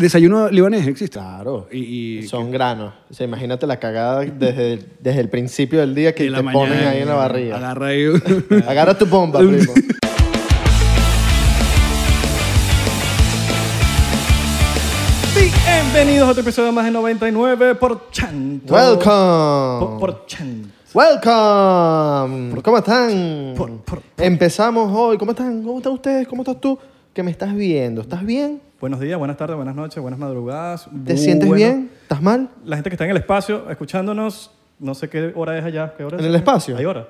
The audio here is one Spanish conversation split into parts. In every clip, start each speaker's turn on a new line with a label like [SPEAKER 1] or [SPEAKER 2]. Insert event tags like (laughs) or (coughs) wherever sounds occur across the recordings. [SPEAKER 1] Desayuno libanés existe.
[SPEAKER 2] Claro.
[SPEAKER 1] Y, y-
[SPEAKER 2] Son granos. O sea, imagínate la cagada desde el, desde el principio del día que
[SPEAKER 1] en la
[SPEAKER 2] te ponen
[SPEAKER 1] mañana,
[SPEAKER 2] ahí en la barriga.
[SPEAKER 1] Agarra ahí.
[SPEAKER 2] Agarra tu bomba,
[SPEAKER 3] (laughs)
[SPEAKER 2] primo.
[SPEAKER 3] Bienvenidos a otro episodio más de 99 por Chanto. Por,
[SPEAKER 2] Welcome.
[SPEAKER 3] por Chan.
[SPEAKER 2] Welcome. ¿Cómo están?
[SPEAKER 3] Por- por-
[SPEAKER 2] Empezamos hoy. ¿Cómo están? ¿Cómo están ustedes? ¿Cómo estás tú? Que me estás viendo. ¿Estás bien?
[SPEAKER 3] Buenos días, buenas tardes, buenas noches, buenas madrugadas.
[SPEAKER 2] ¿Te sientes
[SPEAKER 3] Uh, Bueno,
[SPEAKER 2] bien? ¿Estás mal?
[SPEAKER 3] La gente que está en el espacio escuchándonos, no sé qué hora es allá. ¿Qué hora es?
[SPEAKER 2] ¿En el espacio?
[SPEAKER 3] ¿Hay hora?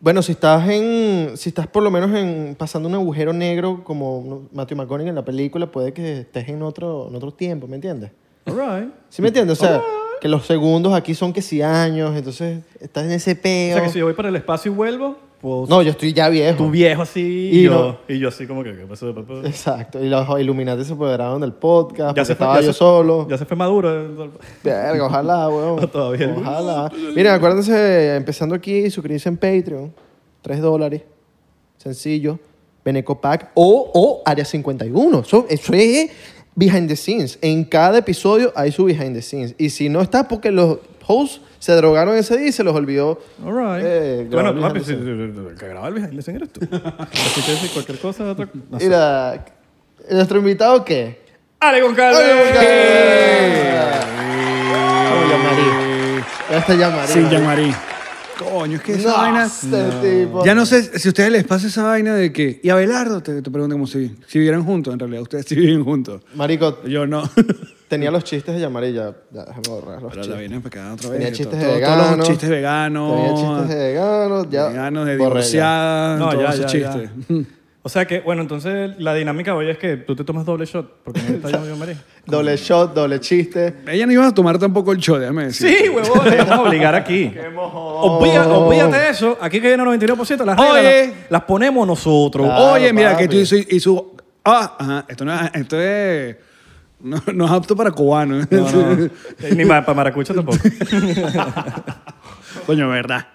[SPEAKER 2] Bueno, si estás en, si estás por lo menos en pasando un agujero negro como Matthew McConaughey en la película, puede que estés en otro, en otro tiempo, ¿me entiendes?
[SPEAKER 3] All right.
[SPEAKER 2] ¿Sí me entiendes? O sea,
[SPEAKER 3] Ah.
[SPEAKER 2] que los segundos aquí son que si años, entonces estás en ese
[SPEAKER 3] O
[SPEAKER 2] peo.
[SPEAKER 3] sea que si yo voy para el espacio y vuelvo, pues
[SPEAKER 2] No, yo estoy ya viejo.
[SPEAKER 3] tú viejo así y,
[SPEAKER 2] Y
[SPEAKER 3] yo, y yo así como que, ¿qué pasó, papá?
[SPEAKER 2] Exacto. Y los Illuminati se apoderaron del podcast. porque estaba
[SPEAKER 3] ya
[SPEAKER 2] yo
[SPEAKER 3] se-
[SPEAKER 2] solo.
[SPEAKER 3] Ya se fue maduro.
[SPEAKER 2] Verga,
[SPEAKER 3] (laughs)
[SPEAKER 2] ojalá, weón.
[SPEAKER 3] Todavía el-
[SPEAKER 2] Ojalá. Miren, acuérdense, empezando aquí, suscribirse en Patreon. 3 dólares. Sencillo. Beneco Pack o, o Área 51. Eso, eso es behind the scenes. En cada episodio hay su behind the scenes. Y si no está, porque los hosts se drogaron ese día y se los olvidó.
[SPEAKER 3] All right.
[SPEAKER 2] Eh, grabar
[SPEAKER 3] bueno,
[SPEAKER 2] el
[SPEAKER 3] papi,
[SPEAKER 2] behind the
[SPEAKER 3] si- el que graba el behind the scenes
[SPEAKER 2] (laughs)
[SPEAKER 3] eres tú. Así que si cualquier cosa, otra. no sé.
[SPEAKER 2] Mira, ¿nuestro invitado qué?
[SPEAKER 3] Ale Goncalves.
[SPEAKER 2] Como Yamari. Ya está Yamari.
[SPEAKER 1] Sin llamarí. Coño, es que esa
[SPEAKER 2] No,
[SPEAKER 1] vaina.
[SPEAKER 2] este tipo.
[SPEAKER 1] Ya no sé si a ustedes les pasa esa vaina de que. Y Abelardo te, te pregunta cómo se viven. Si vivieran juntos, en realidad, ustedes si viven juntos.
[SPEAKER 2] Marico,
[SPEAKER 1] Yo
[SPEAKER 2] (laughs)
[SPEAKER 1] no.
[SPEAKER 2] tenía los chistes de Yamari ya. Ya, déjame borrar los
[SPEAKER 1] Pero la
[SPEAKER 2] chistes.
[SPEAKER 1] vaina para acá otra vez.
[SPEAKER 2] Tenía
[SPEAKER 1] Todo-
[SPEAKER 2] chistes
[SPEAKER 1] todo-
[SPEAKER 2] de
[SPEAKER 1] Todos los
[SPEAKER 2] veganos.
[SPEAKER 1] chistes veganos.
[SPEAKER 2] Tenía chistes de veganos. Ya,
[SPEAKER 1] veganos, de
[SPEAKER 2] borré ya.
[SPEAKER 1] divorciadas,
[SPEAKER 3] No,
[SPEAKER 1] todos
[SPEAKER 3] ya, ya,
[SPEAKER 1] esos chistes.
[SPEAKER 3] ya. O sea que, bueno, entonces la dinámica hoy es que tú te tomas doble shot porque no está
[SPEAKER 1] (laughs)
[SPEAKER 3] llamando María.
[SPEAKER 2] Doble shot, doble chiste.
[SPEAKER 1] Ella no iba a tomar tampoco el show, déjame decir.
[SPEAKER 3] Sí, huevón, le vamos a obligar aquí. ¡Qué Obvíate de eso. Aquí que viene el 99%, las
[SPEAKER 1] Oye.
[SPEAKER 3] reglas las, las ponemos nosotros.
[SPEAKER 2] Claro.
[SPEAKER 1] Oye, mira, que tú
[SPEAKER 2] papi.
[SPEAKER 1] hizo, hizo- Ah, ajá, esto, no, es- esto es... No, no es apto para cubanos.
[SPEAKER 3] No,
[SPEAKER 1] (laughs)
[SPEAKER 3] no, no. Ni ma- para maracucha tampoco.
[SPEAKER 1] Coño, verdad.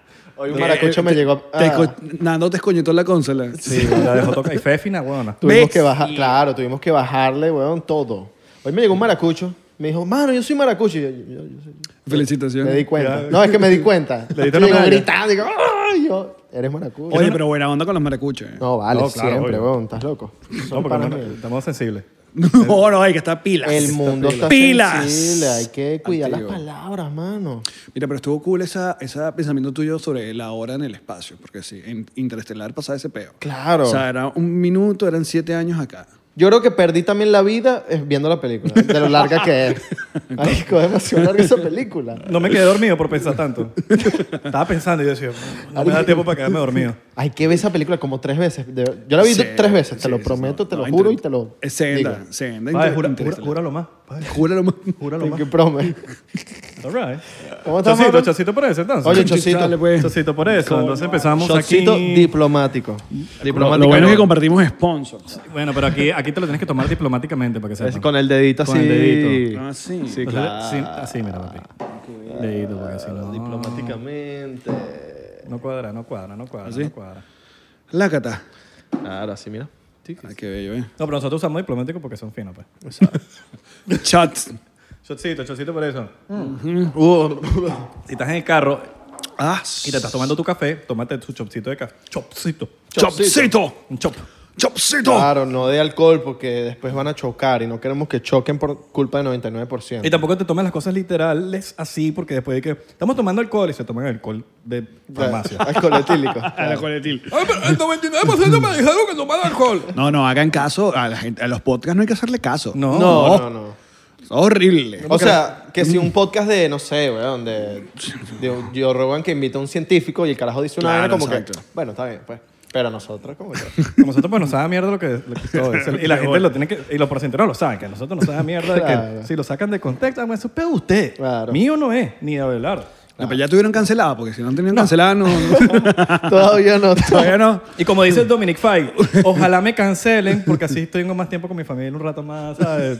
[SPEAKER 2] Hoy un maracucho
[SPEAKER 1] Eh,
[SPEAKER 2] me
[SPEAKER 1] te-
[SPEAKER 2] llegó.
[SPEAKER 1] te
[SPEAKER 2] ah,
[SPEAKER 1] esco- Nando te escoñetó la consola.
[SPEAKER 3] Sí, la dejó tocar. Y fue fina, huevona.
[SPEAKER 2] tuvimos
[SPEAKER 1] ¿Ves?
[SPEAKER 2] que bajar. Claro, tuvimos que bajarle, weón, todo. Hoy me llegó un maracucho. Me dijo, mano, yo soy maracucho. Y yo- yo- yo- yo- me di
[SPEAKER 1] Felicitaciones.
[SPEAKER 2] cuenta.
[SPEAKER 3] Ya.
[SPEAKER 2] No, es que me di cuenta.
[SPEAKER 3] (laughs) Le
[SPEAKER 2] Yo
[SPEAKER 3] diste una
[SPEAKER 2] llego
[SPEAKER 3] medalla.
[SPEAKER 2] gritando, digo, ¡ay! Yo, eres maracucho.
[SPEAKER 1] Oye, pero buena onda con los maracuchos. eh.
[SPEAKER 2] No, vale,
[SPEAKER 3] No, claro,
[SPEAKER 2] siempre,
[SPEAKER 3] obvio.
[SPEAKER 2] weón, estás loco.
[SPEAKER 3] No,
[SPEAKER 2] Son
[SPEAKER 3] porque
[SPEAKER 2] panas
[SPEAKER 3] no-
[SPEAKER 2] míos.
[SPEAKER 3] estamos sensibles.
[SPEAKER 1] (laughs) No, no, hay que estar pilas.
[SPEAKER 2] El mundo está
[SPEAKER 1] pilas.
[SPEAKER 2] sensible, hay que cuidar las
[SPEAKER 1] Antiguo.
[SPEAKER 2] palabras, mano.
[SPEAKER 1] Mira, pero estuvo cool esa, esa pensamiento tuyo sobre la hora en el espacio, porque sí, en Interestelar pasaba ese peo.
[SPEAKER 2] Claro.
[SPEAKER 1] O sea, era un minuto, eran siete años acá.
[SPEAKER 2] Yo creo que perdí también la vida eh, viendo la película, de lo larga que
[SPEAKER 3] (laughs)
[SPEAKER 2] es. Ay, es demasiado larga esa película.
[SPEAKER 3] No me quedé dormido por pensar tanto. Estaba pensando y yo decía, no me da tiempo para quedarme dormido.
[SPEAKER 2] Hay que ver esa película como tres veces. de- Yo la vi
[SPEAKER 1] Sí,
[SPEAKER 2] tres veces, te
[SPEAKER 1] sí,
[SPEAKER 2] lo
[SPEAKER 1] sí,
[SPEAKER 2] prometo,
[SPEAKER 1] sí.
[SPEAKER 2] te
[SPEAKER 1] No,
[SPEAKER 2] lo juro y
[SPEAKER 1] inter-
[SPEAKER 2] te lo
[SPEAKER 1] Es
[SPEAKER 2] digo.
[SPEAKER 1] senda, senda.
[SPEAKER 3] Padre,
[SPEAKER 1] inter-
[SPEAKER 3] jura, jura,
[SPEAKER 1] interestelar.
[SPEAKER 3] júralo más. Padre,
[SPEAKER 1] Júralo más.
[SPEAKER 3] júralo más.
[SPEAKER 2] Pinky Promise.
[SPEAKER 3] All right.
[SPEAKER 2] ¿Cómo estamos?
[SPEAKER 3] Chocito,
[SPEAKER 2] mano?
[SPEAKER 3] (laughs) chocito por eso, entonces.
[SPEAKER 2] Oye,
[SPEAKER 1] Chocito,
[SPEAKER 2] Chocito.
[SPEAKER 1] dale, pues.
[SPEAKER 3] Chocito por eso. Entonces empezamos
[SPEAKER 2] Shotcito
[SPEAKER 3] aquí.
[SPEAKER 2] diplomático.
[SPEAKER 1] Lo,
[SPEAKER 2] Diplomático.
[SPEAKER 1] lo bueno es que compartimos sponsor.
[SPEAKER 3] Bueno, pero aquí, aquí te lo tienes que tomar diplomáticamente para que
[SPEAKER 2] Es
[SPEAKER 3] sepas.
[SPEAKER 2] Con el dedito así.
[SPEAKER 3] Con el dedito.
[SPEAKER 1] Ah, sí.
[SPEAKER 2] Sí,
[SPEAKER 3] Entonces,
[SPEAKER 2] claro.
[SPEAKER 3] sí, así, mira, papi. Ah. Leído, porque así no.
[SPEAKER 2] Diplomáticamente.
[SPEAKER 3] No cuadra, no cuadra, no cuadra, no cuadra.
[SPEAKER 1] Lácata.
[SPEAKER 2] Claro, así, mira.
[SPEAKER 1] Ah, qué bello, eh.
[SPEAKER 3] No, pero nosotros usamos diplomático porque son finos, pues.
[SPEAKER 1] Chat.
[SPEAKER 3] (laughs) Chocito, chocito por eso.
[SPEAKER 2] Uh,
[SPEAKER 3] Si estás en el carro
[SPEAKER 1] Ah,
[SPEAKER 3] y te estás tomando tu café, tómate tu chopcito de café. Chopcito.
[SPEAKER 1] Chopcito.
[SPEAKER 3] Un chop.
[SPEAKER 1] Chopcito.
[SPEAKER 2] Claro, no de alcohol porque después van a chocar y no queremos que choquen por culpa del 99%.
[SPEAKER 3] Y tampoco te tomes las cosas literales así, porque después de que estamos tomando alcohol y se toman alcohol de
[SPEAKER 2] (laughs)
[SPEAKER 3] farmacia.
[SPEAKER 2] Alcohol etílico.
[SPEAKER 3] Ay, Ah, pero el 99% me dijeron que tomara alcohol.
[SPEAKER 1] No, no, hagan caso. A, la gente, a los podcasts no hay que hacerle caso.
[SPEAKER 3] No.
[SPEAKER 2] No, no, no.
[SPEAKER 1] Es Horrible.
[SPEAKER 2] O sea, que si un podcast de, no sé, weón, de, de Joe Rogan que invita a un científico y el carajo dice una
[SPEAKER 1] Claro,
[SPEAKER 2] vaina como
[SPEAKER 1] exacto.
[SPEAKER 2] que, bueno, está bien, pues. Pero nosotros como que... (laughs)
[SPEAKER 3] A nosotros pues nos sabe mierda lo que, lo que todo es. Y la gente lo tiene que... Y los porcenteros lo saben, que a nosotros nos sabe mierda de
[SPEAKER 2] Claro.
[SPEAKER 3] que si lo sacan de contexto, ah, eso es pedo de usted.
[SPEAKER 2] Claro.
[SPEAKER 3] Mío no es, ni de Abelardo.
[SPEAKER 1] No, pero ya tuvieron cancelada, porque si no tenían cancelada, no.
[SPEAKER 2] Todavía no.
[SPEAKER 3] (laughs)
[SPEAKER 1] Todavía no.
[SPEAKER 3] Y como dice Dominic Fay, ojalá me cancelen porque así tengo más tiempo con mi familia un rato más, ¿sabes?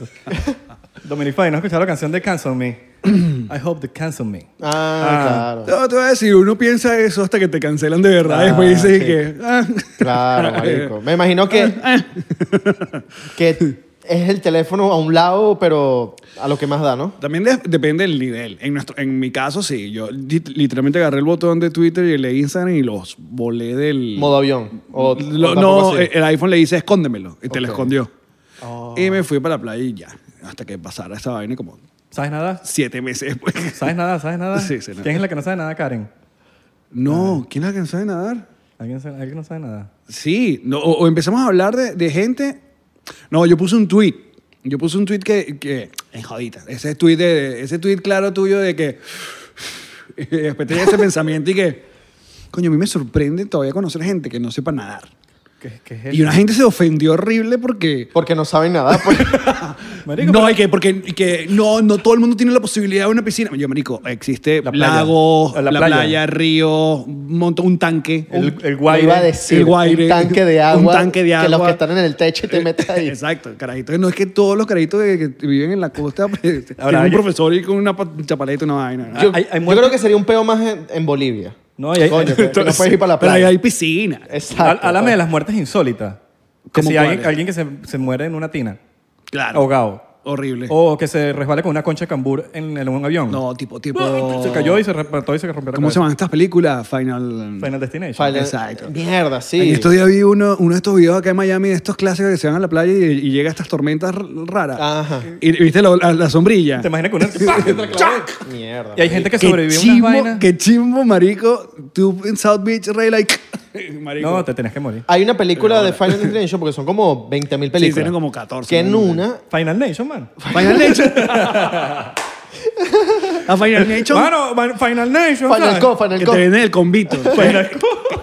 [SPEAKER 3] Dominic Fay, ¿no has escuchado la canción de Cancel Me? I hope they cancel me.
[SPEAKER 2] (laughs) Ah, claro.
[SPEAKER 1] No, te voy a decir, uno piensa eso hasta que te cancelan de verdad.
[SPEAKER 2] Ah,
[SPEAKER 1] después dices
[SPEAKER 2] sí.
[SPEAKER 1] (laughs) que. ah. (laughs)
[SPEAKER 2] Claro, marico. Me imagino que, que es el teléfono a un lado, pero a lo que más da, ¿no?
[SPEAKER 1] También de- depende del nivel. En, nuestro, en mi caso, sí. Yo lit- literalmente agarré el botón de Twitter y el de Instagram y los volé del...
[SPEAKER 2] Modo avión. O,
[SPEAKER 1] Lo-
[SPEAKER 2] o tampoco
[SPEAKER 1] no, e-, eh,
[SPEAKER 2] así.
[SPEAKER 1] el iPhone le dice escóndemelo y te lo
[SPEAKER 2] Ok. Ah.
[SPEAKER 1] escondió. Y me fui para la playa y ya. Hasta que pasara esa vaina como
[SPEAKER 3] ¿Sabes nada?
[SPEAKER 1] siete meses después.
[SPEAKER 3] ¿Sabes nada? ¿Sabes nada?
[SPEAKER 1] Sí, sé nada.
[SPEAKER 3] ¿Quién es la que no sabe nada, Karen?
[SPEAKER 1] No, ¿quién es la que no sabe nadar?
[SPEAKER 3] ¿Alguien, sabe- alguien no sabe nada?
[SPEAKER 1] Sí, no, o, o empezamos a hablar de, de gente. No, yo puse un tweet. Yo puse un tweet que. que en jodita. Ese tweet, de- ese tweet claro tuyo de que. (laughs) y después tenía ese pensamiento y que. Coño, a mí me sorprende todavía conocer gente que no sepa nadar.
[SPEAKER 3] ¿Qué, qué es
[SPEAKER 1] Y una gente se ofendió horrible porque.
[SPEAKER 2] Porque no saben nada.
[SPEAKER 1] (laughs)
[SPEAKER 2] Pues.
[SPEAKER 3] Marico,
[SPEAKER 1] no, y que, porque, y que no, no todo el mundo tiene la posibilidad de una piscina. Yo, marico, existe
[SPEAKER 3] La playa.
[SPEAKER 1] lagos,
[SPEAKER 3] La
[SPEAKER 1] la,
[SPEAKER 3] playa.
[SPEAKER 1] playa. río, un, montón, un tanque.
[SPEAKER 3] El, el
[SPEAKER 2] Lo
[SPEAKER 3] guaire.
[SPEAKER 2] iba a decir,
[SPEAKER 1] el guaire,
[SPEAKER 2] un tanque de
[SPEAKER 1] un
[SPEAKER 2] agua.
[SPEAKER 1] tanque de
[SPEAKER 2] Que los
[SPEAKER 1] agua.
[SPEAKER 2] que están en el techo y te metes ahí.
[SPEAKER 1] Exacto, carajito. No es que todos los carajitos que, que viven en la costa
[SPEAKER 3] (laughs)
[SPEAKER 1] pues, tienen
[SPEAKER 3] hay-
[SPEAKER 1] un profesor y con una pa- chapaleta y una vaina. ¿no?
[SPEAKER 2] Yo,
[SPEAKER 3] Hay-
[SPEAKER 2] yo
[SPEAKER 3] hay muerte-
[SPEAKER 2] creo que sería un peo más en, en Bolivia.
[SPEAKER 3] No, y hay-
[SPEAKER 2] Coño, que- que no puedes ir para la
[SPEAKER 1] Pero
[SPEAKER 2] playa.
[SPEAKER 1] ahí hay piscina.
[SPEAKER 3] Há-
[SPEAKER 2] Exacto. pues.
[SPEAKER 3] Háblame de las muertes insólitas. Que
[SPEAKER 1] ¿Cómo
[SPEAKER 3] si alguien,
[SPEAKER 1] cuáles?
[SPEAKER 3] alguien que se, se muere en una tina,
[SPEAKER 1] Claro.
[SPEAKER 3] ahogado.
[SPEAKER 1] Horrible.
[SPEAKER 3] O que se resbala con una concha de cambur en, el- en un avión. ¡Ah!
[SPEAKER 1] No, tipo, tipo...
[SPEAKER 3] Se cayó y se repartó y se rompió la
[SPEAKER 1] ¿Cómo se
[SPEAKER 3] cabeza.
[SPEAKER 1] llaman estas películas? Final...
[SPEAKER 3] Final Destination.
[SPEAKER 2] Fal-
[SPEAKER 1] Exacto.
[SPEAKER 2] Mierda, sí.
[SPEAKER 1] En estos días vi uno, uno de estos videos acá en Miami de estos clásicos que se van a la playa y, y llega estas tormentas r- raras.
[SPEAKER 2] Ajá.
[SPEAKER 1] Y viste la, la- la sombrilla.
[SPEAKER 3] Ah. ¿Te imaginas que una... ¡Pah! Entra clavado.
[SPEAKER 2] Mierda.
[SPEAKER 3] (laughs) y hay gente que
[SPEAKER 1] Qué
[SPEAKER 3] sobrevive a unas
[SPEAKER 1] chimbo,
[SPEAKER 3] vainas.
[SPEAKER 1] qué chimbo, marico. Tú en South Beach, Ray, like... (laughs) marico.
[SPEAKER 3] No, te tenés que morir.
[SPEAKER 2] Hay una película de Final Destination porque son como 20.000 películas.
[SPEAKER 1] Sí, tienen como 14.
[SPEAKER 2] Que en
[SPEAKER 1] ¿no?
[SPEAKER 2] una...
[SPEAKER 3] Final Nation, man. (laughs)
[SPEAKER 1] Final Nation. a Final Nation.
[SPEAKER 3] Mano, man, Final Nation.
[SPEAKER 2] Final
[SPEAKER 3] ¿sabes?
[SPEAKER 2] Co, Final
[SPEAKER 1] que
[SPEAKER 2] Co.
[SPEAKER 1] te venden el convito.
[SPEAKER 3] Final Co.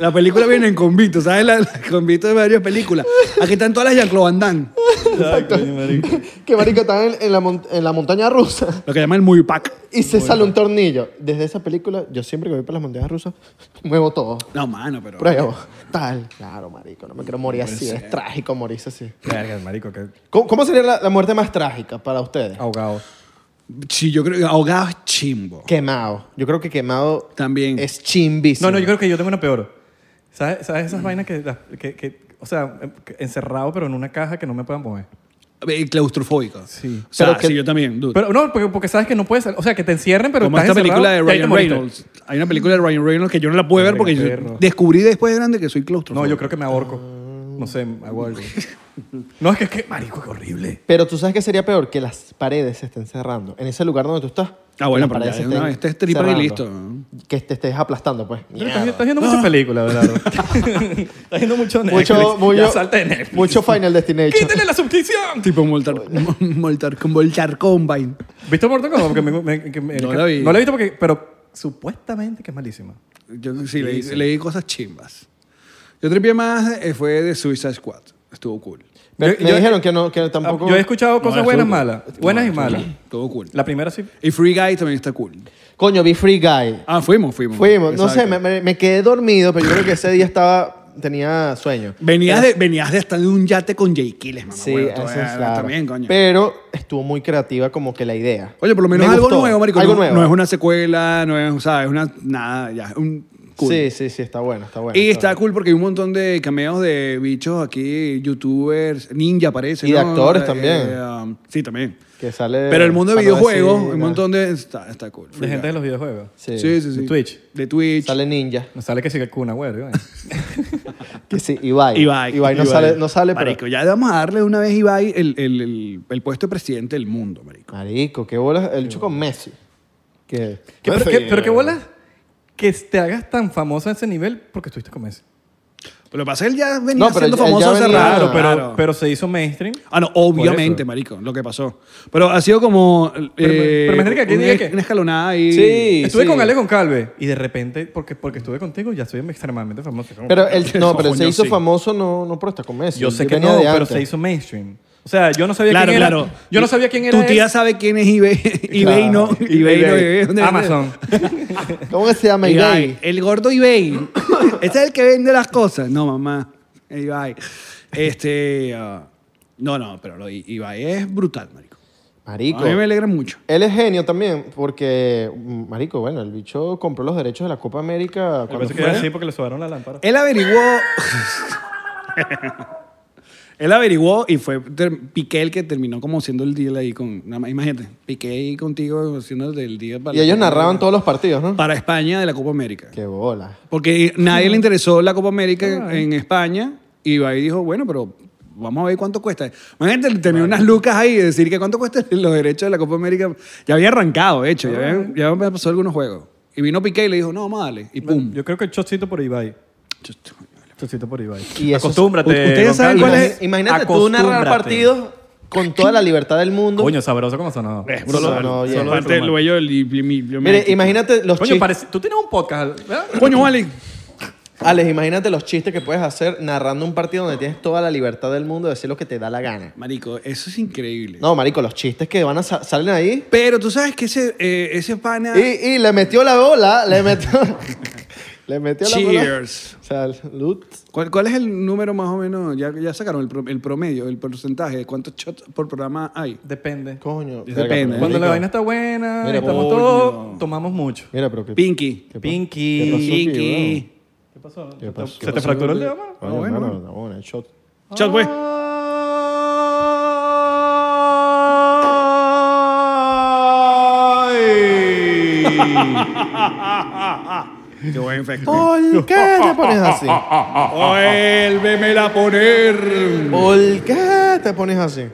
[SPEAKER 1] La película viene en convito, ¿sabes? La, el convito de varias películas. Aquí están todas las Jean-Claude Van Damme.
[SPEAKER 3] Exacto. marico.
[SPEAKER 2] (laughs) Que marico están en, en la mon- en la montaña rusa
[SPEAKER 1] Lo que llaman el Muipac.
[SPEAKER 2] y se sale un tornillo. Desde esa película, yo siempre que voy para las montañas rusas, muevo todo.
[SPEAKER 1] No, mano, pero.
[SPEAKER 2] Pruebo. Tal. Claro, marico. No me quiero morir así. Es trágico morirse así.
[SPEAKER 3] (laughs) Verga, marico, que
[SPEAKER 2] ¿Cómo, cómo sería la, la muerte más trágica para ustedes?
[SPEAKER 1] Ah.
[SPEAKER 3] ahogado.
[SPEAKER 1] Sí, yo creo que ahogado es chimbo.
[SPEAKER 2] Quemado. Yo creo que quemado
[SPEAKER 1] También.
[SPEAKER 2] es chimbísimo.
[SPEAKER 3] No, no, yo creo que yo tengo una peor. ¿Sabes, sabes esas vainas que, las- que- que- O sea, em- que- encerrado pero en una caja que no me puedan mover.
[SPEAKER 1] Eh, Claustrofóbico.
[SPEAKER 3] Sí.
[SPEAKER 1] O sea,
[SPEAKER 2] Pero que-
[SPEAKER 1] sí, yo también, dude.
[SPEAKER 3] Pero no, porque, porque sabes que no puedes... sal- O sea, que te encierren pero
[SPEAKER 1] Como
[SPEAKER 3] estás
[SPEAKER 1] esta película de
[SPEAKER 3] encerrado y ahí te
[SPEAKER 1] Ryan
[SPEAKER 3] moriste.
[SPEAKER 1] Reynolds. Hay una película de Ryan Reynolds que yo no la pude ver
[SPEAKER 3] Verga,
[SPEAKER 1] porque yo
[SPEAKER 3] perro.
[SPEAKER 1] descubrí después de grande que soy claustrofóbico.
[SPEAKER 3] No, yo creo que me ahorco. No sé, hago
[SPEAKER 1] (laughs)
[SPEAKER 3] algo. No, es que, es que marico, es horrible.
[SPEAKER 2] Pero tú sabes que sería peor que las paredes se estén cerrando. En ese lugar donde tú estás.
[SPEAKER 1] Ah, bueno,
[SPEAKER 2] las
[SPEAKER 1] pero
[SPEAKER 2] paredes
[SPEAKER 1] ya de
[SPEAKER 2] se
[SPEAKER 1] una
[SPEAKER 2] estén
[SPEAKER 1] vez te estripan y
[SPEAKER 2] cerrando.
[SPEAKER 1] listo, ¿no?
[SPEAKER 2] Que te estés aplastando, pues.
[SPEAKER 3] Pero
[SPEAKER 2] Mierda.
[SPEAKER 3] Estás, estás viendo
[SPEAKER 1] Ah.
[SPEAKER 3] muchas
[SPEAKER 1] (laughs)
[SPEAKER 3] películas, ¿verdad? estás viendo mucho Netflix.
[SPEAKER 2] mucho,
[SPEAKER 3] Ya
[SPEAKER 2] mucho,
[SPEAKER 3] salte de Netflix.
[SPEAKER 2] mucho Final Destination.
[SPEAKER 3] ¡Quítale la suscripción!
[SPEAKER 1] Tipo Moltar, (laughs) Moltar, Moltar Combine.
[SPEAKER 3] ¿Viste Mortal Kombat? Porque me- me- que me-
[SPEAKER 1] No la vi.
[SPEAKER 3] No la he visto porque... Pero supuestamente que es malísima.
[SPEAKER 1] Yo
[SPEAKER 2] Ah,
[SPEAKER 1] sí, leí, leí cosas chimbas. Yo tripié más eh, fue de Suicide Squad. Estuvo cool.
[SPEAKER 2] Me,
[SPEAKER 3] Yo-
[SPEAKER 2] me
[SPEAKER 3] yo-
[SPEAKER 2] dijeron que no, que tampoco.
[SPEAKER 3] Yo he escuchado cosas
[SPEAKER 1] No,
[SPEAKER 3] buenas,
[SPEAKER 1] estuvo
[SPEAKER 3] malas.
[SPEAKER 1] cool.
[SPEAKER 3] Buenas y
[SPEAKER 1] No, estuvo
[SPEAKER 3] malas.
[SPEAKER 1] cool. Estuvo cool.
[SPEAKER 3] La primera sí.
[SPEAKER 1] Y Free Guy también está cool.
[SPEAKER 2] Coño, vi Free Guy.
[SPEAKER 1] Ah, fuimos, fuimos.
[SPEAKER 2] Fuimos, no sé,
[SPEAKER 1] Exacto.
[SPEAKER 2] me, me- me quedé dormido, pero yo creo que ese día estaba, tenía sueño.
[SPEAKER 1] Venías, de, venías de estar en un yate con Jay Kiles, mamá.
[SPEAKER 2] eh. Sí,
[SPEAKER 1] huevo,
[SPEAKER 2] eso
[SPEAKER 1] todavía-
[SPEAKER 2] es claro.
[SPEAKER 1] También, coño.
[SPEAKER 2] Pero estuvo muy creativa como que la idea.
[SPEAKER 1] Oye, por lo menos
[SPEAKER 2] Me
[SPEAKER 1] algo
[SPEAKER 2] gustó.
[SPEAKER 1] nuevo, marico.
[SPEAKER 2] Algo
[SPEAKER 1] no,
[SPEAKER 2] nuevo.
[SPEAKER 1] no es una secuela, no es, ¿sabes? Una, nada, ya. Un, cool.
[SPEAKER 2] Sí, sí, sí, está bueno, está bueno.
[SPEAKER 1] Y está cool porque hay un montón de cameos de bichos aquí, youtubers, ninja parece.
[SPEAKER 2] Y de
[SPEAKER 1] ¿no?
[SPEAKER 2] actores también.
[SPEAKER 1] um, sí, también.
[SPEAKER 2] Que sale.
[SPEAKER 1] Pero el mundo de
[SPEAKER 2] para no
[SPEAKER 1] videojuegos,
[SPEAKER 2] decir
[SPEAKER 1] un
[SPEAKER 2] nada.
[SPEAKER 1] montón de. Está, está cool.
[SPEAKER 3] De gente de los videojuegos.
[SPEAKER 2] Sí.
[SPEAKER 1] Sí, sí, sí.
[SPEAKER 3] De Twitch.
[SPEAKER 1] De Twitch.
[SPEAKER 2] Sale Ninja.
[SPEAKER 3] No sale que sigue
[SPEAKER 2] (laughs)
[SPEAKER 3] Kun Agüero. ¿eh?
[SPEAKER 2] Que sí, Ibai.
[SPEAKER 1] Ibai.
[SPEAKER 2] no sale, no sale pero.
[SPEAKER 1] Marico, ya vamos a darle una vez a Ibai el, el, el, el puesto de presidente del mundo, marico.
[SPEAKER 2] Marico, qué bolas. El chico con Messi. Que.
[SPEAKER 3] ¿Qué- pero, qué, pero qué bolas que te hagas tan famoso a ese nivel porque estuviste con Messi.
[SPEAKER 1] Pero lo que pasa es que él ya venía
[SPEAKER 2] No, pero
[SPEAKER 1] siendo
[SPEAKER 2] él- él
[SPEAKER 1] famoso
[SPEAKER 2] ya
[SPEAKER 1] hace
[SPEAKER 2] venía-
[SPEAKER 1] rato.
[SPEAKER 2] Claro,
[SPEAKER 3] pero,
[SPEAKER 1] claro.
[SPEAKER 3] pero se hizo mainstream.
[SPEAKER 1] Ah, no,
[SPEAKER 3] Por eso.
[SPEAKER 1] obviamente, marico, lo que pasó. Pero ha sido como... eh,
[SPEAKER 3] pero imagínate que aquí
[SPEAKER 1] un-
[SPEAKER 3] diga que-
[SPEAKER 1] Una escalonada ahí.
[SPEAKER 2] Sí.
[SPEAKER 3] Estuve
[SPEAKER 2] sí.
[SPEAKER 3] con Ale con Calve y de repente, porque, porque estuve contigo, ya soy extremadamente famoso.
[SPEAKER 2] Pero él, no, pero él se
[SPEAKER 1] Coño,
[SPEAKER 2] hizo
[SPEAKER 1] sí.
[SPEAKER 2] famoso no, no por estar con Messi.
[SPEAKER 3] yo sé
[SPEAKER 2] Él
[SPEAKER 3] que
[SPEAKER 2] venía
[SPEAKER 3] no,
[SPEAKER 2] de
[SPEAKER 3] pero
[SPEAKER 2] antes.
[SPEAKER 3] se hizo mainstream. O sea, yo no sabía
[SPEAKER 1] Claro,
[SPEAKER 3] quién
[SPEAKER 1] claro.
[SPEAKER 3] era. Yo no sabía quién era.
[SPEAKER 1] Tu tía
[SPEAKER 2] (laughs)
[SPEAKER 3] él.
[SPEAKER 1] sabe quién es eBay. (laughs) eBay no.
[SPEAKER 2] Claro.
[SPEAKER 1] eBay no. eBay, ¿dónde
[SPEAKER 2] (laughs)
[SPEAKER 3] Amazon.
[SPEAKER 2] ¿Cómo que se llama
[SPEAKER 3] (laughs)
[SPEAKER 1] vende?
[SPEAKER 2] Ibai?
[SPEAKER 1] eBay. El gordo
[SPEAKER 2] (coughs)
[SPEAKER 1] eBay. Ese es el que vende las cosas. No, mamá. eBay. Este... ah, no, no, pero lo de eBay es brutal, marico.
[SPEAKER 2] Marico.
[SPEAKER 1] A mí me alegra mucho.
[SPEAKER 2] Él es genio también porque, mm, marico, bueno, el bicho compró los derechos de la Copa América
[SPEAKER 3] Yo
[SPEAKER 2] cuando
[SPEAKER 3] pensé que era
[SPEAKER 2] fue.
[SPEAKER 3] así porque le sobaron la lámpara.
[SPEAKER 1] Él averiguó... (laughs) Él averiguó y fue ter- Piqué el que terminó como siendo el deal ahí con. nada más, imagínate, Piqué ahí contigo haciendo el deal para.
[SPEAKER 2] Y ellos narraban todos los partidos, ¿no?
[SPEAKER 1] Para España de la Copa América.
[SPEAKER 2] Qué bola.
[SPEAKER 1] Porque nadie le interesó la Copa América en España y ahí dijo, bueno, pero vamos a ver cuánto cuesta. Imagínate tener unas lucas ahí y decir que cuánto cuesta (laughs) los derechos de la Copa América. Ya había arrancado, de hecho, ya, habían- ya habían pasado algunos juegos. Y vino Piqué y le dijo, no, vamos a darle. Y pum.
[SPEAKER 3] Yo creo que chocito por Ibai. Chocito por Ibai.
[SPEAKER 2] Y eso-
[SPEAKER 3] Acostúmbrate.
[SPEAKER 1] U- ustedes
[SPEAKER 3] Juan
[SPEAKER 1] saben
[SPEAKER 3] Carlos.
[SPEAKER 1] cuál
[SPEAKER 2] Imagina-
[SPEAKER 1] es-
[SPEAKER 2] Imagínate tú narrar
[SPEAKER 3] Acostúmbrate.
[SPEAKER 2] partidos con toda la libertad del mundo.
[SPEAKER 3] Coño, sabroso como sonó.
[SPEAKER 1] Es
[SPEAKER 2] Solo-
[SPEAKER 1] brutal.
[SPEAKER 2] no, ya.
[SPEAKER 1] Solo
[SPEAKER 3] Solo
[SPEAKER 1] Aparte,
[SPEAKER 3] el
[SPEAKER 1] lo bello del- y- y- y-
[SPEAKER 2] Mire, imagínate los
[SPEAKER 3] Coño,
[SPEAKER 2] chistes.
[SPEAKER 3] parece, tú tienes un podcast, ¿verdad?
[SPEAKER 1] Coño, vale.
[SPEAKER 2] Alex, imagínate los chistes que puedes hacer narrando un partido donde tienes toda la libertad del mundo de decir lo que te da la gana.
[SPEAKER 1] Marico, eso es increíble.
[SPEAKER 2] No, marico, los chistes que van a sa- salen ahí.
[SPEAKER 1] Pero tú sabes que ese, eh, ese pana...
[SPEAKER 2] Y, y le metió la bola, le metió. (laughs) le metió la bola.
[SPEAKER 1] Cheers.
[SPEAKER 2] O sea, Lut.
[SPEAKER 1] ¿Cuál, cuál es el número más o menos? Ya, ya sacaron el, pro- el promedio, el porcentaje de cuántos shots por programa hay.
[SPEAKER 3] Depende.
[SPEAKER 2] Coño.
[SPEAKER 1] Depende.
[SPEAKER 2] pero
[SPEAKER 3] Cuando la
[SPEAKER 2] marico.
[SPEAKER 3] vaina está buena,
[SPEAKER 2] Mira,
[SPEAKER 3] estamos
[SPEAKER 1] coño.
[SPEAKER 3] todos, tomamos mucho.
[SPEAKER 2] Mira, pero que.
[SPEAKER 1] Pinky.
[SPEAKER 2] ¿Qué pa-
[SPEAKER 3] Pinky.
[SPEAKER 2] qué pasó aquí,
[SPEAKER 1] Pinky.
[SPEAKER 3] ¿Qué pasó?
[SPEAKER 2] ¿Qué pasó?
[SPEAKER 3] ¿Se te fracturó el dedo, mano?
[SPEAKER 2] Coño,
[SPEAKER 1] Ah, bueno.
[SPEAKER 2] hermano, no, bueno, el shot.
[SPEAKER 1] Shot, güey. (laughs) Qué buen efecto.
[SPEAKER 2] (laughs) ¿Por qué te pones así?
[SPEAKER 1] Ah, Vuélvemela a poner.
[SPEAKER 2] ¿Por qué te pones así?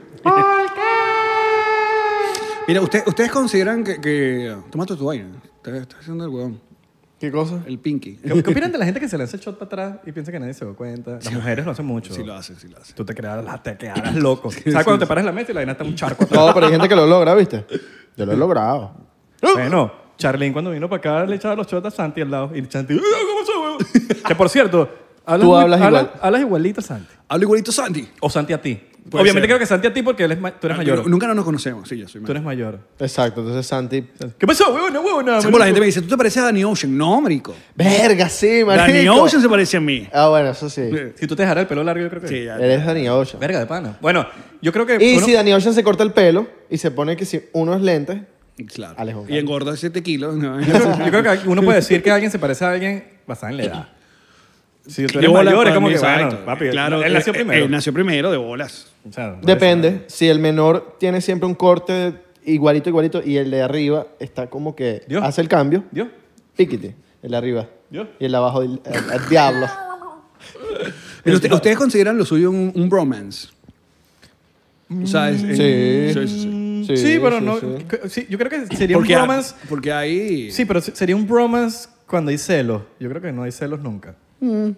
[SPEAKER 1] Mira, usted- ustedes consideran que. que... Tomate tu vaina. Estás está haciendo el huevón.
[SPEAKER 2] ¿Qué cosa?
[SPEAKER 1] El Pinky.
[SPEAKER 3] ¿Qué, qué opinan de la gente que se lanza el shot para atrás y piensa que nadie se da cuenta? Las mujeres lo hacen mucho.
[SPEAKER 1] Sí lo hace, sí lo hace.
[SPEAKER 3] Tú te quedarás, te
[SPEAKER 2] (laughs)
[SPEAKER 3] quedarás loco. O sea, cuando te paras en la mesa y la vaina está un charco atrás?
[SPEAKER 2] No, pero hay gente que lo logra, ¿viste? Yo lo he logrado.
[SPEAKER 3] Bueno, Charlene cuando vino para acá le echaba los shots a Santi al lado. Y Santi, "Ah, ¿cómo se huevo?" Que por cierto, hablas,
[SPEAKER 2] Tú
[SPEAKER 3] muy-
[SPEAKER 2] hablas
[SPEAKER 3] hablas-
[SPEAKER 2] igual.
[SPEAKER 3] hablas igualito a Santi.
[SPEAKER 1] Hablo igualito, Sandy.
[SPEAKER 3] O Santi a ti.
[SPEAKER 1] Puede
[SPEAKER 3] Obviamente
[SPEAKER 1] ser.
[SPEAKER 3] creo que Santi a ti porque él es ma- tú eres mayor.
[SPEAKER 1] Nunca no nos conocemos. Sí, yo soy
[SPEAKER 3] Tú
[SPEAKER 1] mayor.
[SPEAKER 3] eres mayor.
[SPEAKER 2] Exacto, entonces Santi.
[SPEAKER 3] ¿Qué pasó, huevona, huevona?
[SPEAKER 1] Es como la gente me dice, ¿tú te pareces a Danny Ocean? No, marico.
[SPEAKER 2] Verga, sí, marico.
[SPEAKER 1] Danny Ocean se parece a mí.
[SPEAKER 2] Ah, bueno, eso sí.
[SPEAKER 3] Si tú te dejaras el pelo largo, yo creo que...
[SPEAKER 1] Sí, ya.
[SPEAKER 2] Eres Danny Ocean.
[SPEAKER 3] Verga de pana. Bueno, yo creo que... (laughs)
[SPEAKER 2] Y
[SPEAKER 3] uno-
[SPEAKER 2] si Danny Ocean se corta el pelo y se pone que si unos lentes.
[SPEAKER 1] Claro.
[SPEAKER 2] Alejo.
[SPEAKER 1] Y engorda 7 kilos. ¿no?
[SPEAKER 3] Yo creo que uno puede decir que alguien se parece a alguien basada en la edad. Si tú
[SPEAKER 1] De
[SPEAKER 3] eres
[SPEAKER 1] bolas,
[SPEAKER 3] mayor, es
[SPEAKER 1] para
[SPEAKER 3] como
[SPEAKER 1] mí,
[SPEAKER 3] que,
[SPEAKER 1] exacto.
[SPEAKER 3] bueno, papi,
[SPEAKER 1] Claro,
[SPEAKER 3] él nació
[SPEAKER 1] eh,
[SPEAKER 3] primero.
[SPEAKER 1] Él nació primero de bolas.
[SPEAKER 3] O sea, no
[SPEAKER 2] Depende. Si el menor tiene siempre un corte igualito, igualito, y el de arriba está como que
[SPEAKER 3] Dios.
[SPEAKER 2] hace el cambio.
[SPEAKER 3] Dios,
[SPEAKER 2] Piquete, el de arriba.
[SPEAKER 3] Dios.
[SPEAKER 2] Y el de abajo, el, el- el diablo.
[SPEAKER 1] Pero usted- ustedes consideran lo suyo un, un bromance. O sea, es- es-
[SPEAKER 2] Sí.
[SPEAKER 3] Sí, pero no...
[SPEAKER 2] sí.
[SPEAKER 3] que- sí, yo creo que sería
[SPEAKER 1] Porque,
[SPEAKER 3] un bromance...
[SPEAKER 1] a- porque ahí.
[SPEAKER 3] Sí, pero se- sería un bromance cuando hay celos. Yo creo que no hay celos nunca.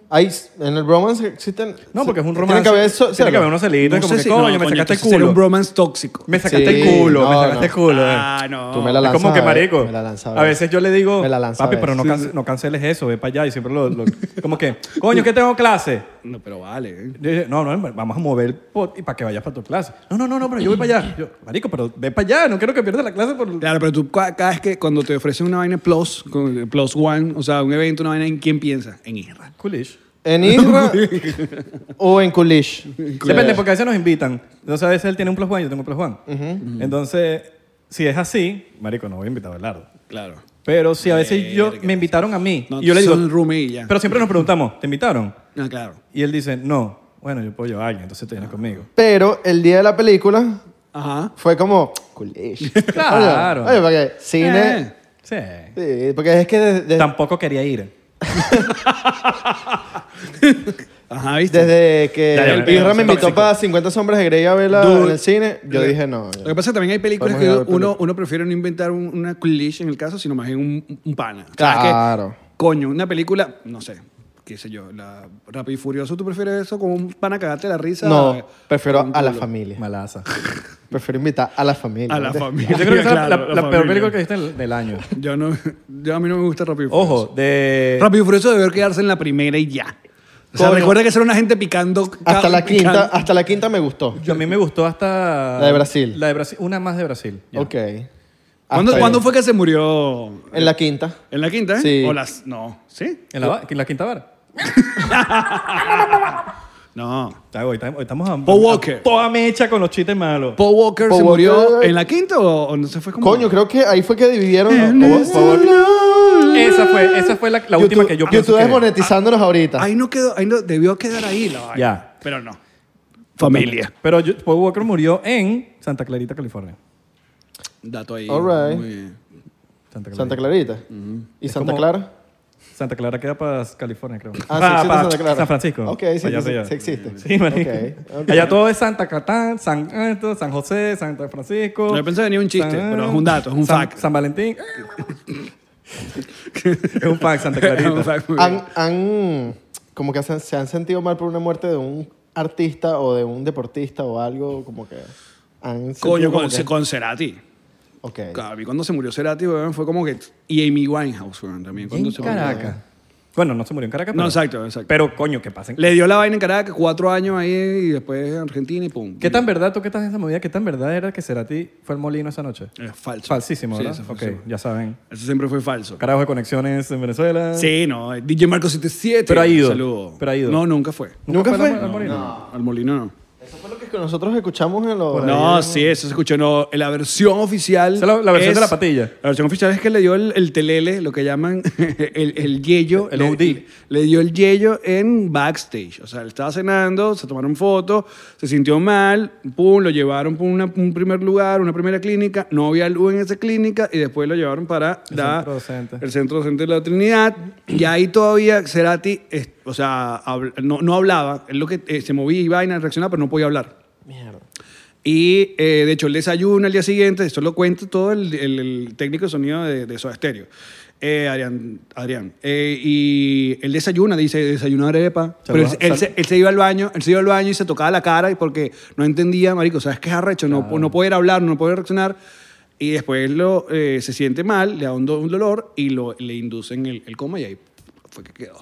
[SPEAKER 2] Hay, en el romance existen.
[SPEAKER 3] No, porque es un
[SPEAKER 2] tiene
[SPEAKER 3] romance.
[SPEAKER 2] que haber so-
[SPEAKER 3] Tiene que
[SPEAKER 2] celos.
[SPEAKER 3] haber unos celitos,
[SPEAKER 1] no
[SPEAKER 3] pues, como
[SPEAKER 1] sé
[SPEAKER 3] que,
[SPEAKER 1] si-
[SPEAKER 3] coño,
[SPEAKER 1] no,
[SPEAKER 3] me sacaste el
[SPEAKER 1] entonces sería
[SPEAKER 3] culo.
[SPEAKER 1] un bromance tóxico.
[SPEAKER 3] Me sacaste
[SPEAKER 2] Sí,
[SPEAKER 3] el culo, me
[SPEAKER 2] no,
[SPEAKER 3] sacaste
[SPEAKER 2] no.
[SPEAKER 3] el culo. eh.
[SPEAKER 1] Ah, no.
[SPEAKER 2] Tú me la
[SPEAKER 3] es
[SPEAKER 2] lanzas.
[SPEAKER 3] como que
[SPEAKER 2] a veces,
[SPEAKER 3] marico.
[SPEAKER 2] me la lanzas
[SPEAKER 3] a veces yo le digo,
[SPEAKER 2] Me la eh". lanza
[SPEAKER 3] papi,
[SPEAKER 2] a
[SPEAKER 3] pero no,
[SPEAKER 2] veces".
[SPEAKER 3] cance- no canceles eso, ve para allá y siempre lo, lo- como que, coño, que tengo clase.
[SPEAKER 1] No, pero vale. ¿eh?
[SPEAKER 3] Yo dije, no, no, vamos a mover el pot y para que vayas para tu clase. No, no, no, no, pero yo voy para allá. Yo, marico, pero ve para allá, no quiero que pierdas la clase por
[SPEAKER 1] Claro, pero tú cua- cada vez que cuando te ofrecen una vaina plus, con- plus one, o sea, un evento, una vaina, ¿en quién piensas? En Israel.
[SPEAKER 3] coolish.
[SPEAKER 2] ¿En Isra
[SPEAKER 3] (laughs)
[SPEAKER 2] o en Kulish?
[SPEAKER 3] Depende, pues. porque a veces nos invitan. Entonces a veces él tiene un plus one, yo tengo un plus one. Entonces, si es así, marico, no voy a invitar a Belardo.
[SPEAKER 1] Claro.
[SPEAKER 3] Pero si a veces yo, me invitaron a mí
[SPEAKER 1] No,
[SPEAKER 3] y yo le digo,
[SPEAKER 1] son roomie y ya.
[SPEAKER 3] pero siempre nos preguntamos, ¿te invitaron?
[SPEAKER 1] Ah, claro.
[SPEAKER 3] Y él dice, no, bueno, yo puedo llevar a alguien, entonces te vienes conmigo.
[SPEAKER 2] Pero el día de la película
[SPEAKER 1] Ajá.
[SPEAKER 2] fue como. Kulish.
[SPEAKER 3] Claro.
[SPEAKER 2] Oye, oye, porque cine.
[SPEAKER 1] Eh.
[SPEAKER 3] Sí.
[SPEAKER 2] Sí, porque es que desde,
[SPEAKER 3] Tampoco quería ir.
[SPEAKER 1] Ajá, ¿viste?
[SPEAKER 2] desde que
[SPEAKER 1] Ya, ya, ya,
[SPEAKER 2] Isra
[SPEAKER 1] ya,
[SPEAKER 2] me invitó
[SPEAKER 1] tóxico.
[SPEAKER 2] para 50 sombras de Grey a verla
[SPEAKER 1] Dude.
[SPEAKER 2] en el cine, yo
[SPEAKER 1] Lo-
[SPEAKER 2] dije no.
[SPEAKER 1] Lo que pasa es que también hay películas
[SPEAKER 2] Vamos
[SPEAKER 1] que
[SPEAKER 2] a ir a
[SPEAKER 1] uno,
[SPEAKER 2] ver
[SPEAKER 1] uno,
[SPEAKER 2] películas.
[SPEAKER 1] prefiere no inventar un- una cliché en el caso, sino más bien un, un pana. O sea,
[SPEAKER 2] Claro.
[SPEAKER 1] que, coño, una película, no sé, qué sé yo, la Rápido y Furioso, ¿tú prefieres eso como un pana cagarte la risa?
[SPEAKER 2] No, prefiero
[SPEAKER 1] Un
[SPEAKER 2] a la
[SPEAKER 1] culo.
[SPEAKER 2] familia.
[SPEAKER 3] Malaza.
[SPEAKER 2] Prefiero invitar a la familia.
[SPEAKER 1] A la
[SPEAKER 2] (laughs) ¿entiendes?
[SPEAKER 1] familia.
[SPEAKER 3] Yo creo que esa es la-
[SPEAKER 1] Claro,
[SPEAKER 3] la,
[SPEAKER 1] la
[SPEAKER 3] la peor
[SPEAKER 1] familia.
[SPEAKER 3] película que viste del, del año.
[SPEAKER 1] Yo no, yo a mí no me gusta Rápido y Furioso.
[SPEAKER 3] Ojo, de...
[SPEAKER 1] Rápido y Furioso deber quedarse en la primera y ya. O sea,
[SPEAKER 2] eh, Coño.
[SPEAKER 1] recuerda que ser una gente picando.
[SPEAKER 2] Hasta la
[SPEAKER 1] pican-
[SPEAKER 2] quinta, hasta la quinta me gustó.
[SPEAKER 3] Yo- a mí me gustó hasta...
[SPEAKER 2] La de Brasil.
[SPEAKER 3] La de Brasil. Una más de Brasil. ya.
[SPEAKER 2] Ok.
[SPEAKER 1] ¿Cuándo,
[SPEAKER 2] Hasta
[SPEAKER 1] cuándo
[SPEAKER 2] ahí.
[SPEAKER 1] fue que se murió?
[SPEAKER 2] En la quinta.
[SPEAKER 1] ¿En la quinta? eh?
[SPEAKER 2] Sí.
[SPEAKER 1] ¿O las.? No. ¿Sí?
[SPEAKER 3] En la, va- en la quinta vara.
[SPEAKER 1] No.
[SPEAKER 3] Ya, Hoy hoy estamos a,
[SPEAKER 1] Paul Walker.
[SPEAKER 3] a toda mecha con los chistes malos.
[SPEAKER 1] ¿Paul Walker
[SPEAKER 2] Paul
[SPEAKER 1] se
[SPEAKER 2] Walker-
[SPEAKER 1] murió en la quinta o, o no se fue como.?
[SPEAKER 2] Coño, creo que ahí fue que Eh, dividieron. ¿no? Por- por-
[SPEAKER 3] Esa fue, esa fue la, la última
[SPEAKER 2] YouTube-
[SPEAKER 3] que Ah, yo pienso
[SPEAKER 2] YouTube
[SPEAKER 3] que-
[SPEAKER 1] Eh,
[SPEAKER 2] desmonetizándonos ahorita.
[SPEAKER 1] Ahí no quedó, ahí no, debió quedar ahí la vaina.
[SPEAKER 3] Ya.
[SPEAKER 1] Pero no. familia.
[SPEAKER 3] Pero yo- Paul Walker murió en Santa Clarita, California.
[SPEAKER 1] Dato ahí.
[SPEAKER 2] All right.
[SPEAKER 1] muy bien.
[SPEAKER 3] Santa Clarita.
[SPEAKER 2] Santa Clarita. ¿Y
[SPEAKER 3] Es
[SPEAKER 2] Santa
[SPEAKER 3] como-
[SPEAKER 2] Clara?
[SPEAKER 3] Santa Clara queda para California, creo.
[SPEAKER 2] Ah, sí,
[SPEAKER 3] Pa-
[SPEAKER 2] existe
[SPEAKER 3] pa-
[SPEAKER 2] Santa Clara.
[SPEAKER 3] San Francisco. Pues
[SPEAKER 2] Ok, sí,
[SPEAKER 3] Pa'
[SPEAKER 2] sí,
[SPEAKER 3] allá, pa'
[SPEAKER 2] sí,
[SPEAKER 3] allá.
[SPEAKER 2] sí existe.
[SPEAKER 3] Sí, marico.
[SPEAKER 2] Ok, ok.
[SPEAKER 3] Allá todo es Santa Catán, San Anto, San José, Santa Francisco.
[SPEAKER 1] Yo pensé que venía un chiste,
[SPEAKER 3] San-
[SPEAKER 1] pero es un dato, es un
[SPEAKER 3] San-
[SPEAKER 1] fact.
[SPEAKER 3] San Valentín. es un fact,
[SPEAKER 1] (laughs)
[SPEAKER 3] Santa Clarita.
[SPEAKER 1] Muy bien.
[SPEAKER 2] ¿Han, han- como que se han, se han sentido mal por una muerte de un artista o de un deportista o algo como que han sentido
[SPEAKER 1] Coño,
[SPEAKER 2] como
[SPEAKER 1] con,
[SPEAKER 2] que-
[SPEAKER 1] con Cerati.
[SPEAKER 2] Ok.
[SPEAKER 1] A mí cuando se murió Cerati, weón, fue como que... Y Amy Winehouse, weón, también. Cuando se murió.
[SPEAKER 3] Caracas. Bueno, no se murió en Caracas.
[SPEAKER 1] No,
[SPEAKER 3] pero-
[SPEAKER 1] exacto, exacto.
[SPEAKER 3] Pero coño, que pasen.
[SPEAKER 1] Le dio la vaina en Caracas, cuatro años ahí y después en Argentina y pum.
[SPEAKER 3] ¿Qué tan verdad, tú que estás en esa movida, qué tan verdad era que Cerati fue al molino esa noche?
[SPEAKER 1] Es falso. Eh,
[SPEAKER 3] Falsísimo,
[SPEAKER 1] Sí,
[SPEAKER 3] ¿verdad?
[SPEAKER 1] eso fue
[SPEAKER 3] ok,
[SPEAKER 1] falso.
[SPEAKER 3] ya saben.
[SPEAKER 1] Eso siempre fue falso.
[SPEAKER 3] Carajo de conexiones en Venezuela.
[SPEAKER 1] Sí, no. DJ Marco 77.
[SPEAKER 3] Pero ha ido.
[SPEAKER 1] Saludo.
[SPEAKER 3] Pero ha ido.
[SPEAKER 1] No, nunca fue.
[SPEAKER 2] ¿Nunca fue?
[SPEAKER 3] al- al molino?
[SPEAKER 1] Al molino no.
[SPEAKER 2] Eso fue lo que nosotros escuchamos en los...
[SPEAKER 1] No, sí, eso se escuchó. No, la versión oficial.
[SPEAKER 3] Esa es la- la versión
[SPEAKER 1] es-
[SPEAKER 3] de la patilla.
[SPEAKER 1] La versión oficial es que le dio el, el telele, lo que llaman (laughs) el, el yello.
[SPEAKER 3] El
[SPEAKER 1] le,
[SPEAKER 3] OD.
[SPEAKER 1] Le dio el yello en backstage. O sea, él estaba cenando, se tomaron fotos, se sintió mal, pum, lo llevaron por una- un primer lugar, una primera clínica. No había luz en esa clínica y después lo llevaron para
[SPEAKER 3] El
[SPEAKER 1] la-
[SPEAKER 3] centro docente.
[SPEAKER 1] el Centro Docente de la Trinidad. Y ahí todavía Cerati, es- o sea, habl- no, no hablaba. Él lo que eh, se movía y vaina, reaccionaba, pero no podía hablar.
[SPEAKER 2] Mierda.
[SPEAKER 1] Y eh, de hecho, él desayuna al día siguiente, esto lo cuenta todo el, el- el técnico de sonido de, de Soda Stereo, eh, Adrián. Adrián. Eh, y él desayuna, dice, desayuno arepa.
[SPEAKER 3] Saluda-
[SPEAKER 1] Pero él, él
[SPEAKER 3] sal-
[SPEAKER 1] se, él se iba al baño, él se iba al baño y se tocaba la cara y porque no entendía, marico, ¿sabes qué es arrecho? No, no poder hablar, no poder reaccionar. Y después lo, eh, se siente mal, le da un, do- un dolor y lo, le inducen el, el coma y ahí fue que quedó.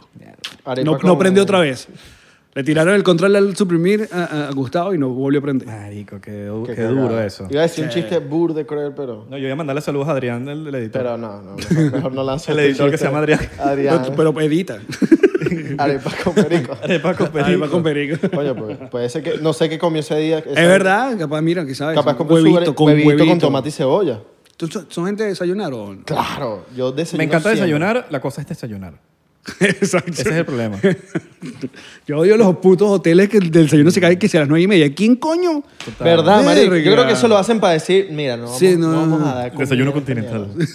[SPEAKER 2] Arepa
[SPEAKER 1] No, no
[SPEAKER 2] con-
[SPEAKER 1] prende otra vez. Le tiraron el control al suprimir a, a Gustavo y no volvió a
[SPEAKER 3] Ah,
[SPEAKER 1] prender.
[SPEAKER 3] Marico, qué, du-
[SPEAKER 2] Qué
[SPEAKER 3] qué duro
[SPEAKER 2] cagada.
[SPEAKER 3] eso.
[SPEAKER 2] Iba a decir un chiste burde cruel, pero...
[SPEAKER 3] No, yo voy a mandarle saludos a Adrián, el, el editor. (laughs)
[SPEAKER 2] Pero no, no, mejor, mejor no lanzo
[SPEAKER 3] El
[SPEAKER 2] este
[SPEAKER 3] editor que
[SPEAKER 2] chiste.
[SPEAKER 3] se llama Adrián.
[SPEAKER 2] (laughs) Adrián.
[SPEAKER 1] Pero, pero
[SPEAKER 2] (laughs)
[SPEAKER 1] edita.
[SPEAKER 2] Arepa con
[SPEAKER 1] (laughs)
[SPEAKER 2] perico.
[SPEAKER 3] Arepa con
[SPEAKER 1] Ahí va
[SPEAKER 3] perico.
[SPEAKER 1] con perico.
[SPEAKER 2] Coño, pues, puede ser que... No sé qué comió ese día.
[SPEAKER 1] Es verdad, capaz, mira, que sabes.
[SPEAKER 2] Capaz
[SPEAKER 1] un
[SPEAKER 2] compré huevito, huevito, con tomate y cebolla.
[SPEAKER 1] ¿Tú, son- ¿Son gente de desayunar o no?
[SPEAKER 2] Claro, yo desayuno
[SPEAKER 3] Me encanta
[SPEAKER 2] siempre.
[SPEAKER 3] desayunar, la cosa es desayunar.
[SPEAKER 1] (laughs) Exacto.
[SPEAKER 3] Ese es el problema.
[SPEAKER 1] Yo odio los putos hoteles que el desayuno se cae que sea a las nueve y media. ¿Quién coño?
[SPEAKER 2] ¿Verdad, marico? Yo
[SPEAKER 1] Verga.
[SPEAKER 2] creo que eso lo hacen para decir, mira, no vamos,
[SPEAKER 1] Sí, no,
[SPEAKER 2] no vamos a dar... comida
[SPEAKER 3] Desayuno
[SPEAKER 2] a esta
[SPEAKER 3] continental.
[SPEAKER 2] mierda.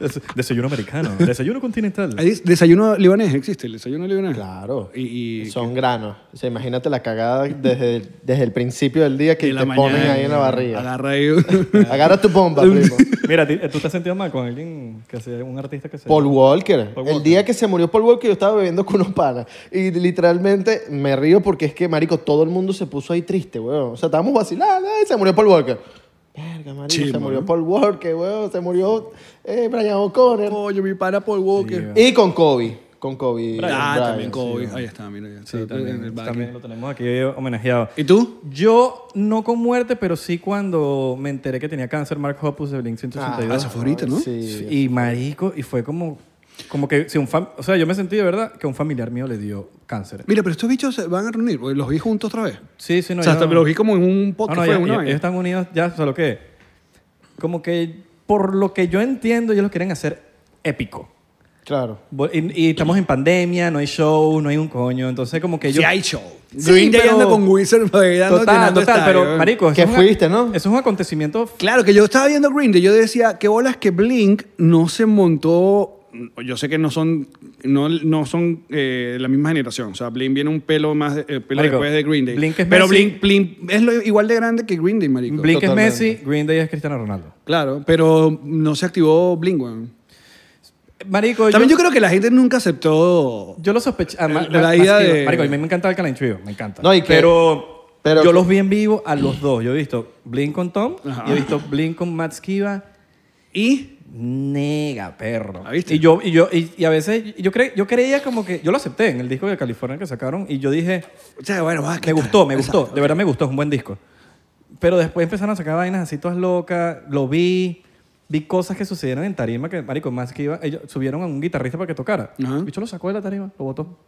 [SPEAKER 3] Des- desayuno americano. Desayuno continental.
[SPEAKER 1] Ahí dice, Desayuno libanés, existe el desayuno libanés.
[SPEAKER 2] Claro.
[SPEAKER 1] Y, y-
[SPEAKER 2] Son granos. O sea, imagínate la cagada desde, el- desde el principio del día que
[SPEAKER 1] en
[SPEAKER 2] te ponen ahí en la barriga.
[SPEAKER 1] Agarra ahí.
[SPEAKER 2] (laughs) Agarra
[SPEAKER 1] (laughs)
[SPEAKER 2] tu bomba, primo.
[SPEAKER 3] Mira, ti- eh, ¿tú te has sentido mal con alguien que sea un artista que sea?
[SPEAKER 2] Paul Walker.
[SPEAKER 3] Paul
[SPEAKER 2] El día que se murió Paul Walker, yo estaba bebiendo con unos panas. Y literalmente me río porque es que, marico, todo el mundo se puso ahí triste, weón. O sea, estábamos vacilando y se murió Paul Walker. Verga, marico,
[SPEAKER 1] Chimbo,
[SPEAKER 2] se murió
[SPEAKER 1] ¿no?
[SPEAKER 2] Paul Walker, weón. Se murió eh, Brian O'Connor.
[SPEAKER 1] Coño, mi pana Paul Walker.
[SPEAKER 2] Y con Kobe. Con
[SPEAKER 1] ah,
[SPEAKER 2] Kobe. Bryant,
[SPEAKER 1] también
[SPEAKER 2] sí,
[SPEAKER 1] Kobe.
[SPEAKER 2] weón.
[SPEAKER 1] ahí está, mira. ya
[SPEAKER 3] Sí,
[SPEAKER 1] está en el
[SPEAKER 3] también,
[SPEAKER 1] back.
[SPEAKER 3] también lo tenemos aquí homenajeado.
[SPEAKER 1] ¿Y tú?
[SPEAKER 3] Yo, no con muerte, pero sí cuando me enteré que tenía cáncer Mark Hoppus de
[SPEAKER 1] Ah,
[SPEAKER 3] Blink-182.
[SPEAKER 1] eso fue ahorita, ¿no?
[SPEAKER 2] Sí.
[SPEAKER 3] Y marico, y fue como, como que si un fam- o sea, yo me sentí de verdad que un familiar mío le dio cáncer.
[SPEAKER 1] Mira, pero estos bichos se van a reunir, porque los vi juntos otra vez.
[SPEAKER 3] Sí, sí, no.
[SPEAKER 1] o sea,
[SPEAKER 3] ya
[SPEAKER 1] hasta
[SPEAKER 3] no.
[SPEAKER 1] los vi como en un
[SPEAKER 3] Ah,
[SPEAKER 1] podcast.
[SPEAKER 3] no,
[SPEAKER 1] fue
[SPEAKER 3] ya-
[SPEAKER 1] una
[SPEAKER 3] ya-
[SPEAKER 1] vaina.
[SPEAKER 3] ellos están unidos, ya, o sea, lo que como que por lo que yo entiendo, ellos lo quieren hacer épico.
[SPEAKER 2] Claro.
[SPEAKER 3] Bo- Y, y estamos en pandemia, no hay show, no hay un coño, entonces como que
[SPEAKER 1] Si
[SPEAKER 3] yo
[SPEAKER 1] hay show.
[SPEAKER 3] Sí,
[SPEAKER 1] Green Day
[SPEAKER 3] pero-
[SPEAKER 1] anda con Wizard pues, dando-
[SPEAKER 3] Total,
[SPEAKER 1] llenando
[SPEAKER 3] total,
[SPEAKER 1] estadio.
[SPEAKER 3] pero marico, eso
[SPEAKER 2] Que
[SPEAKER 3] es un-
[SPEAKER 2] fuiste, ¿no?
[SPEAKER 3] Eso es un acontecimiento f-
[SPEAKER 1] Claro, que yo estaba viendo Green Day, yo decía, qué bolas que Blink no se montó... Yo sé que no son, no, no son eh, de la misma generación. O sea, Blink viene un pelo más de- eh, pelo
[SPEAKER 3] Marico,
[SPEAKER 1] después de Green Day.
[SPEAKER 3] Blink es
[SPEAKER 1] pero
[SPEAKER 3] Messi.
[SPEAKER 1] Blink, Blink es lo igual de grande que Green Day, marico.
[SPEAKER 3] Blink
[SPEAKER 2] Totalmente.
[SPEAKER 3] es Messi, Green Day es Cristiano Ronaldo.
[SPEAKER 1] Claro, pero no se activó Blink, weón.
[SPEAKER 3] Marico,
[SPEAKER 1] También yo creo que la gente nunca aceptó...
[SPEAKER 3] Yo lo sospeché. ah, ma-
[SPEAKER 1] La
[SPEAKER 3] ma-
[SPEAKER 1] ida
[SPEAKER 3] así,
[SPEAKER 1] de-
[SPEAKER 3] Marico, a mí me encanta el Calan Trio, me encanta.
[SPEAKER 2] No, y que-
[SPEAKER 3] pero,
[SPEAKER 2] pero
[SPEAKER 3] yo
[SPEAKER 2] que-
[SPEAKER 3] los vi en vivo a los dos. Yo he visto Blink con Tom
[SPEAKER 1] Ajá.
[SPEAKER 3] y he visto Blink con Matt Skiba.
[SPEAKER 1] Y...
[SPEAKER 3] Nega, perro.
[SPEAKER 1] Ah, ¿viste?
[SPEAKER 3] Y yo, y yo, y, y a veces, yo, cre- yo creía como que, yo lo acepté en el disco de California que sacaron y yo dije,
[SPEAKER 1] O sea, bueno, va, ¿qué
[SPEAKER 3] me
[SPEAKER 1] tal?
[SPEAKER 3] gustó, me gustó,
[SPEAKER 1] Exacto.
[SPEAKER 3] de verdad me gustó, es un buen disco. Pero después empezaron a sacar vainas así todas locas, lo vi, vi cosas que sucedieron en tarima que, marico, más que iba, ellos subieron a un guitarrista para que tocara.
[SPEAKER 1] Ajá.
[SPEAKER 3] El bicho lo sacó de la tarima, lo botó.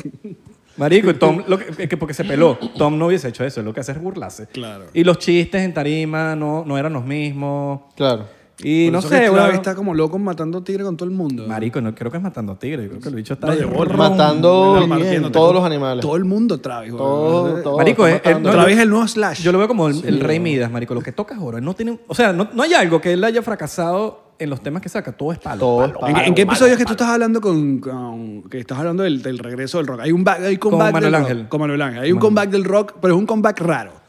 [SPEAKER 1] (laughs)
[SPEAKER 3] Marico, y Tom, lo que, que porque se peló, Tom no hubiese hecho eso, lo que hace es burlarse.
[SPEAKER 1] Claro.
[SPEAKER 3] Y los chistes en tarima no, no eran los mismos.
[SPEAKER 2] Claro.
[SPEAKER 3] Y
[SPEAKER 1] Por
[SPEAKER 3] no
[SPEAKER 1] eso que
[SPEAKER 3] sé,
[SPEAKER 1] Travis
[SPEAKER 3] weón.
[SPEAKER 1] está como loco matando tigre con todo el mundo.
[SPEAKER 3] Marico, no creo que es matando tigre. Yo creo que el bicho está.
[SPEAKER 1] No, de bola.
[SPEAKER 2] Matando
[SPEAKER 1] Bien, partiéndote.
[SPEAKER 2] todos los animales.
[SPEAKER 1] Todo el mundo, Travis. weón.
[SPEAKER 2] Todo, todo.
[SPEAKER 3] Marico,
[SPEAKER 2] está
[SPEAKER 3] eh, eh,
[SPEAKER 2] matando.
[SPEAKER 3] no,
[SPEAKER 1] Travis
[SPEAKER 3] yo-
[SPEAKER 1] es el nuevo Slash.
[SPEAKER 3] Yo lo veo como el, el rey Midas, marico. Lo que toca es oro. Él no tiene, o sea, no, no hay algo que él haya fracasado en los temas que saca. Todo es palo.
[SPEAKER 2] Todo es
[SPEAKER 3] palo.
[SPEAKER 2] palo.
[SPEAKER 1] ¿En, qué-
[SPEAKER 2] Malo,
[SPEAKER 1] en qué
[SPEAKER 2] malo,
[SPEAKER 1] episodio es que tú estás hablando con, con- que estás hablando del, del regreso del rock? Hay un back, hay
[SPEAKER 3] Con
[SPEAKER 1] comeback
[SPEAKER 3] Manuel
[SPEAKER 1] del
[SPEAKER 3] Ángel.
[SPEAKER 1] rock. Con Manuel Ángel. Hay un comeback del rock, pero es un comeback raro.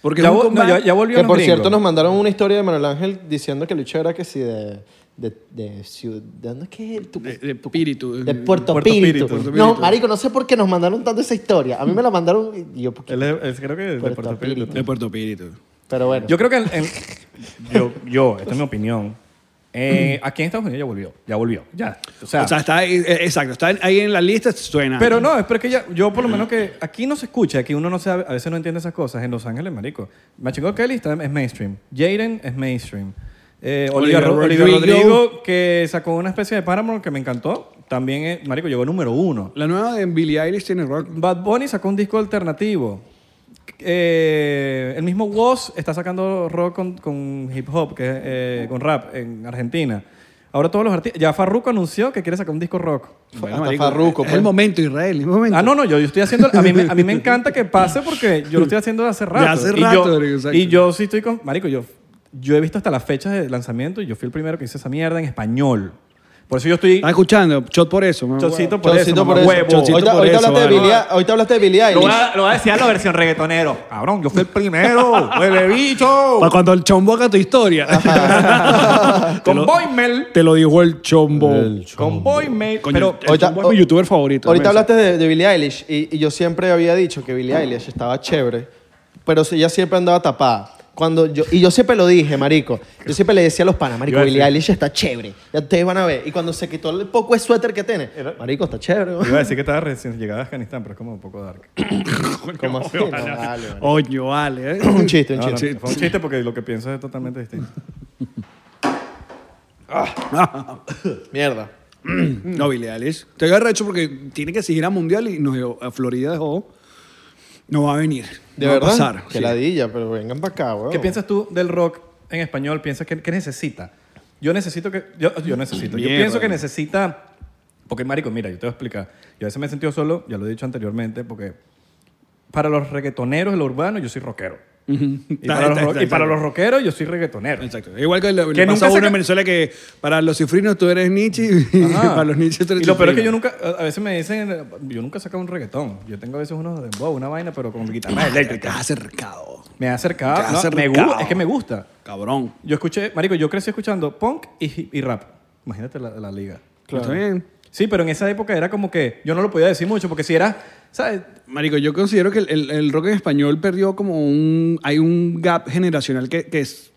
[SPEAKER 1] Porque
[SPEAKER 3] Ya,
[SPEAKER 1] es un
[SPEAKER 3] vo- no,
[SPEAKER 1] comeback-
[SPEAKER 3] ya, ya volvió
[SPEAKER 2] Que
[SPEAKER 3] los
[SPEAKER 2] por
[SPEAKER 3] gringos.
[SPEAKER 2] cierto nos mandaron una historia de Manuel Ángel diciendo que el bicho era que si de... De, de ciudad... ¿De dónde es que es? Tu-
[SPEAKER 1] de, de espíritu.
[SPEAKER 2] De Puerto,
[SPEAKER 3] Puerto
[SPEAKER 2] Píritu.
[SPEAKER 3] Píritu. Puerto
[SPEAKER 2] No,
[SPEAKER 1] Píritu.
[SPEAKER 2] marico, no sé por qué nos mandaron tanto esa historia. A mí me la mandaron y yo... ¿por qué?
[SPEAKER 3] Él es, es- creo que es de
[SPEAKER 2] Puerto
[SPEAKER 3] Puerto Píritu.
[SPEAKER 2] Píritu.
[SPEAKER 1] De Puerto Espíritu.
[SPEAKER 2] Pero bueno.
[SPEAKER 3] Yo creo que en- en- yo, yo, esta es mi opinión. Eh, aquí en Estados Unidos ya volvió, ya volvió, ya. O sea,
[SPEAKER 1] O sea, está ahí, eh, exacto, está ahí en la lista, suena.
[SPEAKER 3] pero no, es porque ya, yo por lo menos que aquí no se escucha, aquí uno no sabe, a veces no entiende esas cosas. En Los Ángeles, marico, Machingo Kelly está, es mainstream, Jaden es mainstream, eh, Olivia,
[SPEAKER 1] Olivia
[SPEAKER 3] Ro- Olivia
[SPEAKER 1] Rodrigo.
[SPEAKER 3] Rodrigo que sacó una especie de Paramore que me encantó, también es, marico llegó número uno.
[SPEAKER 1] La nueva de Billie Eilish tiene rock.
[SPEAKER 3] Bad Bunny sacó un disco alternativo. Eh, el mismo Woz está sacando rock con, con hip hop, que, es, eh, con rap en Argentina. Ahora todos los artistas. Ya Farruko anunció que quiere sacar un disco rock.
[SPEAKER 2] hasta Farruko,
[SPEAKER 1] es
[SPEAKER 2] pues.
[SPEAKER 1] el momento, Israel, es el momento.
[SPEAKER 3] Ah, no, no, yo, yo estoy haciendo. A mí, me,
[SPEAKER 1] (laughs)
[SPEAKER 3] a mí me encanta que pase porque yo lo estoy haciendo de hace rato.
[SPEAKER 1] hace
[SPEAKER 3] Y
[SPEAKER 1] rato,
[SPEAKER 3] yo-
[SPEAKER 1] marico,
[SPEAKER 3] Y yo,
[SPEAKER 1] exacto.
[SPEAKER 3] sí estoy con. Marico, yo, yo he visto hasta las fechas de lanzamiento y yo fui el primero que hice esa mierda en español. Por eso yo estoy.
[SPEAKER 1] ¿Estás escuchando? Shot por eso. mamá.
[SPEAKER 3] Chocito por
[SPEAKER 2] Chocito
[SPEAKER 3] eso.
[SPEAKER 2] por
[SPEAKER 3] mamá,
[SPEAKER 2] eso.
[SPEAKER 3] huevo.
[SPEAKER 1] Ah, Chocito
[SPEAKER 2] Ahorita,
[SPEAKER 1] por
[SPEAKER 2] ahorita
[SPEAKER 1] eso,
[SPEAKER 2] hablaste de
[SPEAKER 1] vale.
[SPEAKER 2] Billie, ahorita hablaste de Billie
[SPEAKER 4] Lo
[SPEAKER 2] Eilish.
[SPEAKER 4] voy, a, lo voy a decir a la versión reggaetonero. Cabrón, yo fui el
[SPEAKER 1] (laughs)
[SPEAKER 4] primero. ¡Huele bicho!
[SPEAKER 1] Para cuando el chombo haga tu historia. (laughs) Te
[SPEAKER 3] Con
[SPEAKER 1] lo-
[SPEAKER 3] Boimel.
[SPEAKER 1] Te lo dijo el chombo.
[SPEAKER 3] Con Boimel.
[SPEAKER 1] Coño, eh,
[SPEAKER 3] Pero.
[SPEAKER 1] el
[SPEAKER 2] Ahorita-
[SPEAKER 1] chombo es mi
[SPEAKER 2] o-
[SPEAKER 1] youtuber favorito.
[SPEAKER 2] Ahorita
[SPEAKER 1] ¿no?
[SPEAKER 2] hablaste de, de Billie Eilish y, y yo siempre había dicho que Billie Eilish estaba chévere, pero si- ella siempre andaba tapada. Cuando yo, y yo siempre lo dije, marico. Yo siempre le decía a los panas, marico,
[SPEAKER 3] Iba a
[SPEAKER 2] Billie
[SPEAKER 3] decir-
[SPEAKER 2] Eilish está chévere. Ya ustedes van a ver. Y cuando se quitó el poco de suéter que tiene,
[SPEAKER 3] Era-
[SPEAKER 2] marico, está chévere.
[SPEAKER 3] (laughs)
[SPEAKER 2] ¿no?
[SPEAKER 3] Iba a decir que estaba recién llegada a Afganistán, pero es como un poco dark.
[SPEAKER 2] ¿Cómo así? No, vale, (clears throat) marico.
[SPEAKER 1] Oño, vale. ¿eh? (laughs)
[SPEAKER 2] Un chiste, un
[SPEAKER 3] No, no,
[SPEAKER 2] chiste.
[SPEAKER 3] fue un chiste porque lo que pienso es totalmente distinto.
[SPEAKER 2] Mierda.
[SPEAKER 1] No, Billie Eilish. Te voy arrecho porque tiene que seguir a Mundial y nos llevó a Florida dejó. No va a venir.
[SPEAKER 2] De
[SPEAKER 1] no va
[SPEAKER 2] verdad.
[SPEAKER 1] a pasar.
[SPEAKER 2] Que
[SPEAKER 1] sí.
[SPEAKER 2] ladilla, pero vengan para acá, weón.
[SPEAKER 1] Oh.
[SPEAKER 3] ¿Qué piensas tú del rock en español? ¿Piensas que, que necesita? Yo necesito que... Yo, yo necesito. Yo
[SPEAKER 1] Mierda.
[SPEAKER 3] pienso que necesita... Porque, marico, mira, yo te voy a explicar. Yo a veces me he sentido solo, ya lo he dicho anteriormente, porque para los reggaetoneros de lo urbano yo soy rockero. Y
[SPEAKER 1] (laughs) Está-
[SPEAKER 3] para, los,
[SPEAKER 1] está-
[SPEAKER 3] ro-
[SPEAKER 1] está-
[SPEAKER 3] y para
[SPEAKER 1] está-
[SPEAKER 3] los rockeros yo soy reggaetonero.
[SPEAKER 1] Exacto. (laughs) Igual que lo-
[SPEAKER 3] Que
[SPEAKER 1] le
[SPEAKER 3] nunca
[SPEAKER 1] pasa a uno
[SPEAKER 3] saca-
[SPEAKER 1] en Venezuela que para los cifrinos tú eres Nietzsche y
[SPEAKER 3] Ajá.
[SPEAKER 1] para los Nietzsche tú eres
[SPEAKER 3] Y lo peor es que yo
[SPEAKER 1] cifrino.
[SPEAKER 3] nunca, a a veces me dicen, eh, yo nunca he sacado un reggaetón. Yo tengo a veces unos de dembow, una vaina, pero con guitarra
[SPEAKER 1] Te
[SPEAKER 3] eléctrica.
[SPEAKER 1] has acercado.
[SPEAKER 3] Me ha acercado.
[SPEAKER 1] Te has
[SPEAKER 3] no, me gu-
[SPEAKER 1] acercado.
[SPEAKER 3] es que me gusta.
[SPEAKER 1] Cabrón.
[SPEAKER 3] Yo escuché, Marico, yo crecí escuchando punk y, hip- y rap. Imagínate la, la liga.
[SPEAKER 1] ¿Está bien?
[SPEAKER 3] Sí, pero en esa época era como que yo no lo podía decir mucho porque si era, ¿sabes?
[SPEAKER 1] Marico, yo considero que el, el- el rock en español perdió como un... Hay un gap generacional que, que es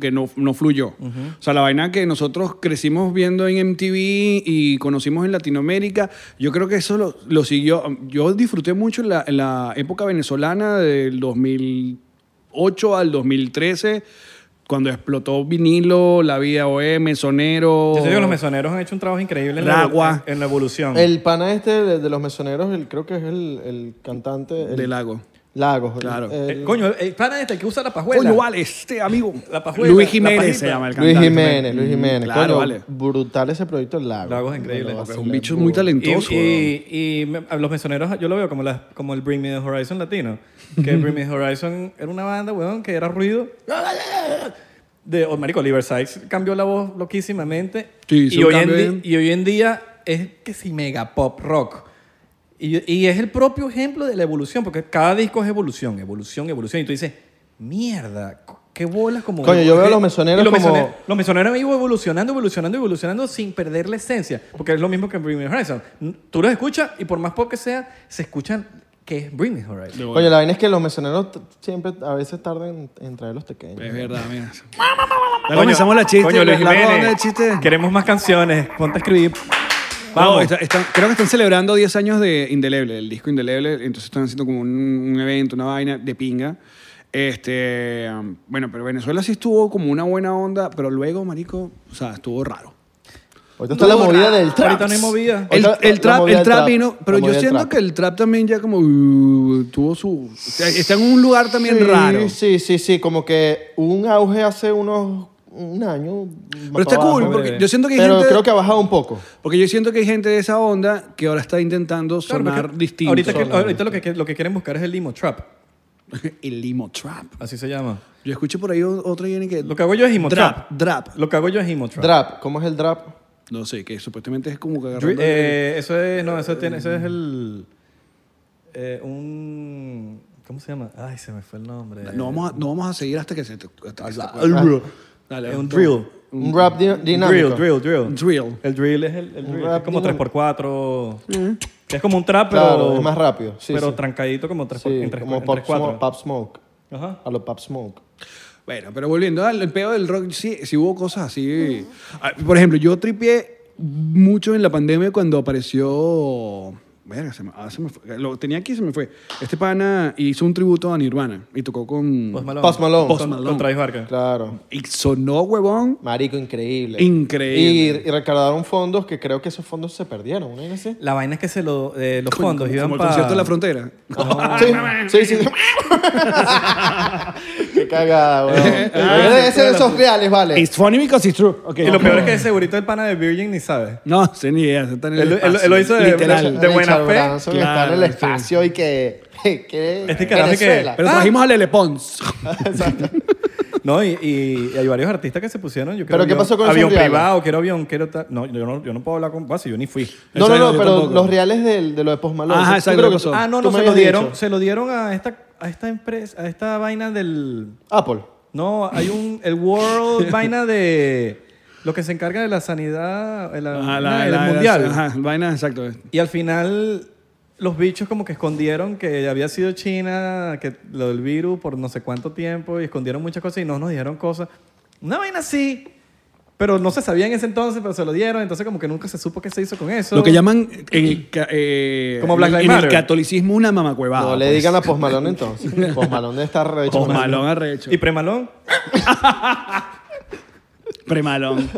[SPEAKER 1] que no, no fluyó. O sea, la vaina que nosotros crecimos viendo en MTV y conocimos en Latinoamérica, yo creo que eso lo, lo siguió. Yo disfruté mucho la, la época venezolana del 2008 al 2013, cuando explotó vinilo, la vida OM, sonero.
[SPEAKER 3] Yo te digo, los mesoneros han hecho un trabajo increíble en la,
[SPEAKER 1] Ragua.
[SPEAKER 3] en la evolución.
[SPEAKER 2] El pana este de, de los mesoneros, el, creo que es el, el cantante. El,
[SPEAKER 1] De Lago.
[SPEAKER 2] Lagos.
[SPEAKER 1] Claro.
[SPEAKER 2] el-
[SPEAKER 3] Eh, coño, el pana este, el que usa la pajuela.
[SPEAKER 1] Coño, vale, este amigo.
[SPEAKER 3] La pajuela,
[SPEAKER 1] Luis
[SPEAKER 3] la
[SPEAKER 1] Jiménez
[SPEAKER 3] pajita.
[SPEAKER 1] se llama el
[SPEAKER 2] Luis
[SPEAKER 1] cantante.
[SPEAKER 2] Jiménez, Luis Jiménez.
[SPEAKER 1] Claro,
[SPEAKER 2] Coño,
[SPEAKER 1] vale.
[SPEAKER 2] Brutal ese proyecto el Lago.
[SPEAKER 3] Lago es increíble.
[SPEAKER 2] Bueno,
[SPEAKER 1] Es
[SPEAKER 2] vacilé,
[SPEAKER 1] un bicho muy
[SPEAKER 2] burda.
[SPEAKER 1] talentoso.
[SPEAKER 3] Y,
[SPEAKER 1] weón.
[SPEAKER 3] y, y me- a los mesoneros yo lo veo como, las como el Bring Me the Horizon latino. Que Bring Me the Horizon era una banda, weón, que era ruido. De, oh, marico, Oliver Sykes cambió la voz loquísimamente.
[SPEAKER 1] Sí, hizo
[SPEAKER 3] y,
[SPEAKER 1] un
[SPEAKER 3] hoy en
[SPEAKER 1] cambio
[SPEAKER 3] di-
[SPEAKER 1] bien.
[SPEAKER 3] y hoy en día es que si mega pop rock. Y, yo- y es el propio ejemplo de la evolución, porque cada disco es evolución, evolución, evolución. Y tú dices, mierda, co- qué bolas como...
[SPEAKER 2] Coño, yo veo a los
[SPEAKER 3] Y
[SPEAKER 2] mesoneros
[SPEAKER 3] los
[SPEAKER 2] como-
[SPEAKER 3] mesoneros- los mesoneros han ido evolucionando, evolucionando, evolucionando sin perder la esencia. Porque es lo mismo que en Bring Me the Horizon. N- Tú los escuchas y por más pop que sea, se escuchan que es Bring Me the Horizon.
[SPEAKER 2] Coño, la vaina es que los mesoneros t- siempre a veces tardan en, en traer los
[SPEAKER 1] Es
[SPEAKER 2] pequeños.
[SPEAKER 1] verdad, mira. Ya comenzamos la chiste.
[SPEAKER 3] Coño, Luis
[SPEAKER 1] la
[SPEAKER 3] Jiménez,
[SPEAKER 1] ronda de chistes.
[SPEAKER 3] Queremos más canciones. Ponte a escribir.
[SPEAKER 1] Vamos.
[SPEAKER 3] Vamos.
[SPEAKER 1] está- está- creo que están celebrando 10 años de Indeleble, el disco Indeleble. Entonces están haciendo como un, un evento, una vaina de pinga. Este, um, bueno, pero Venezuela sí estuvo como una buena onda, pero luego, marico, o sea, estuvo raro.
[SPEAKER 2] Ahorita está la
[SPEAKER 1] No,
[SPEAKER 2] movida
[SPEAKER 1] raro.
[SPEAKER 2] del trap.
[SPEAKER 3] Ahorita no hay movida.
[SPEAKER 1] El,
[SPEAKER 2] Ahorita
[SPEAKER 1] el
[SPEAKER 2] la
[SPEAKER 1] trap,
[SPEAKER 2] movida
[SPEAKER 1] el
[SPEAKER 2] del
[SPEAKER 1] trap vino, pero
[SPEAKER 2] La
[SPEAKER 1] yo
[SPEAKER 2] movida del
[SPEAKER 1] siento
[SPEAKER 2] trap.
[SPEAKER 1] que el trap también ya como uh, tuvo su... Está en un lugar también
[SPEAKER 2] Sí,
[SPEAKER 1] raro.
[SPEAKER 2] Sí, sí, sí. Como que hubo un auge hace unos un año.
[SPEAKER 1] Pero está cool,
[SPEAKER 3] abajo,
[SPEAKER 1] porque
[SPEAKER 3] breve.
[SPEAKER 1] yo siento que hay
[SPEAKER 2] Pero
[SPEAKER 1] gente...
[SPEAKER 2] creo que ha bajado un poco.
[SPEAKER 1] Porque yo siento que hay gente de esa onda que ahora está intentando
[SPEAKER 3] Claro, porque
[SPEAKER 1] sonar distinto.
[SPEAKER 3] Ahorita, que- ahorita lo, que, lo que quieren buscar es el limo trap.
[SPEAKER 1] (laughs) El limo trap.
[SPEAKER 3] Así se llama.
[SPEAKER 1] Yo escuché por ahí o- otra Jenny que...
[SPEAKER 3] Lo que hago yo es limo
[SPEAKER 1] Drap,
[SPEAKER 3] trap.
[SPEAKER 1] drap.
[SPEAKER 3] Lo que hago yo es limo trap.
[SPEAKER 2] Drap, ¿cómo es el drap?
[SPEAKER 1] No sé, que supuestamente es como que
[SPEAKER 3] Dri-
[SPEAKER 1] agarrando...
[SPEAKER 3] eh, eso es, no, eso tiene, eso es el, eh, un, ¿cómo se llama? Ay, se me fue el nombre.
[SPEAKER 1] no, vamos a, no vamos a seguir hasta que se te... hasta que se te- Dale,
[SPEAKER 3] Es un drill.
[SPEAKER 2] Un rap di- dinámico.
[SPEAKER 3] Drill, drill,
[SPEAKER 1] Un
[SPEAKER 3] drill.
[SPEAKER 1] drill.
[SPEAKER 3] El drill es el, el drill.
[SPEAKER 2] rap
[SPEAKER 3] Es como
[SPEAKER 2] dinámico.
[SPEAKER 3] 3x4. que Es como un trap, pero,
[SPEAKER 2] Mm. Claro, es más rápido. Sí,
[SPEAKER 3] pero
[SPEAKER 2] sí.
[SPEAKER 3] trancadito como 3x4.
[SPEAKER 2] Sí, como Pop Smoke, Pop Smoke.
[SPEAKER 3] Ajá.
[SPEAKER 2] A los Pop Smoke.
[SPEAKER 1] Bueno, pero volviendo al el pedo del rock, sí, sí hubo cosas así. Ah, Por ejemplo, yo tripié mucho en la pandemia cuando apareció. Verga, se me, ah, se me fue. Lo tenía aquí y se me fue. Este pana hizo un tributo a Nirvana y tocó con.
[SPEAKER 3] Post Malone.
[SPEAKER 2] Post Malone.
[SPEAKER 1] Post
[SPEAKER 3] Con-
[SPEAKER 1] Malone.
[SPEAKER 3] Con Travis Barker.
[SPEAKER 2] Claro.
[SPEAKER 1] Y sonó huevón.
[SPEAKER 2] Marico, increíble.
[SPEAKER 1] Increíble.
[SPEAKER 2] Y, y recaudaron fondos que creo que esos fondos se perdieron. ¿no? Sí,
[SPEAKER 3] La vaina es que se lo, eh, los
[SPEAKER 1] Coño,
[SPEAKER 3] fondos
[SPEAKER 1] como,
[SPEAKER 3] iban
[SPEAKER 1] como el
[SPEAKER 3] para...
[SPEAKER 1] concierto de la frontera.
[SPEAKER 2] sí, sí. (laughs) Qué cagada, weón. Ese de esos reales, vale.
[SPEAKER 1] It's funny because it's true. Okay.
[SPEAKER 3] Y lo peor es (laughs) que segurito el pana de Virgin ni sabe.
[SPEAKER 1] No, sé ni idea. está en el
[SPEAKER 3] Él- él-
[SPEAKER 1] espacio,
[SPEAKER 3] él lo hizo de-
[SPEAKER 1] literal.
[SPEAKER 3] de buena fe,
[SPEAKER 2] está en
[SPEAKER 1] claro,
[SPEAKER 2] el
[SPEAKER 1] sí.
[SPEAKER 2] espacio y que... (laughs) que
[SPEAKER 3] Este carajo que-
[SPEAKER 2] Venezuela.
[SPEAKER 1] Pero trajimos a Lele Pons.
[SPEAKER 2] (laughs)
[SPEAKER 3] No, y, y- y hay varios artistas que se pusieron. Yo quiero
[SPEAKER 2] ¿Pero qué
[SPEAKER 3] avión-
[SPEAKER 2] pasó con esos
[SPEAKER 3] Avión
[SPEAKER 2] reales?
[SPEAKER 3] privado, quiero avión, quiero tal. No, yo no, yo no puedo hablar con. Bueno, si yo ni fui.
[SPEAKER 2] No, no,
[SPEAKER 1] Exacto,
[SPEAKER 2] no,
[SPEAKER 1] yo
[SPEAKER 2] pero
[SPEAKER 1] tampoco.
[SPEAKER 2] los reales del- de, lo de Post Malone.
[SPEAKER 1] Ajá,
[SPEAKER 2] Yo
[SPEAKER 1] exacto,
[SPEAKER 2] creo
[SPEAKER 1] lo
[SPEAKER 2] que
[SPEAKER 1] pasó.
[SPEAKER 3] Ah, no,
[SPEAKER 2] tú
[SPEAKER 3] no,
[SPEAKER 2] me
[SPEAKER 3] se lo
[SPEAKER 2] habías
[SPEAKER 3] dieron.
[SPEAKER 2] dicho.
[SPEAKER 3] Se lo dieron a esta, a esta empresa, a esta vaina del.
[SPEAKER 2] Apple.
[SPEAKER 3] No, hay un.
[SPEAKER 1] (laughs)
[SPEAKER 3] El World vaina de. Lo que se encarga de la sanidad.
[SPEAKER 1] (laughs)
[SPEAKER 3] de la-
[SPEAKER 1] Ajá, la-
[SPEAKER 3] del
[SPEAKER 1] la-
[SPEAKER 3] Ah, mundial.
[SPEAKER 1] Ajá, vaina, exacto.
[SPEAKER 3] Y al final. Los bichos como que escondieron que había sido China, que lo del virus por no sé cuánto tiempo y escondieron muchas cosas y no nos dijeron cosas. Una vaina así, pero no se sabía en ese entonces, pero se lo dieron, entonces como que nunca se supo qué se hizo con eso.
[SPEAKER 1] Lo que llaman en el, ca- eh,
[SPEAKER 3] Como Black
[SPEAKER 1] en el-
[SPEAKER 3] Lives
[SPEAKER 1] en el
[SPEAKER 3] Matter.
[SPEAKER 1] catolicismo una mamacuevada.
[SPEAKER 2] no le
[SPEAKER 1] pues.
[SPEAKER 2] digan a Post Malone entonces. Post Malone debe estar re
[SPEAKER 1] Post Malone arrecho.
[SPEAKER 3] Y premalón, (laughs)
[SPEAKER 1] Premalón.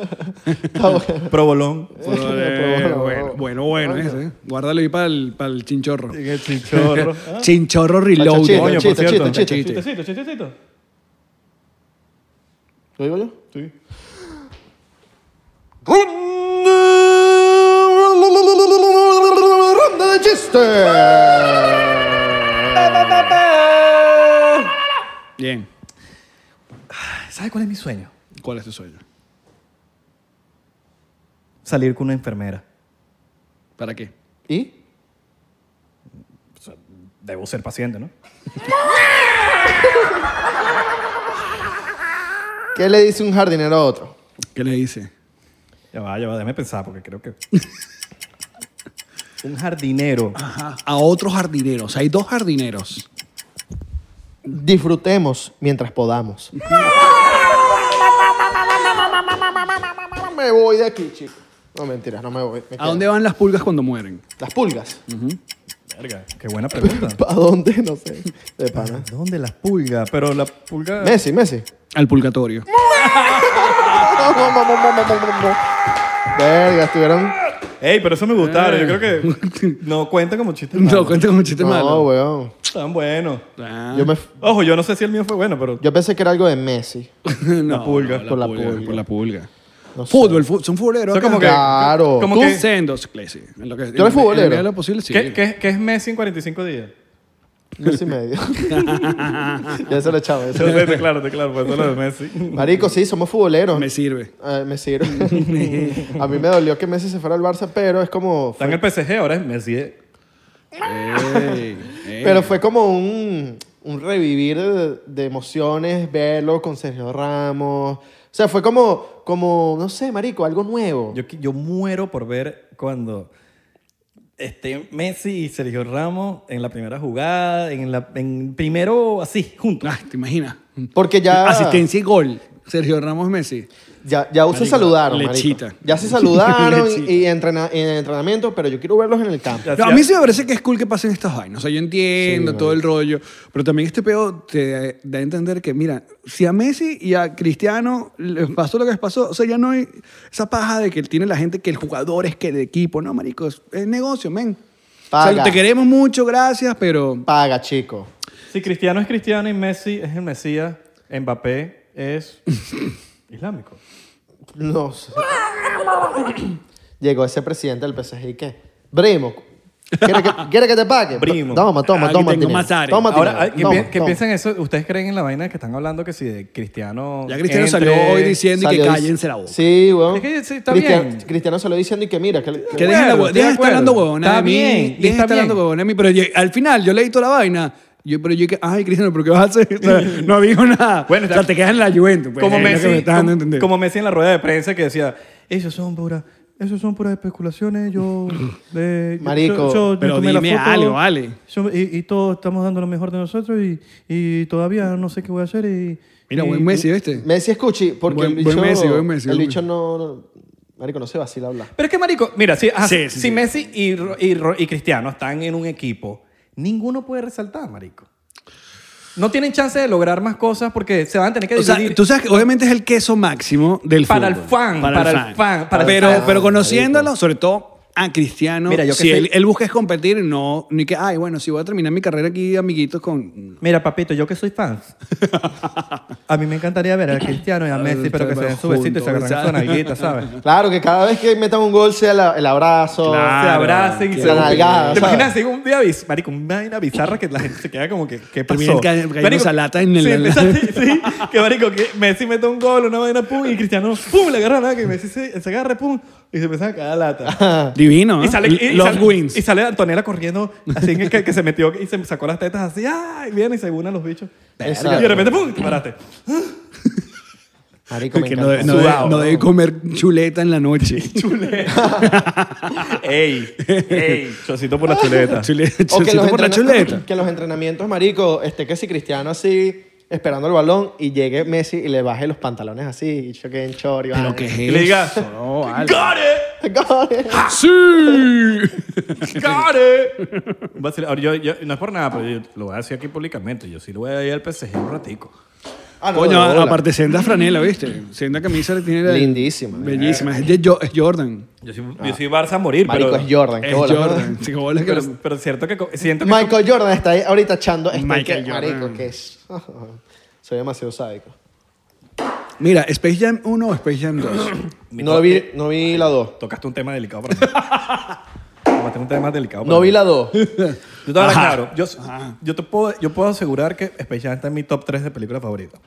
[SPEAKER 3] probolón.
[SPEAKER 1] Joder, bueno, bueno, bueno ese. ¿eh? Guárdalo ahí para el, chinchorro.
[SPEAKER 3] El chinchorro.
[SPEAKER 1] (laughs) Chinchorro
[SPEAKER 2] Chiste,
[SPEAKER 1] reloaded.
[SPEAKER 3] Coño, por
[SPEAKER 2] chiste,
[SPEAKER 3] cierto.
[SPEAKER 2] chiste, chiste,
[SPEAKER 1] Chiste.
[SPEAKER 3] Ah, Chistecito, chistecito.
[SPEAKER 2] ¿Lo digo yo?
[SPEAKER 3] Sí.
[SPEAKER 2] Ronda de chistes.
[SPEAKER 1] Bien.
[SPEAKER 3] ¿Sabes cuál es mi sueño?
[SPEAKER 1] ¿Cuál es tu sueño?
[SPEAKER 3] Salir con una enfermera.
[SPEAKER 1] ¿Para qué?
[SPEAKER 2] ¿Y?
[SPEAKER 3] Debo ser paciente, ¿no?
[SPEAKER 2] ¿Qué le dice un jardinero a otro?
[SPEAKER 1] ¿Qué le dice?
[SPEAKER 3] Ya va, ya va, déjame pensar porque creo que... Un jardinero.
[SPEAKER 1] Ajá. A otros jardineros. Hay dos jardineros.
[SPEAKER 2] Disfrutemos mientras podamos. me voy de aquí, chico. No, mentiras, no me voy. me
[SPEAKER 1] ¿A
[SPEAKER 2] quedo.
[SPEAKER 1] dónde van las pulgas cuando mueren?
[SPEAKER 2] Las pulgas. (laughs)
[SPEAKER 3] Verga, qué buena pregunta.
[SPEAKER 2] ¿A dónde? No sé. De pana.
[SPEAKER 3] ¿Dónde las pulgas? Pero la pulga...
[SPEAKER 2] Messi, Messi. (laughs)
[SPEAKER 1] Al pulgatorio.
[SPEAKER 2] Verga, estuvieron.
[SPEAKER 3] Ey, pero eso me gustaron. Yo creo que no cuenta como
[SPEAKER 1] (laughs)
[SPEAKER 3] chiste
[SPEAKER 1] No,
[SPEAKER 3] malo.
[SPEAKER 1] cuenta como un chiste
[SPEAKER 2] No,
[SPEAKER 1] malo.
[SPEAKER 2] weón.
[SPEAKER 3] Tan bueno.
[SPEAKER 1] Ah,
[SPEAKER 2] Yo, me,
[SPEAKER 3] Ojo, yo no sé si el mío fue bueno, pero...
[SPEAKER 2] yo pensé que era algo de Messi.
[SPEAKER 1] (laughs) no,
[SPEAKER 3] la pulga.
[SPEAKER 1] no,
[SPEAKER 2] Por la pulga.
[SPEAKER 1] Por la pulga.
[SPEAKER 2] No sé.
[SPEAKER 1] Fútbol, fu- son futboleros.
[SPEAKER 3] Eso
[SPEAKER 1] acá.
[SPEAKER 3] como que...
[SPEAKER 2] Claro.
[SPEAKER 3] Como
[SPEAKER 1] Tú
[SPEAKER 3] que,
[SPEAKER 1] sendos, Clesi. En lo que- en
[SPEAKER 2] eres
[SPEAKER 1] la-
[SPEAKER 2] futbolero.
[SPEAKER 1] En la medida de lo posible, sí.
[SPEAKER 3] ¿Qué, qué, qué es Messi en 45 días? (laughs)
[SPEAKER 1] (laughs)
[SPEAKER 2] Messi medio. ya se lo echaba. ya se
[SPEAKER 3] Yo
[SPEAKER 2] lo-
[SPEAKER 3] sé, te claro, te claro, pues eso es lo de Messi.
[SPEAKER 2] Marico, sí, somos futboleros.
[SPEAKER 1] Me
[SPEAKER 2] (laughs)
[SPEAKER 1] sirve.
[SPEAKER 2] Eh, me sirve. a mí me dolió que Messi se fuera al Barça, pero es como.
[SPEAKER 3] Está en el PSG, ahora es Messi. eh.
[SPEAKER 1] Ey, ey.
[SPEAKER 2] Pero fue como un, un revivir de, de emociones, verlo con Sergio Ramos. O sea, fue como, como no sé, marico, algo nuevo.
[SPEAKER 3] Yo, qui- yo muero por ver cuando esté Messi y Sergio Ramos en la primera jugada, en la en primero así, juntos.
[SPEAKER 1] Ah, ¿Te imaginas?
[SPEAKER 2] Porque ya,
[SPEAKER 1] Asistencia y gol. Sergio Ramos Messi.
[SPEAKER 2] ya, ya se
[SPEAKER 1] Marico,
[SPEAKER 2] saludaron,
[SPEAKER 1] lechita.
[SPEAKER 2] marico. Ya se saludaron
[SPEAKER 1] (laughs) Lechita.
[SPEAKER 2] y, y entrena- en el entrenamiento, pero yo quiero verlos en el campo.
[SPEAKER 3] Ya
[SPEAKER 1] No, a
[SPEAKER 3] sea-
[SPEAKER 1] mí sí me parece que es cool que pasen estas vainas. O sea, yo entiendo todo el rollo. Pero también este peo te da a entender que, mira, si a Messi y a Cristiano les pasó lo que les pasó, o sea, ya no hay esa paja de que tiene la gente que el jugador es que el equipo. No, marico, es, es negocio, men. O sea,
[SPEAKER 2] Paga.
[SPEAKER 1] te queremos mucho, gracias, pero...
[SPEAKER 2] Paga, chico.
[SPEAKER 3] Ah. (laughs) Si Cristiano es Cristiano y Messi es el Mesías, Mbappé es Islámico.
[SPEAKER 2] No sé. Llegó ese presidente del PSG y qué. Brimo. ¿Quieres que,
[SPEAKER 1] (laughs)
[SPEAKER 2] ¿quieres que te pague?
[SPEAKER 3] Brimo.
[SPEAKER 2] Toma, toma,
[SPEAKER 1] Aquí
[SPEAKER 2] toma.
[SPEAKER 1] tengo
[SPEAKER 2] dinero.
[SPEAKER 1] más área.
[SPEAKER 2] Toma,
[SPEAKER 3] Ahora, ah,
[SPEAKER 2] dinero.
[SPEAKER 3] ay, ¿qué,
[SPEAKER 2] Toma,
[SPEAKER 3] pi- qué
[SPEAKER 2] toma.
[SPEAKER 3] piensan eso? ¿Ustedes creen en la vaina que están hablando que si de Cristiano...
[SPEAKER 1] Ya Cristiano
[SPEAKER 3] entre-
[SPEAKER 1] salió hoy diciendo que
[SPEAKER 2] Salió dic-
[SPEAKER 1] cállense la boca.
[SPEAKER 2] Sí, weón.
[SPEAKER 3] Es que sí, está
[SPEAKER 2] Cristian-
[SPEAKER 3] bien.
[SPEAKER 2] Cristiano salió diciendo y que mira. Que, le- que-
[SPEAKER 1] Que
[SPEAKER 3] de
[SPEAKER 1] dejen la
[SPEAKER 3] acuerdo,
[SPEAKER 1] huevo-
[SPEAKER 3] estoy de
[SPEAKER 1] dejen estar
[SPEAKER 3] acuerdo.
[SPEAKER 1] hablando huevona
[SPEAKER 3] Está
[SPEAKER 1] de mí.
[SPEAKER 3] bien,
[SPEAKER 1] Dejen
[SPEAKER 3] está
[SPEAKER 1] estar hablando
[SPEAKER 3] bien.
[SPEAKER 1] huevona de mí. Pero yo- al final yo leí toda la vaina. Yo, pero yo que, ay, Cristiano, ¿pero qué vas a hacer? (laughs) O
[SPEAKER 3] (laughs)
[SPEAKER 1] sea, no dijo nada.
[SPEAKER 3] Bueno,
[SPEAKER 1] o sea,
[SPEAKER 3] está-
[SPEAKER 1] te quedas en la Juventus. Pues,
[SPEAKER 3] como,
[SPEAKER 1] es lo que
[SPEAKER 3] Messi,
[SPEAKER 1] me estás dando a
[SPEAKER 3] como,
[SPEAKER 1] entender.
[SPEAKER 3] como Messi en la rueda de prensa que decía, esos son puras... Esos son puras
[SPEAKER 1] (laughs)
[SPEAKER 3] especulaciones, yo... de- yo-
[SPEAKER 2] Marico,
[SPEAKER 3] yo- yo- yo
[SPEAKER 1] pero
[SPEAKER 3] tomé la
[SPEAKER 1] dime
[SPEAKER 3] foto,
[SPEAKER 1] algo, vale.
[SPEAKER 3] yo- y, y todos estamos dando lo mejor de nosotros y, y todavía no sé qué voy a hacer y...
[SPEAKER 1] Mira,
[SPEAKER 3] y-
[SPEAKER 2] Mm,
[SPEAKER 1] buen Messi, ¿viste?
[SPEAKER 2] Messi escuchi, porque
[SPEAKER 1] Buen-
[SPEAKER 2] el bicho.
[SPEAKER 1] buen Messi, buen Messi,
[SPEAKER 2] el
[SPEAKER 1] buen
[SPEAKER 2] bicho no, no- Marico, no se vacila hablar.
[SPEAKER 3] Pero es que, marico, mira, si, ajá,
[SPEAKER 1] Sí, sí,
[SPEAKER 3] si
[SPEAKER 1] sí.
[SPEAKER 3] Messi y, Ro- y, Ro- y Cristiano están en un equipo, ninguno puede resaltar, marico. No tienen chance de lograr más cosas porque se van a tener que
[SPEAKER 1] O sea,
[SPEAKER 3] decidir.
[SPEAKER 1] tú sabes que obviamente es el queso máximo del
[SPEAKER 3] Para
[SPEAKER 1] fútbol.
[SPEAKER 3] el fan, para el fan, para el
[SPEAKER 1] pero,
[SPEAKER 3] fan.
[SPEAKER 1] pero conociéndolo, sobre todo a Cristiano,
[SPEAKER 3] Mira, yo que
[SPEAKER 1] si
[SPEAKER 3] sé-
[SPEAKER 1] él, él busca es competir, no, ni que, ay, bueno, si voy a terminar mi carrera aquí, amiguitos, con...
[SPEAKER 3] Mira, papito, yo que soy fan. A mí me encantaría ver a Cristiano y a Messi, pero que se den su besito y se agarren
[SPEAKER 1] Juntos,
[SPEAKER 3] su nalguita, ¿sabes?
[SPEAKER 2] Claro, que cada vez que metan un gol sea la- el abrazo.
[SPEAKER 1] Claro.
[SPEAKER 3] se abracen y
[SPEAKER 2] que
[SPEAKER 3] se
[SPEAKER 2] la nalgada,
[SPEAKER 3] Ah, ¿Te
[SPEAKER 2] ¿sabes?
[SPEAKER 3] imaginas? Así un día, biz- marico, una vaina bizarra que la gente se queda como que, ¿qué pasó?
[SPEAKER 1] Terminan ca- cayendo esa lata en el-
[SPEAKER 3] Sí, empezaste- sí, que marico, que Messi mete un gol, una vaina, pum, y Cristiano, pum, le agarra nada, que Messi se, se agarre, pum, y se empieza a caer la lata.
[SPEAKER 1] Divino,
[SPEAKER 3] Y
[SPEAKER 1] ¿eh?
[SPEAKER 3] sale, y- y
[SPEAKER 1] Los
[SPEAKER 3] sale-
[SPEAKER 1] wins.
[SPEAKER 3] y sale Antonella corriendo, así que, que, que se metió y se sacó las tetas así, ¡ay! Viene y se unen los bichos.
[SPEAKER 2] Eso.
[SPEAKER 3] Y de repente, ¡pum! y Te paraste.
[SPEAKER 2] (laughs) Marico, me
[SPEAKER 1] Porque no,
[SPEAKER 2] encanta.
[SPEAKER 1] debe- no debe-
[SPEAKER 3] Sudado.
[SPEAKER 1] no debe comer chuleta en la noche.
[SPEAKER 3] (laughs) ¡Ey! ¡Ey! Chocito por la chuleta.
[SPEAKER 1] (laughs) (laughs)
[SPEAKER 2] (laughs)
[SPEAKER 1] Chuleta,
[SPEAKER 2] O que
[SPEAKER 1] chocito
[SPEAKER 2] los,
[SPEAKER 1] por la
[SPEAKER 2] entrena-
[SPEAKER 1] chuleta.
[SPEAKER 2] que los entrenamientos, marico, este que si Cristiano así esperando el balón y llegue Messi y le baje los pantalones así y yo quede en chori.
[SPEAKER 1] Pero
[SPEAKER 2] vaina. (laughs)
[SPEAKER 1] que es
[SPEAKER 3] Y le digas,
[SPEAKER 1] eso? No, vale.
[SPEAKER 3] ¡Got it!
[SPEAKER 2] Goles.
[SPEAKER 3] (laughs)
[SPEAKER 1] ¡Sí!
[SPEAKER 3] ¡Got it! Va a ser- ahora yo- yo- no es por nada, pero yo lo voy a decir aquí públicamente. Yo sí lo voy a ir al PSG un ratico.
[SPEAKER 2] Ah, no,
[SPEAKER 1] Coño,
[SPEAKER 2] no, no, no.
[SPEAKER 1] aparte, senda franela, ¿viste? Senda camisa le tiene la...
[SPEAKER 2] Lindísima.
[SPEAKER 1] Bellísima. Es, de Jo- es Jordan.
[SPEAKER 3] Yo soy, yo soy Barça a morir,
[SPEAKER 2] Marico,
[SPEAKER 3] pero... Eh,
[SPEAKER 2] es Jordan. qué
[SPEAKER 1] Es
[SPEAKER 2] bola.
[SPEAKER 1] Jordan. Sí, qué bola que
[SPEAKER 3] Pero,
[SPEAKER 1] lo-
[SPEAKER 3] pero cierto que co- siento que...
[SPEAKER 2] Michael Jordan está ahí ahorita echando. Este
[SPEAKER 1] Michael
[SPEAKER 2] que,
[SPEAKER 1] Jordan.
[SPEAKER 2] Marico, que es. (laughs) Soy demasiado sádico.
[SPEAKER 1] Mira, Space Jam 1 o Space Jam 2.
[SPEAKER 3] Mi
[SPEAKER 2] No
[SPEAKER 3] to-
[SPEAKER 2] vi, no vi la 2.
[SPEAKER 3] Tocaste un tema delicado para mí. Tocaste un tema delicado para
[SPEAKER 2] No
[SPEAKER 3] mí.
[SPEAKER 2] vi la
[SPEAKER 1] (laughs)
[SPEAKER 2] 2.
[SPEAKER 3] Yo te voy a hablar
[SPEAKER 1] Ajá.
[SPEAKER 3] claro. Yo, yo, te puedo, yo puedo asegurar que Space Jam está en mi top 3 de películas favoritas.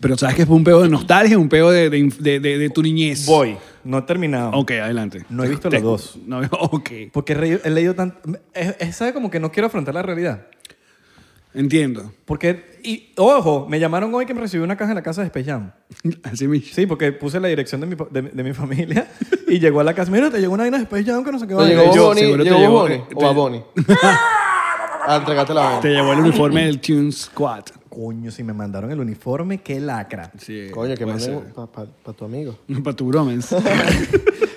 [SPEAKER 1] Pero sabes que es un peo de nostalgia, un peo de, de, inf- de- de- de tu niñez.
[SPEAKER 3] Voy. No he terminado.
[SPEAKER 1] Ok, adelante.
[SPEAKER 3] No he visto
[SPEAKER 1] Te-
[SPEAKER 3] las dos.
[SPEAKER 1] No, (laughs) ok,
[SPEAKER 3] Porque he, re- he leído tanto... Es, es- ¿Sabe como que no quiero afrontar la realidad?
[SPEAKER 1] entiendo.
[SPEAKER 3] Porque... Y, ojo, me llamaron hoy que me recibí una caja en la casa de Space Jam.
[SPEAKER 1] Así mismo.
[SPEAKER 3] Sí, porque puse la dirección de mi, pa- de, de mi familia y llegó a la casa. Mira, te llegó una vaina de Space Jam que no sé qué
[SPEAKER 2] ¿Te
[SPEAKER 3] vaina".
[SPEAKER 2] llegó
[SPEAKER 1] yo,
[SPEAKER 2] Bonnie?
[SPEAKER 1] seguro te
[SPEAKER 2] ¿Llegó
[SPEAKER 1] llegó-
[SPEAKER 2] Bonnie?
[SPEAKER 1] te-
[SPEAKER 2] ¿O
[SPEAKER 1] (laughs)
[SPEAKER 2] a Bonnie? Ah, entregate la vaina.
[SPEAKER 1] Te llevó el uniforme del Tune Squad.
[SPEAKER 3] Coño, si me mandaron el uniforme, qué lacra.
[SPEAKER 1] Sí,
[SPEAKER 2] Coño, que
[SPEAKER 1] puede
[SPEAKER 2] mande para tu amigo.
[SPEAKER 1] ser. Para tu bromance.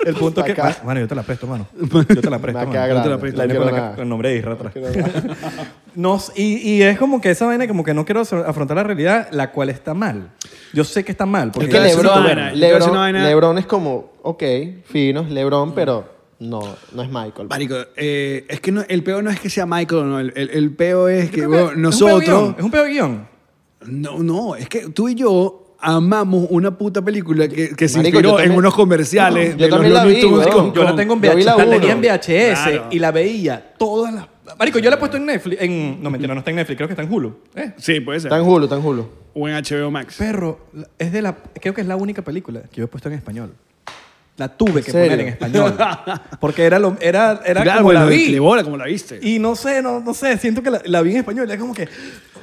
[SPEAKER 3] El punto es que...
[SPEAKER 2] Acá.
[SPEAKER 3] Mano, yo te la
[SPEAKER 1] (laughs)
[SPEAKER 3] presto, mano. Yo te la presto,
[SPEAKER 2] Me
[SPEAKER 3] mano.
[SPEAKER 2] queda
[SPEAKER 1] Yo te la
[SPEAKER 2] grande.
[SPEAKER 1] presto.
[SPEAKER 2] No
[SPEAKER 3] La vaina
[SPEAKER 2] quiero
[SPEAKER 3] con la que-
[SPEAKER 2] nada.
[SPEAKER 3] con el nombre de Isra atrás.
[SPEAKER 2] No quiero nada.
[SPEAKER 3] Nos- y, y es como que esa vaina como que no quiero afro- afrontar la realidad, la cual está mal. Yo sé que está mal. Porque
[SPEAKER 2] Es
[SPEAKER 1] Te
[SPEAKER 2] que
[SPEAKER 1] voy a decir una
[SPEAKER 2] Lebron,
[SPEAKER 1] vaina, te voy a decir una
[SPEAKER 2] Lebron,
[SPEAKER 1] vaina.
[SPEAKER 2] Lebron es como, ok, fino, es Lebron, pero no, no es Michael.
[SPEAKER 1] Marico, eh, es que no- el peo no es que sea Michael o no. El, el, el peo es que bueno,
[SPEAKER 3] Es un peo
[SPEAKER 1] nosotros.
[SPEAKER 3] guión. Es un peo guión.
[SPEAKER 1] No, no, es que tú y yo amamos una puta película que, que se
[SPEAKER 2] Marico,
[SPEAKER 1] inspiró
[SPEAKER 2] yo también-
[SPEAKER 1] en unos comerciales.
[SPEAKER 2] Yo
[SPEAKER 1] de los
[SPEAKER 2] también la
[SPEAKER 1] Looney
[SPEAKER 2] vi,
[SPEAKER 1] Tunes
[SPEAKER 2] weón.
[SPEAKER 1] con-
[SPEAKER 3] Yo la
[SPEAKER 1] con-
[SPEAKER 3] tengo en
[SPEAKER 2] yo vi
[SPEAKER 3] VHS.
[SPEAKER 2] la
[SPEAKER 3] La, tenía
[SPEAKER 2] uno.
[SPEAKER 3] en VHS
[SPEAKER 1] Claro.
[SPEAKER 3] y la veía todas las... Marico, yo la he puesto en Netflix. En, no, mentira, no está en Netflix. Creo que está en Hulu. Eh.
[SPEAKER 1] Sí, puede ser.
[SPEAKER 2] Tan Hulu, tan Hulu.
[SPEAKER 1] O en HBO Max.
[SPEAKER 3] Perro, la- es de la, creo que es la única película que yo he puesto en español. La tuve que
[SPEAKER 2] serio?
[SPEAKER 3] poner en español. Porque era, lo, era, era
[SPEAKER 1] Claro,
[SPEAKER 3] como la
[SPEAKER 1] bueno,
[SPEAKER 3] vi.
[SPEAKER 1] de bola, como la viste.
[SPEAKER 3] Y no sé, no, no sé, siento que la, la vi en español. Es como que.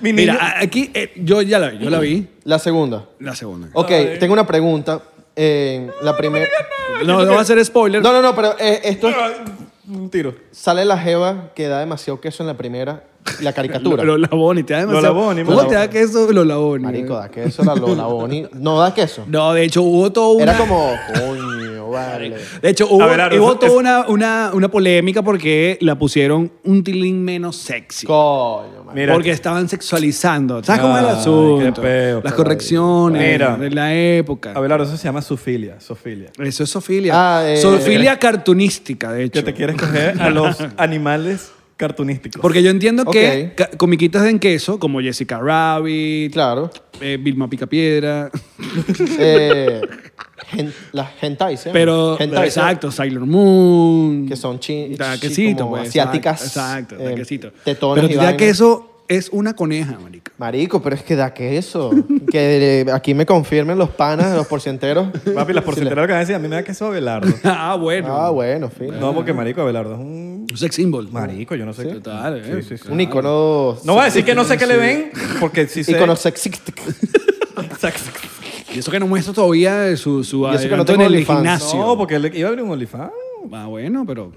[SPEAKER 3] Mi niño,
[SPEAKER 1] Mira,
[SPEAKER 3] (laughs)
[SPEAKER 1] a- aquí eh, yo ya la vi, yo la vi,
[SPEAKER 2] La segunda.
[SPEAKER 1] la segunda.
[SPEAKER 2] Ok, tengo una pregunta. Eh, la primera...
[SPEAKER 1] No, no va a ser spoiler.
[SPEAKER 2] No, no, no, pero eh, esto es-
[SPEAKER 3] Ah, un tiro.
[SPEAKER 2] Sale la jeva que da demasiado queso en la primera, la
[SPEAKER 1] (laughs)
[SPEAKER 2] caricatura.
[SPEAKER 1] Lo laboni, te da demasiado.
[SPEAKER 3] Lola Bonnie,
[SPEAKER 1] ¿Cómo
[SPEAKER 3] mano.
[SPEAKER 1] te da que eso lo laboni?
[SPEAKER 2] Marico, da queso, la Lola Boni. No da queso.
[SPEAKER 1] No, de hecho hubo todo una...
[SPEAKER 2] Era como, coño, vale.
[SPEAKER 1] De hecho, hubo,
[SPEAKER 3] Abelardo,
[SPEAKER 1] hubo
[SPEAKER 3] eso-
[SPEAKER 1] toda
[SPEAKER 3] eso-
[SPEAKER 1] una, una, una polémica porque la pusieron un tilín menos sexy.
[SPEAKER 2] Coño, marico.
[SPEAKER 3] Mira.
[SPEAKER 1] Porque estaban sexualizando. ¿Sabes cómo es el
[SPEAKER 3] Ay,
[SPEAKER 1] asunto?
[SPEAKER 3] qué peo,
[SPEAKER 1] Las
[SPEAKER 3] caray.
[SPEAKER 1] correcciones
[SPEAKER 3] Mira.
[SPEAKER 1] de la época.
[SPEAKER 3] Abelardo, eso se llama Sofilia. Sofilia.
[SPEAKER 1] Eso es sofilia.
[SPEAKER 2] Ah, eh,
[SPEAKER 1] sofilia cartunística, de hecho.
[SPEAKER 3] Que te quieres coger a los animales cartunísticos.
[SPEAKER 1] Porque yo entiendo que
[SPEAKER 2] Ok.
[SPEAKER 1] ca- comiquitas de en queso, como Jessica Rabbit, (laughs)
[SPEAKER 2] Claro.
[SPEAKER 1] eh, Vilma Picapiedra,
[SPEAKER 2] Eh, gen- las hentais, ¿eh?
[SPEAKER 1] (laughs) pero, pero
[SPEAKER 2] Hentais, ¿eh?
[SPEAKER 1] exacto, Sailor Moon.
[SPEAKER 2] Que son chi- chi-
[SPEAKER 1] Taquecito,
[SPEAKER 2] como
[SPEAKER 1] pues.
[SPEAKER 2] asiáticas.
[SPEAKER 1] Exacto,
[SPEAKER 2] eh,
[SPEAKER 1] taquecito.
[SPEAKER 2] tetonas
[SPEAKER 1] Pero
[SPEAKER 2] y
[SPEAKER 1] tú
[SPEAKER 2] vainas.
[SPEAKER 1] ya que eso es una coneja, marico.
[SPEAKER 2] Marico, pero es que da queso. que eh, aquí me confirmen los panas, los porcienteros.
[SPEAKER 3] Papi,
[SPEAKER 2] (laughs)
[SPEAKER 3] las porcenteras que van a decir, a mí me da que eso Abelardo.
[SPEAKER 1] (laughs) ah, bueno.
[SPEAKER 2] Ah, bueno, fino.
[SPEAKER 3] No, porque marico, Abelardo es un
[SPEAKER 1] Un sex symbol.
[SPEAKER 3] marico, yo no sé qué.
[SPEAKER 1] Total, eh.
[SPEAKER 3] Sí, sí, sí.
[SPEAKER 2] Un icono.
[SPEAKER 3] No voy a decir que no sé qué le ven, porque si sé...
[SPEAKER 2] Icono sexístico.
[SPEAKER 1] Y eso que no muestra todavía su, su
[SPEAKER 2] Y eso que no
[SPEAKER 1] adelanto
[SPEAKER 2] tengo
[SPEAKER 1] en el
[SPEAKER 2] OnlyFans.
[SPEAKER 1] gimnasio.
[SPEAKER 3] No, porque él iba a abrir un OnlyFans.
[SPEAKER 1] Ah, bueno, pero...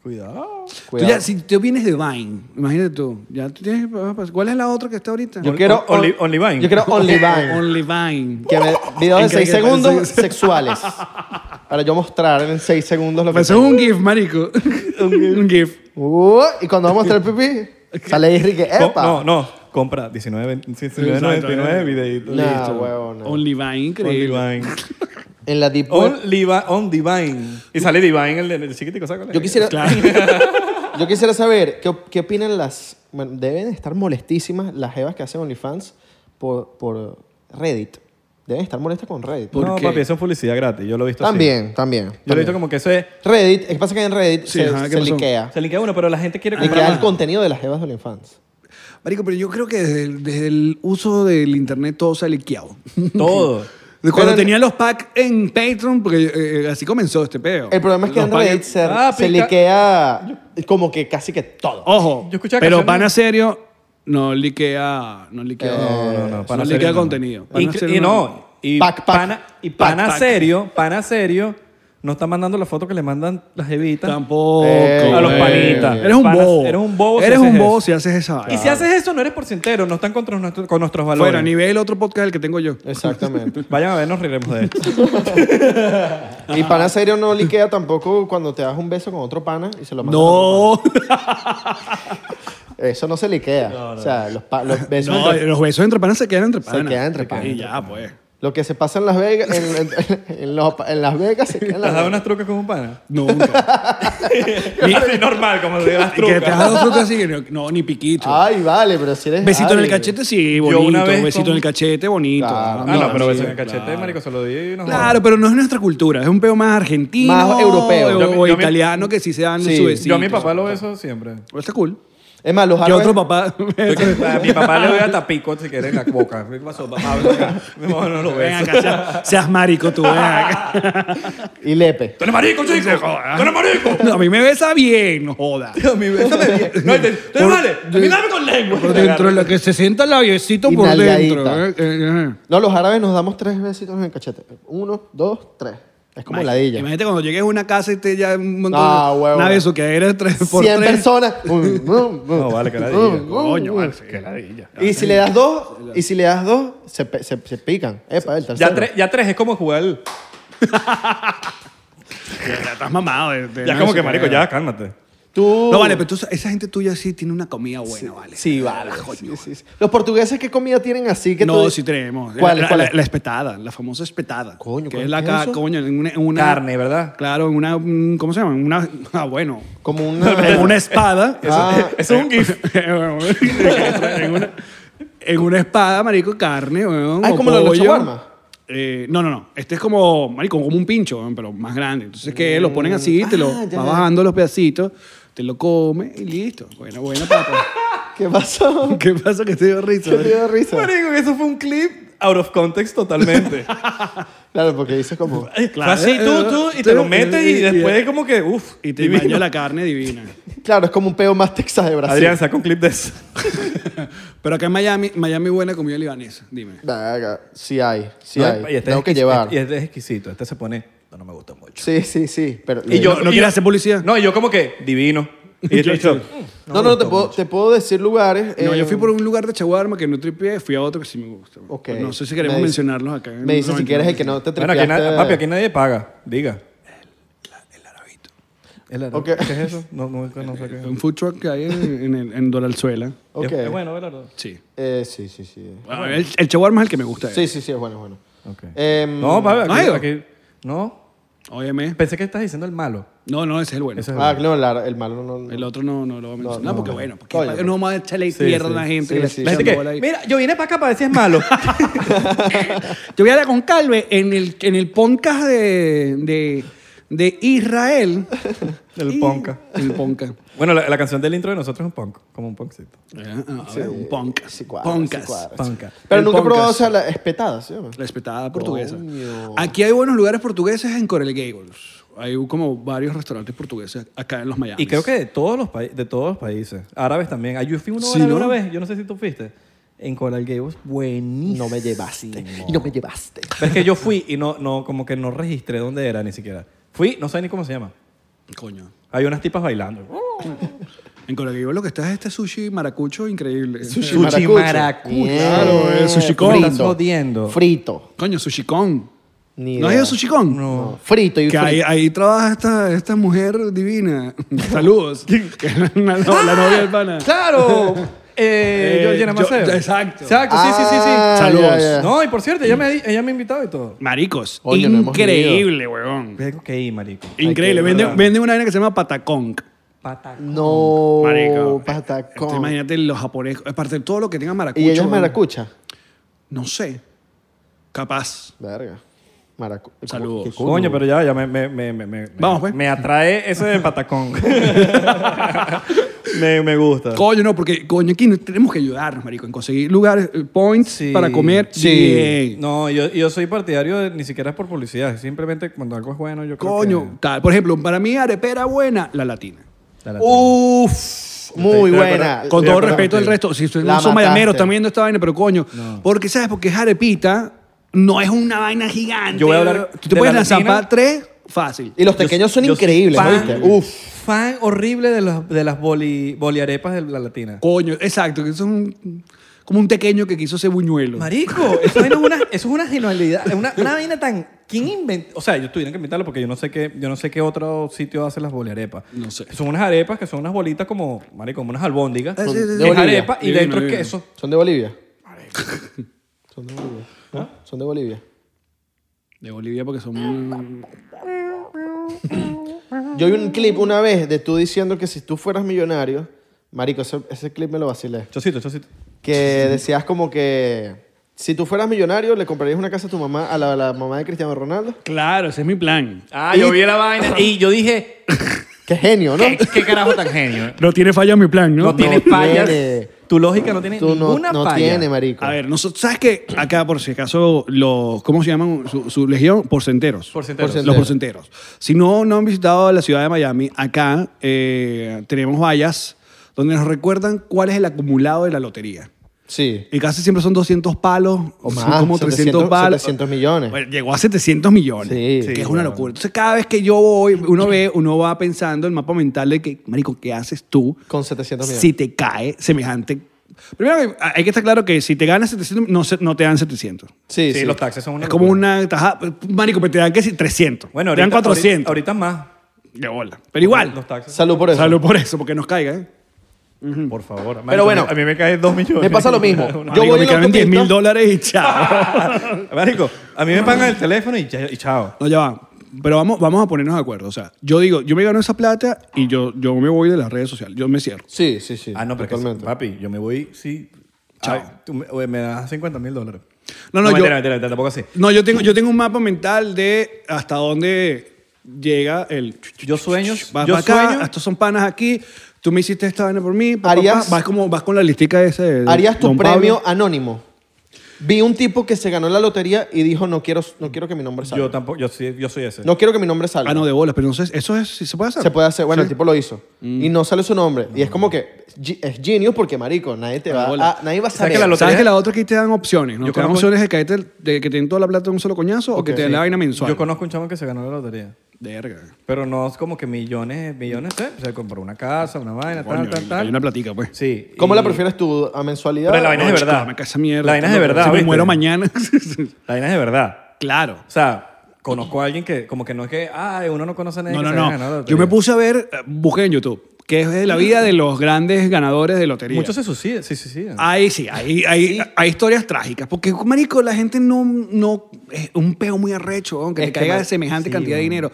[SPEAKER 3] Cuidado.
[SPEAKER 1] Tú
[SPEAKER 2] (laughs) Cuidado.
[SPEAKER 1] ya, si tú vienes de Vine, imagínate tú. Ya tú tienes, ¿Cuál es la otra que está ahorita?
[SPEAKER 2] Yo quiero.
[SPEAKER 3] on- only- OnlyVine.
[SPEAKER 2] Yo quiero OnlyVine.
[SPEAKER 1] Only Vine.
[SPEAKER 2] Que me videos de
[SPEAKER 1] En que-
[SPEAKER 2] 6
[SPEAKER 1] que-
[SPEAKER 2] segundos
[SPEAKER 1] sí, sí.
[SPEAKER 2] sexuales. Para yo mostrar en 6 segundos lo que.
[SPEAKER 1] Pues eso es un GIF,
[SPEAKER 2] (laughs)
[SPEAKER 1] marico. (laughs) un GIF.
[SPEAKER 2] Uh, y cuando vamos a mostrar el
[SPEAKER 1] (laughs)
[SPEAKER 2] pipí, sale ahí Ricky.
[SPEAKER 3] Co-
[SPEAKER 2] ¡Epa!
[SPEAKER 3] No, no, compra 19, 19.99 videitos.
[SPEAKER 2] Nah,
[SPEAKER 3] Listo.
[SPEAKER 2] Ah, huevona.
[SPEAKER 1] Only Vine, increíble.
[SPEAKER 2] (laughs)
[SPEAKER 3] OnlyVine.
[SPEAKER 2] En la Deep Web.
[SPEAKER 3] Only Vi- On Divine. Y sale Divine el, el chiquitico, ¿sabes cuál es?
[SPEAKER 2] Yo quisiera,
[SPEAKER 1] Claro.
[SPEAKER 2] (laughs) yo quisiera saber ¿qué, op- qué opinan las. bueno, deben estar molestísimas las jevas que hacen OnlyFans por, por Reddit. Deben estar molestas con Reddit.
[SPEAKER 1] ¿Por
[SPEAKER 3] no,
[SPEAKER 1] qué?
[SPEAKER 3] papi, eso es publicidad gratis. Yo lo he visto así.
[SPEAKER 2] También, también.
[SPEAKER 3] Yo lo he
[SPEAKER 2] también.
[SPEAKER 3] visto como que eso es...
[SPEAKER 2] Reddit, es que pasa que en Reddit
[SPEAKER 1] Sí,
[SPEAKER 2] se,
[SPEAKER 1] ajá, ¿qué
[SPEAKER 2] se
[SPEAKER 1] pasó?
[SPEAKER 2] linkea.
[SPEAKER 3] Se linkea uno, pero la gente quiere comprar
[SPEAKER 2] Linkea el
[SPEAKER 3] más.
[SPEAKER 2] contenido de las jevas de OnlyFans.
[SPEAKER 1] Marico, pero yo creo que desde el, desde el uso del internet todo se ha
[SPEAKER 2] (laughs)
[SPEAKER 1] liqueado.
[SPEAKER 3] Todo.
[SPEAKER 1] Cuando
[SPEAKER 2] en-
[SPEAKER 1] tenía los packs en Patreon, porque eh, así comenzó este peo.
[SPEAKER 2] El problema es que
[SPEAKER 1] Los
[SPEAKER 2] en
[SPEAKER 1] packs-
[SPEAKER 2] Reddit se,
[SPEAKER 3] Ah,
[SPEAKER 2] se
[SPEAKER 3] pica-
[SPEAKER 2] linkea como que casi que todo.
[SPEAKER 1] Ojo,
[SPEAKER 3] Yo escuchaba
[SPEAKER 1] pero
[SPEAKER 3] canciones-
[SPEAKER 1] pana serio no liquea, no liquea,
[SPEAKER 2] No,
[SPEAKER 3] Eh, No, no, pana
[SPEAKER 1] no
[SPEAKER 3] serio
[SPEAKER 1] liquea
[SPEAKER 3] no.
[SPEAKER 1] contenido.
[SPEAKER 3] Y,
[SPEAKER 1] Pana serio
[SPEAKER 3] y no, y
[SPEAKER 2] Pac, pac.
[SPEAKER 3] pana, y
[SPEAKER 1] Pac,
[SPEAKER 3] pana
[SPEAKER 1] pac.
[SPEAKER 3] serio, pana serio, no está mandando la foto que le mandan las evitas.
[SPEAKER 1] Tampoco.
[SPEAKER 2] Eh,
[SPEAKER 3] a los
[SPEAKER 1] eh.
[SPEAKER 3] panitas.
[SPEAKER 1] Eres un
[SPEAKER 3] Panas-
[SPEAKER 1] bobo.
[SPEAKER 3] eres un bobo si
[SPEAKER 1] Eres
[SPEAKER 3] haces
[SPEAKER 1] un bobo
[SPEAKER 3] eso.
[SPEAKER 1] si haces esa vaina.
[SPEAKER 3] Y si haces eso, no eres porcentero, no están contra nuestro- con nuestros valores.
[SPEAKER 1] Fuera, ni ve el otro podcast el que tengo yo.
[SPEAKER 3] (laughs)
[SPEAKER 2] Exactamente.
[SPEAKER 3] Vayan a ver, nos reiremos
[SPEAKER 2] (laughs)
[SPEAKER 3] de esto.
[SPEAKER 2] y pana serio no liquea tampoco cuando te das un beso con otro pana y se lo mandas.
[SPEAKER 1] No,
[SPEAKER 2] Eso no se liquea. O sea, los, pa- los
[SPEAKER 1] (laughs)
[SPEAKER 2] besos
[SPEAKER 1] no,
[SPEAKER 2] entre-
[SPEAKER 1] los besos entre panas se quedan entre panas.
[SPEAKER 2] quedan entre panas.
[SPEAKER 1] Y ya, pues.
[SPEAKER 2] Lo que se pasa en Las Vegas, en, en- (laughs) en los- en Las Vegas se queda en
[SPEAKER 3] ¿Te has
[SPEAKER 2] Las
[SPEAKER 3] dado
[SPEAKER 2] Vegas.
[SPEAKER 3] unas trucas con un pana? (laughs)
[SPEAKER 1] Nunca.
[SPEAKER 3] Ni (laughs) así normal, como de las
[SPEAKER 1] Y que te has
[SPEAKER 3] trucas. Ah,
[SPEAKER 1] dado frutas así, no, no, ni piquito.
[SPEAKER 2] Ay, vale, pero si eres...
[SPEAKER 1] besito en
[SPEAKER 2] ay,
[SPEAKER 1] el cachete, sí, bonito.
[SPEAKER 3] una vez
[SPEAKER 1] besito
[SPEAKER 3] con-
[SPEAKER 1] en el cachete, bonito.
[SPEAKER 2] Claro.
[SPEAKER 3] Ah,
[SPEAKER 1] Mira,
[SPEAKER 3] no, pero
[SPEAKER 1] sí,
[SPEAKER 3] beso en el cachete,
[SPEAKER 1] claro.
[SPEAKER 3] marico, se lo di y no
[SPEAKER 1] Claro, pero no es nuestra cultura. Es un peo Oh. más argentino.
[SPEAKER 2] Más europeo.
[SPEAKER 1] O,
[SPEAKER 3] Yo-
[SPEAKER 1] o
[SPEAKER 3] yo-
[SPEAKER 1] italiano que pues, sí se dan
[SPEAKER 2] Sí.
[SPEAKER 1] su
[SPEAKER 3] jodas.
[SPEAKER 1] besito.
[SPEAKER 3] Yo a mi papá lo beso siempre.
[SPEAKER 1] Pero Está cool.
[SPEAKER 2] Es más, los
[SPEAKER 1] Que
[SPEAKER 2] árabes...
[SPEAKER 1] otro (laughs) papá.
[SPEAKER 3] A mi papá le doy hasta pico si quiere en la boca. ¿Qué pasó, papá? Habla acá.
[SPEAKER 1] (laughs)
[SPEAKER 3] Mi mamá no lo
[SPEAKER 1] Ven
[SPEAKER 3] beso.
[SPEAKER 1] acá, seas, seas marico tú, ven acá. (laughs)
[SPEAKER 2] Y Lepe.
[SPEAKER 3] ¡Tú eres marico, chico! ¡Tú eres marico!
[SPEAKER 1] No, a mí me besa bien, no joda.
[SPEAKER 3] A mí bésame bien. No, te, te
[SPEAKER 1] Por-
[SPEAKER 3] vale. A mí dame con lengua.
[SPEAKER 1] Por dentro, lo que se sienta el labiecito
[SPEAKER 2] Y
[SPEAKER 1] por dentro.
[SPEAKER 2] nalgadita.
[SPEAKER 1] eh, eh, eh.
[SPEAKER 2] No, los árabes nos damos tres besitos en el cachete. Uno, dos, tres. Es como ladilla.
[SPEAKER 1] Imagínate cuando llegues a una casa y te ya un montón
[SPEAKER 2] Ah, huevo.
[SPEAKER 1] una besuqueadera tres por
[SPEAKER 2] 100
[SPEAKER 1] tres.
[SPEAKER 2] personas. Mm, mm, mm.
[SPEAKER 3] No, vale, que ladilla.
[SPEAKER 2] Mm, mm,
[SPEAKER 1] Coño,
[SPEAKER 2] mm.
[SPEAKER 1] vale, Uh, qué ladilla.
[SPEAKER 2] Y si le das dos, y si le das dos, se, pe- se, se pican. Epa, el tercero.
[SPEAKER 3] Ya, tres, ya tres es como jugar. el-
[SPEAKER 1] Ya estás mamado. de- de
[SPEAKER 3] Ya es
[SPEAKER 1] una
[SPEAKER 3] como que, marico,
[SPEAKER 1] besuqueadera.
[SPEAKER 3] ya cálmate.
[SPEAKER 2] Tú...
[SPEAKER 1] No, vale, pero tú, esa gente tuya Uh. sí tiene una comida buena, Ah, vale.
[SPEAKER 2] Sí, vale. sí, sí, sí. Los portugueses, ¿qué comida tienen así? Que
[SPEAKER 1] No,
[SPEAKER 2] tú-
[SPEAKER 1] sí tenemos.
[SPEAKER 2] ¿Cuál,
[SPEAKER 1] la,
[SPEAKER 2] cuál
[SPEAKER 1] la-
[SPEAKER 2] es?
[SPEAKER 1] la espetada, la famosa espetada.
[SPEAKER 2] Coño,
[SPEAKER 1] que
[SPEAKER 2] ¿cuál
[SPEAKER 1] es la
[SPEAKER 2] es
[SPEAKER 1] ca-
[SPEAKER 2] eso?
[SPEAKER 1] coño, en una, en una-
[SPEAKER 3] Carne, ¿verdad?
[SPEAKER 1] Claro, en una mm, ¿cómo se llama? En Una (laughs) ah, bueno, (laughs)
[SPEAKER 2] Como
[SPEAKER 1] en
[SPEAKER 2] una...
[SPEAKER 1] una
[SPEAKER 2] (laughs)
[SPEAKER 1] espada. Eh,
[SPEAKER 2] Ah,
[SPEAKER 3] Eso es
[SPEAKER 1] (laughs)
[SPEAKER 3] un gif.
[SPEAKER 1] en, una, en una espada, marico, carne, weón,
[SPEAKER 2] Ay,
[SPEAKER 1] o
[SPEAKER 2] Ah, como lo de los
[SPEAKER 1] pollo.
[SPEAKER 2] shawarma.
[SPEAKER 1] Eh, no, no, no. Este es como, marico, como un pincho, weón, pero más grande. Entonces, que lo ponen así, te lo
[SPEAKER 2] Ah, ya,
[SPEAKER 1] vas
[SPEAKER 2] ya.
[SPEAKER 1] bajando los pedacitos, te lo comes y listo. Bueno, bueno,
[SPEAKER 2] (laughs)
[SPEAKER 1] papá.
[SPEAKER 2] ¿Qué pasó?
[SPEAKER 1] ¿Qué pasa que te dio risa?
[SPEAKER 2] ¿Qué te dio risa?
[SPEAKER 3] (laughs) Marico, que eso fue un clip out of context (laughs) totalmente.
[SPEAKER 2] Claro, porque dices como...
[SPEAKER 1] Claro.
[SPEAKER 3] Fue así, tú, tú, y te lo metes y después como que, uff.
[SPEAKER 1] Y te bañó la carne divina.
[SPEAKER 2] Claro, es como un peo más texas de Brasil.
[SPEAKER 3] (laughs) Adrián, saca un clip de eso.
[SPEAKER 1] (laughs) Pero acá en Miami, Miami buena comida libanesa, dime.
[SPEAKER 2] Verga, sí hay, sí
[SPEAKER 3] No,
[SPEAKER 2] hay.
[SPEAKER 3] y este
[SPEAKER 2] Tengo
[SPEAKER 3] es
[SPEAKER 2] que
[SPEAKER 3] exquis-
[SPEAKER 2] llevar.
[SPEAKER 3] Y este es exquisito. Este se pone, no, no me gusta mucho.
[SPEAKER 2] Sí, sí, sí. Pero,
[SPEAKER 3] Y yo-
[SPEAKER 1] ¿No, no quieres hacer (laughs) publicidad?
[SPEAKER 3] No, y yo como que, divino. Y
[SPEAKER 1] Yo-
[SPEAKER 3] yo, yo,
[SPEAKER 1] yo-
[SPEAKER 2] no, no, te, puedo, te puedo decir lugares.
[SPEAKER 1] No,
[SPEAKER 2] eh,
[SPEAKER 1] yo fui por un lugar de chaguarma que no tripié, fui a otro que sí me gusta.
[SPEAKER 2] Ok.
[SPEAKER 1] No sé si queremos
[SPEAKER 2] Me dice-
[SPEAKER 1] mencionarlos acá.
[SPEAKER 2] Me dices si quieres el que no te
[SPEAKER 3] Bueno, aquí
[SPEAKER 2] tripeaste.
[SPEAKER 3] nadie, papi, aquí nadie paga. Diga. El, arabito.
[SPEAKER 2] Ok.
[SPEAKER 3] ¿Qué es eso? No, no, no sé qué es.
[SPEAKER 1] Un food truck que hay en, en, el- en Dolalzuela.
[SPEAKER 2] Ok.
[SPEAKER 3] Es bueno, Belardo.
[SPEAKER 1] Sí.
[SPEAKER 2] Eh, sí, sí, sí.
[SPEAKER 1] Bueno, el, el shawarma es el que me gusta.
[SPEAKER 2] Sí, sí, sí, es bueno, es bueno.
[SPEAKER 3] Ok.
[SPEAKER 2] Em,
[SPEAKER 3] No, papi,
[SPEAKER 1] ¿no ha
[SPEAKER 3] aquí,
[SPEAKER 1] ido?
[SPEAKER 3] aquí- No.
[SPEAKER 1] eh. Óyeme.
[SPEAKER 3] Pensé que estás diciendo el malo.
[SPEAKER 1] No, no, ese es el bueno.
[SPEAKER 3] Ese es
[SPEAKER 2] Ah, no, la- el malo no. no-
[SPEAKER 1] El otro no, no lo voy a mencionar. No,
[SPEAKER 2] no,
[SPEAKER 1] porque
[SPEAKER 2] no.
[SPEAKER 1] bueno, porque
[SPEAKER 2] Coño,
[SPEAKER 1] pa-
[SPEAKER 2] pero-
[SPEAKER 1] no vamos a echarle
[SPEAKER 3] Sí,
[SPEAKER 1] mierda
[SPEAKER 3] sí.
[SPEAKER 1] a la gente.
[SPEAKER 2] Sí,
[SPEAKER 1] que le
[SPEAKER 2] sí,
[SPEAKER 1] echan
[SPEAKER 3] La gente que,
[SPEAKER 1] bola ahí.
[SPEAKER 3] mira, yo vine para acá para decir es (laughs) malo.
[SPEAKER 1] (laughs) Yo voy a hablar con Calve en el, en el podcast de, de, de Israel.
[SPEAKER 3] el
[SPEAKER 1] Y-
[SPEAKER 3] ponca.
[SPEAKER 1] El ponca.
[SPEAKER 3] Bueno, la, la canción del intro de nosotros es un punk, como un punkcito.
[SPEAKER 1] Ah, ah, a
[SPEAKER 2] Sí,
[SPEAKER 1] ver, un ponca.
[SPEAKER 2] sí cuadra, sí
[SPEAKER 1] Poncas.
[SPEAKER 2] cuadra.
[SPEAKER 3] Ponca.
[SPEAKER 2] Pero
[SPEAKER 1] El
[SPEAKER 2] nunca he probado, o
[SPEAKER 1] Poncas.
[SPEAKER 2] sea, la espetada, ¿sí? o no?
[SPEAKER 1] Respetada portuguesa.
[SPEAKER 2] Coño.
[SPEAKER 1] Aquí hay buenos lugares portugueses en Coral Gables. Hay como varios restaurantes portugueses acá en los Miami.
[SPEAKER 3] Y creo que de todos los, países de todos los países, árabes también. Ay, yo fui uno
[SPEAKER 1] Sí,
[SPEAKER 3] árabe
[SPEAKER 1] ¿no?
[SPEAKER 3] una vez, yo no sé si tú fuiste, en Coral Gables, buenísimo.
[SPEAKER 2] No me llevaste. No me llevaste.
[SPEAKER 3] Pero es que yo fui y no, no, como que no registré dónde era ni siquiera. Fui, no sé ni cómo se llama.
[SPEAKER 1] Coño.
[SPEAKER 3] Hay unas tipas bailando.
[SPEAKER 1] En Coral Gables lo que está es este sushi maracucho increíble.
[SPEAKER 2] Sushi
[SPEAKER 3] maracucho.
[SPEAKER 1] Claro, el sushi con.
[SPEAKER 2] Frito.
[SPEAKER 3] Estás jodiendo.
[SPEAKER 2] Frito.
[SPEAKER 1] Coño, sushi con.
[SPEAKER 2] Ni
[SPEAKER 1] ¿No has
[SPEAKER 2] idea.
[SPEAKER 1] ido a sushi con?
[SPEAKER 2] No. Frito y
[SPEAKER 1] Que
[SPEAKER 2] frito.
[SPEAKER 1] ahí, ahí trabaja esta, esta mujer divina. (laughs) Saludos. ¡Ah! Que es la, la- la novia del pana. (laughs)
[SPEAKER 3] ¡Claro! Eh,
[SPEAKER 1] Eh,
[SPEAKER 3] Georgiana
[SPEAKER 1] yo-
[SPEAKER 3] Maceo.
[SPEAKER 1] exacto.
[SPEAKER 3] Exacto, sí, sí, sí. sí.
[SPEAKER 2] Ah,
[SPEAKER 1] Saludos.
[SPEAKER 2] ya, ya.
[SPEAKER 3] No, y por cierto, ella me, ha- ella me ha invitado y todo.
[SPEAKER 1] Maricos.
[SPEAKER 2] Coño, no hemos
[SPEAKER 1] increíble, weón.
[SPEAKER 3] Tengo que ir, marico.
[SPEAKER 1] Increíble.
[SPEAKER 3] Ay, qué
[SPEAKER 1] Vende,
[SPEAKER 3] verdad.
[SPEAKER 1] vende una vaina que se llama patacón.
[SPEAKER 3] Patacón.
[SPEAKER 2] No.
[SPEAKER 1] Marico. eh, Entonces,
[SPEAKER 2] Patacón.
[SPEAKER 1] Este, imagínate los japoneses. Aparte de todo lo que tenga maracucho.
[SPEAKER 2] ¿Y ella es
[SPEAKER 1] weón.
[SPEAKER 2] maracucha?
[SPEAKER 1] No sé. Capaz.
[SPEAKER 2] Verga. Maracucha.
[SPEAKER 1] Saludos.
[SPEAKER 3] Coño, pero ya, ya me, me, me, me, me-
[SPEAKER 1] Vamos, pues.
[SPEAKER 3] me atrae eso del
[SPEAKER 1] (laughs)
[SPEAKER 3] patacón. me, me gusta.
[SPEAKER 1] Coño, no, porque coño, aquí tenemos que ayudarnos, marico, en conseguir lugares, eh, points
[SPEAKER 3] Sí.
[SPEAKER 1] para comer.
[SPEAKER 2] Sí.
[SPEAKER 1] Bien.
[SPEAKER 3] No, yo, yo soy partidario de- ni siquiera es por publicidad. Simplemente cuando algo es bueno, yo creo
[SPEAKER 1] Coño, tal. Por ejemplo, para mí, arepera buena, la latina.
[SPEAKER 3] que- La latina.
[SPEAKER 1] Uf.
[SPEAKER 2] Muy
[SPEAKER 3] Estoy de
[SPEAKER 2] buena.
[SPEAKER 3] acuerdo.
[SPEAKER 1] Con
[SPEAKER 3] Sí,
[SPEAKER 1] todo
[SPEAKER 3] de acuerdo
[SPEAKER 1] respeto al
[SPEAKER 3] contigo.
[SPEAKER 1] resto, si ustedes
[SPEAKER 2] La
[SPEAKER 1] no son
[SPEAKER 2] mataste.
[SPEAKER 1] mayameros, están viendo esta vaina, pero coño.
[SPEAKER 3] No.
[SPEAKER 1] Porque, ¿sabes? Porque es arepita, no es una vaina gigante.
[SPEAKER 3] Yo voy a hablar
[SPEAKER 1] Tú
[SPEAKER 3] de
[SPEAKER 1] te puedes
[SPEAKER 3] la
[SPEAKER 1] lanzar
[SPEAKER 3] latina.
[SPEAKER 1] para tres, fácil.
[SPEAKER 2] Y los pequeños son
[SPEAKER 3] Yo soy
[SPEAKER 2] increíbles,
[SPEAKER 3] fan,
[SPEAKER 2] ¿oíste? Uf.
[SPEAKER 3] Fan horrible de, los, de las boli, boliarepas de la latina.
[SPEAKER 1] Coño, exacto, que eso es un, como un pequeño que quiso ser buñuelo.
[SPEAKER 3] Marico, eso vaina es una, eso es una genialidad, es una, una vaina tan... ¿Quién inventó? O sea, yo tuvieron que inventarlo porque yo no sé qué, yo no sé qué otro sitio hace las boliarepas.
[SPEAKER 1] No sé.
[SPEAKER 3] Son unas arepas que son unas bolitas como, marico, como unas albóndigas.
[SPEAKER 1] Ah, sí, sí, sí.
[SPEAKER 3] Es
[SPEAKER 1] Divino,
[SPEAKER 3] arepa y
[SPEAKER 1] divino,
[SPEAKER 3] dentro es
[SPEAKER 1] divino.
[SPEAKER 3] queso.
[SPEAKER 2] ¿Son
[SPEAKER 1] (laughs)
[SPEAKER 2] de Bolivia? Son de Bolivia. ¿No? Son de Bolivia.
[SPEAKER 1] De Bolivia porque son muy...
[SPEAKER 2] Yo vi un clip una vez de tú diciendo que si tú fueras millonario, marico, ese, ese clip me lo vacilé,
[SPEAKER 3] Chocito, chocito.
[SPEAKER 2] que decías como que si tú fueras millonario le comprarías una casa a tu mamá, a la, a la mamá de Cristiano Ronaldo.
[SPEAKER 1] Claro, ese es mi plan.
[SPEAKER 4] Ah, yo vi la vaina y yo dije,
[SPEAKER 2] Qué genio, ¿no?
[SPEAKER 4] ¿qué, qué carajo tan genio? eh?
[SPEAKER 1] No tiene falla mi plan, ¿no?
[SPEAKER 4] No tiene fallas.
[SPEAKER 2] tiene.
[SPEAKER 3] Tu lógica no
[SPEAKER 2] (laughs)
[SPEAKER 3] tiene
[SPEAKER 2] Tú no,
[SPEAKER 3] ninguna
[SPEAKER 2] no
[SPEAKER 3] falla.
[SPEAKER 2] tiene, marico.
[SPEAKER 1] A ver, nosotros, ¿sabes qué? Acá, por si acaso, los, ¿cómo se llaman su, su legión? Porcenteros.
[SPEAKER 3] Porcenteros.
[SPEAKER 1] Los porcenteros. Si no, no han visitado la ciudad de Miami, acá eh, tenemos vallas donde nos recuerdan cuál es el acumulado de la lotería.
[SPEAKER 2] Sí.
[SPEAKER 1] Y casi siempre son 200 palos,
[SPEAKER 2] O
[SPEAKER 1] son
[SPEAKER 2] más,
[SPEAKER 1] como 300 palos.
[SPEAKER 2] 700 millones.
[SPEAKER 1] Bueno, llegó a 700 millones,
[SPEAKER 2] Sí,
[SPEAKER 1] que
[SPEAKER 2] sí,
[SPEAKER 1] es una locura. Entonces, cada vez que yo voy, uno ve, uno va pensando el mapa mental de que, marico, ¿qué haces tú?
[SPEAKER 2] Con 700 millones.
[SPEAKER 1] si te cae semejante. Primero, hay que estar claro que si te ganas 700, no, se- no te dan 700.
[SPEAKER 2] Sí,
[SPEAKER 3] Sí,
[SPEAKER 2] sí.
[SPEAKER 3] los taxes son una
[SPEAKER 1] es como
[SPEAKER 3] locura.
[SPEAKER 1] una tajada. Marico, pero te dan que si 300.
[SPEAKER 3] Bueno,
[SPEAKER 1] te dan
[SPEAKER 3] ahorita,
[SPEAKER 1] 400.
[SPEAKER 3] Ahorita, ahorita más.
[SPEAKER 1] De bola. Pero igual.
[SPEAKER 3] Los taxes.
[SPEAKER 2] Salud por eso.
[SPEAKER 1] Salud por eso, porque nos caiga, ¿eh?
[SPEAKER 3] Por favor.
[SPEAKER 2] Pero bueno,
[SPEAKER 3] a mí me caen dos millones.
[SPEAKER 2] Me pasa lo
[SPEAKER 3] (laughs)
[SPEAKER 2] mismo. Yo
[SPEAKER 1] Marico,
[SPEAKER 2] voy
[SPEAKER 1] me
[SPEAKER 2] en la
[SPEAKER 1] quedan 10 mil
[SPEAKER 2] autopista.
[SPEAKER 1] dólares y chao. (laughs)
[SPEAKER 3] Marico, a mí me pagan el teléfono y, ya- y chao.
[SPEAKER 1] no, ya va. Pero vamos, vamos a ponernos de acuerdo. O sea, yo digo, yo me gano esa plata y yo, yo me voy de las redes sociales. Yo me cierro.
[SPEAKER 2] Sí, sí, sí.
[SPEAKER 3] Ah, no, pero es que,
[SPEAKER 2] totalmente.
[SPEAKER 3] papi, yo me voy, sí.
[SPEAKER 1] Chao.
[SPEAKER 3] Ay, tú me, oye, me das 50 mil dólares.
[SPEAKER 1] No, no, yo-
[SPEAKER 3] mentira, mentira, mentira, tampoco así.
[SPEAKER 1] No, yo tengo, yo tengo un mapa mental de hasta dónde llega el...
[SPEAKER 3] Yo sueño,
[SPEAKER 1] Vas
[SPEAKER 3] yo
[SPEAKER 1] pa' acá,
[SPEAKER 3] sueño.
[SPEAKER 1] estos son panas aquí, tú me hiciste esta vaina por mí, pa, pa, pa.
[SPEAKER 2] ¿Harías-
[SPEAKER 1] vas como vas con la listica esa de
[SPEAKER 2] ¿Harías tu
[SPEAKER 1] Don Pablo.
[SPEAKER 2] premio anónimo? Vi un tipo que se ganó la lotería y dijo, no quiero, no quiero que mi nombre salga.
[SPEAKER 3] Yo tampoco, yo, sí- yo soy ese.
[SPEAKER 2] No quiero que mi nombre salga.
[SPEAKER 1] Ah, no, de bolas, pero no sé, eso es, sí se puede hacer.
[SPEAKER 2] Se puede hacer. Bueno,
[SPEAKER 1] Sí.
[SPEAKER 2] el tipo lo hizo.
[SPEAKER 3] Mm.
[SPEAKER 2] Y no sale su nombre. Y es como que gi- es genius porque, marico, nadie
[SPEAKER 3] Ah,
[SPEAKER 2] te va
[SPEAKER 1] bola.
[SPEAKER 2] a... Nadie va a
[SPEAKER 3] ¿Sabes
[SPEAKER 2] saber.
[SPEAKER 3] que la lotería-
[SPEAKER 1] ¿Sabes que la otra aquí te dan opciones? ¿no?
[SPEAKER 3] Yo
[SPEAKER 1] te dan
[SPEAKER 3] conozco-
[SPEAKER 1] opciones de que, te, de que te den toda la plata de un solo coñazo o que
[SPEAKER 2] Ok.
[SPEAKER 1] te den la vaina mensual.
[SPEAKER 3] Yo conozco un chamo que se ganó la lotería.
[SPEAKER 1] Verga.
[SPEAKER 3] Pero no es como que millones, millones, ¿eh? Se compró una casa, una vaina,
[SPEAKER 1] Coño,
[SPEAKER 3] tal, tal,
[SPEAKER 1] hay
[SPEAKER 3] tal.
[SPEAKER 1] una platica, pues.
[SPEAKER 3] Sí.
[SPEAKER 2] ¿Cómo
[SPEAKER 3] y-
[SPEAKER 2] la prefieres tú? ¿A mensualidad?
[SPEAKER 3] Pero la vaina-
[SPEAKER 1] No,
[SPEAKER 3] es de
[SPEAKER 1] chico,
[SPEAKER 3] verdad.
[SPEAKER 1] dame que esa mierda.
[SPEAKER 3] La vaina es de verdad,
[SPEAKER 1] Si me
[SPEAKER 3] ¿viste?
[SPEAKER 1] muero mañana. (laughs)
[SPEAKER 3] La vaina es de verdad.
[SPEAKER 1] claro.
[SPEAKER 3] O sea, conozco a alguien que como que no es que, ay, uno no conoce a nadie
[SPEAKER 1] No,
[SPEAKER 3] que
[SPEAKER 1] no,
[SPEAKER 3] se haya ganado la
[SPEAKER 1] no. Yo
[SPEAKER 3] lotería".
[SPEAKER 1] me puse a ver, eh, busqué en YouTube, que es de la vida de los grandes ganadores de lotería.
[SPEAKER 3] Muchos se suicidan. se suicidan.
[SPEAKER 1] Ahí sí, ahí, ahí- hay historias trágicas. Porque, marico, la gente no... no es un peo muy arrecho, aunque
[SPEAKER 2] Es
[SPEAKER 1] te
[SPEAKER 2] que,
[SPEAKER 1] caiga
[SPEAKER 2] man,
[SPEAKER 1] semejante
[SPEAKER 2] sí,
[SPEAKER 1] cantidad de
[SPEAKER 2] man.
[SPEAKER 1] dinero.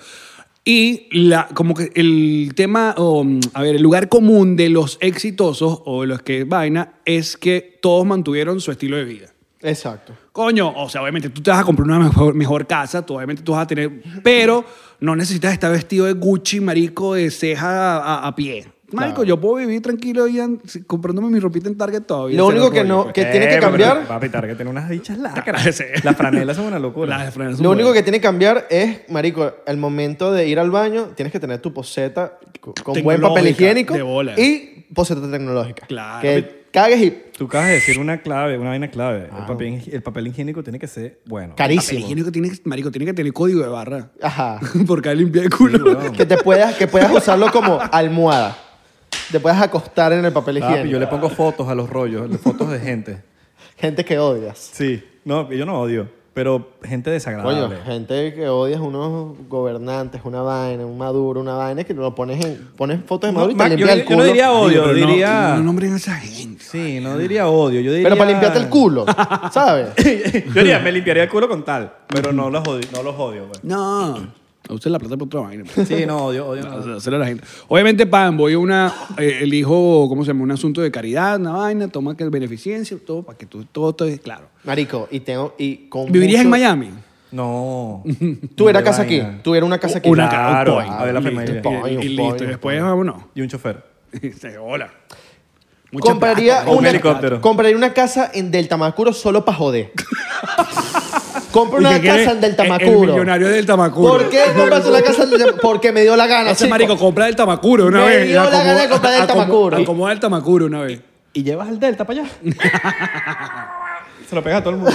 [SPEAKER 1] Y la, como que el tema, o, mm, a ver, el lugar común de los exitosos o de los que vaina es que todos mantuvieron su estilo de vida.
[SPEAKER 2] Exacto.
[SPEAKER 1] Coño, o sea, obviamente tú te vas a comprar una mejor, mejor casa, tú obviamente tú vas a tener, pero no necesitas estar vestido de Gucci, marico, de ceja a, a pie. Marico,
[SPEAKER 2] Claro.
[SPEAKER 1] yo puedo vivir tranquilo y an- si- comprándome mi ropita en Target todavía.
[SPEAKER 2] Lo
[SPEAKER 1] Ese
[SPEAKER 2] único
[SPEAKER 1] era el
[SPEAKER 2] que
[SPEAKER 1] rollo,
[SPEAKER 2] no- que tiene que
[SPEAKER 3] pero-
[SPEAKER 2] cambiar-
[SPEAKER 3] Papi, Target tiene unas dichas (laughs) lacras.
[SPEAKER 1] Sí.
[SPEAKER 3] Las franelas son una
[SPEAKER 1] pues.
[SPEAKER 3] locura.
[SPEAKER 1] Las franelas
[SPEAKER 2] Lo
[SPEAKER 1] son
[SPEAKER 2] único que
[SPEAKER 1] buenas.
[SPEAKER 2] tiene que cambiar es, marico, el momento de ir al baño, tienes que tener tu poseta co- con buen papel
[SPEAKER 1] Tecnológica,
[SPEAKER 2] higiénico
[SPEAKER 1] de bola.
[SPEAKER 2] y poseta tecnológica.
[SPEAKER 1] Claro.
[SPEAKER 2] Que cagues y
[SPEAKER 3] Tú acabas de decir una clave, una vaina clave.
[SPEAKER 2] Ah,
[SPEAKER 3] El, papel, el papel higiénico tiene que ser bueno.
[SPEAKER 1] Papel
[SPEAKER 2] carísimo.
[SPEAKER 1] higiénico tiene, marico, tiene que tener código de barra. (laughs)
[SPEAKER 2] Ajá.
[SPEAKER 1] Porque hay limpia el culo.
[SPEAKER 2] que te puedas, que puedas usarlo como almohada. Te puedas acostar en el papel higiénico.
[SPEAKER 3] Papi, yo le pongo fotos a los rollos, (laughs) le- fotos de gente.
[SPEAKER 2] Gente que odias.
[SPEAKER 3] Sí. No, yo no odio, pero gente desagradable.
[SPEAKER 2] Coño, gente que odias unos gobernantes, una vaina, un maduro, una vaina que lo pones en, pones fotos de
[SPEAKER 3] No,
[SPEAKER 2] maduro y
[SPEAKER 3] Mac,
[SPEAKER 2] te limpia
[SPEAKER 3] yo-
[SPEAKER 2] el
[SPEAKER 3] yo no
[SPEAKER 2] culo.
[SPEAKER 3] diría odio,
[SPEAKER 1] Pero no-
[SPEAKER 3] diría-
[SPEAKER 1] No, nombren a esa gente.
[SPEAKER 3] Sí, no diría odio, yo diría...
[SPEAKER 2] Pero para limpiarte el culo, ¿sabes?
[SPEAKER 3] (laughs) yo diría, me limpiaría el culo con tal, pero no los odio, no los odio, güey.
[SPEAKER 1] No. Usted la plata por otra vaina. pues.
[SPEAKER 3] Sí, no, odio, odio. no.
[SPEAKER 1] Hacerlo a la gente. Obviamente, pan, voy a una, eh, elijo, ¿cómo se llama? Un asunto de caridad, una vaina, toma que el beneficencia, todo, para que tú, todo esté claro.
[SPEAKER 2] Marico, y tengo, y con
[SPEAKER 1] ¿Vivirías en
[SPEAKER 2] mucho-
[SPEAKER 1] Miami? (laughs)
[SPEAKER 3] No.
[SPEAKER 2] Tú eras
[SPEAKER 3] De
[SPEAKER 2] casa
[SPEAKER 3] vaina.
[SPEAKER 2] aquí. Tú eras una casa aquí.
[SPEAKER 1] Una ca-
[SPEAKER 2] Claro.
[SPEAKER 1] un
[SPEAKER 3] claro,
[SPEAKER 1] point.
[SPEAKER 3] a ver la
[SPEAKER 1] Listo,
[SPEAKER 3] familia.
[SPEAKER 1] point,
[SPEAKER 2] Y-
[SPEAKER 1] Y,
[SPEAKER 2] un point,
[SPEAKER 1] listo, y
[SPEAKER 2] un
[SPEAKER 1] después vámonos. (laughs)
[SPEAKER 3] Y un chofer.
[SPEAKER 1] Dice, Hola. Mucha
[SPEAKER 2] Compraría,
[SPEAKER 1] plata,
[SPEAKER 3] un
[SPEAKER 2] una,
[SPEAKER 1] hombre.
[SPEAKER 3] helicóptero.
[SPEAKER 2] compraría una casa en Del Tamacuro solo para joder.
[SPEAKER 1] (laughs)
[SPEAKER 2] Compra
[SPEAKER 1] ¿Y
[SPEAKER 2] una
[SPEAKER 1] qué quiere?
[SPEAKER 2] casa en Del
[SPEAKER 1] El- el
[SPEAKER 2] Tamacuro.
[SPEAKER 1] millonario del Tamacuro.
[SPEAKER 2] ¿Por qué compraste una casa en Del Tamacuro? Porque me dio la gana.
[SPEAKER 1] Ese
[SPEAKER 2] chico.
[SPEAKER 1] marico compra el Tamacuro una
[SPEAKER 2] Me
[SPEAKER 1] vez.
[SPEAKER 2] dio la gana de comprar el
[SPEAKER 1] acomo-
[SPEAKER 2] Tamacuro.
[SPEAKER 1] Acomoda el Tamacuro una vez.
[SPEAKER 3] Y llevas al Delta para allá. Se lo pegas a todo el mundo.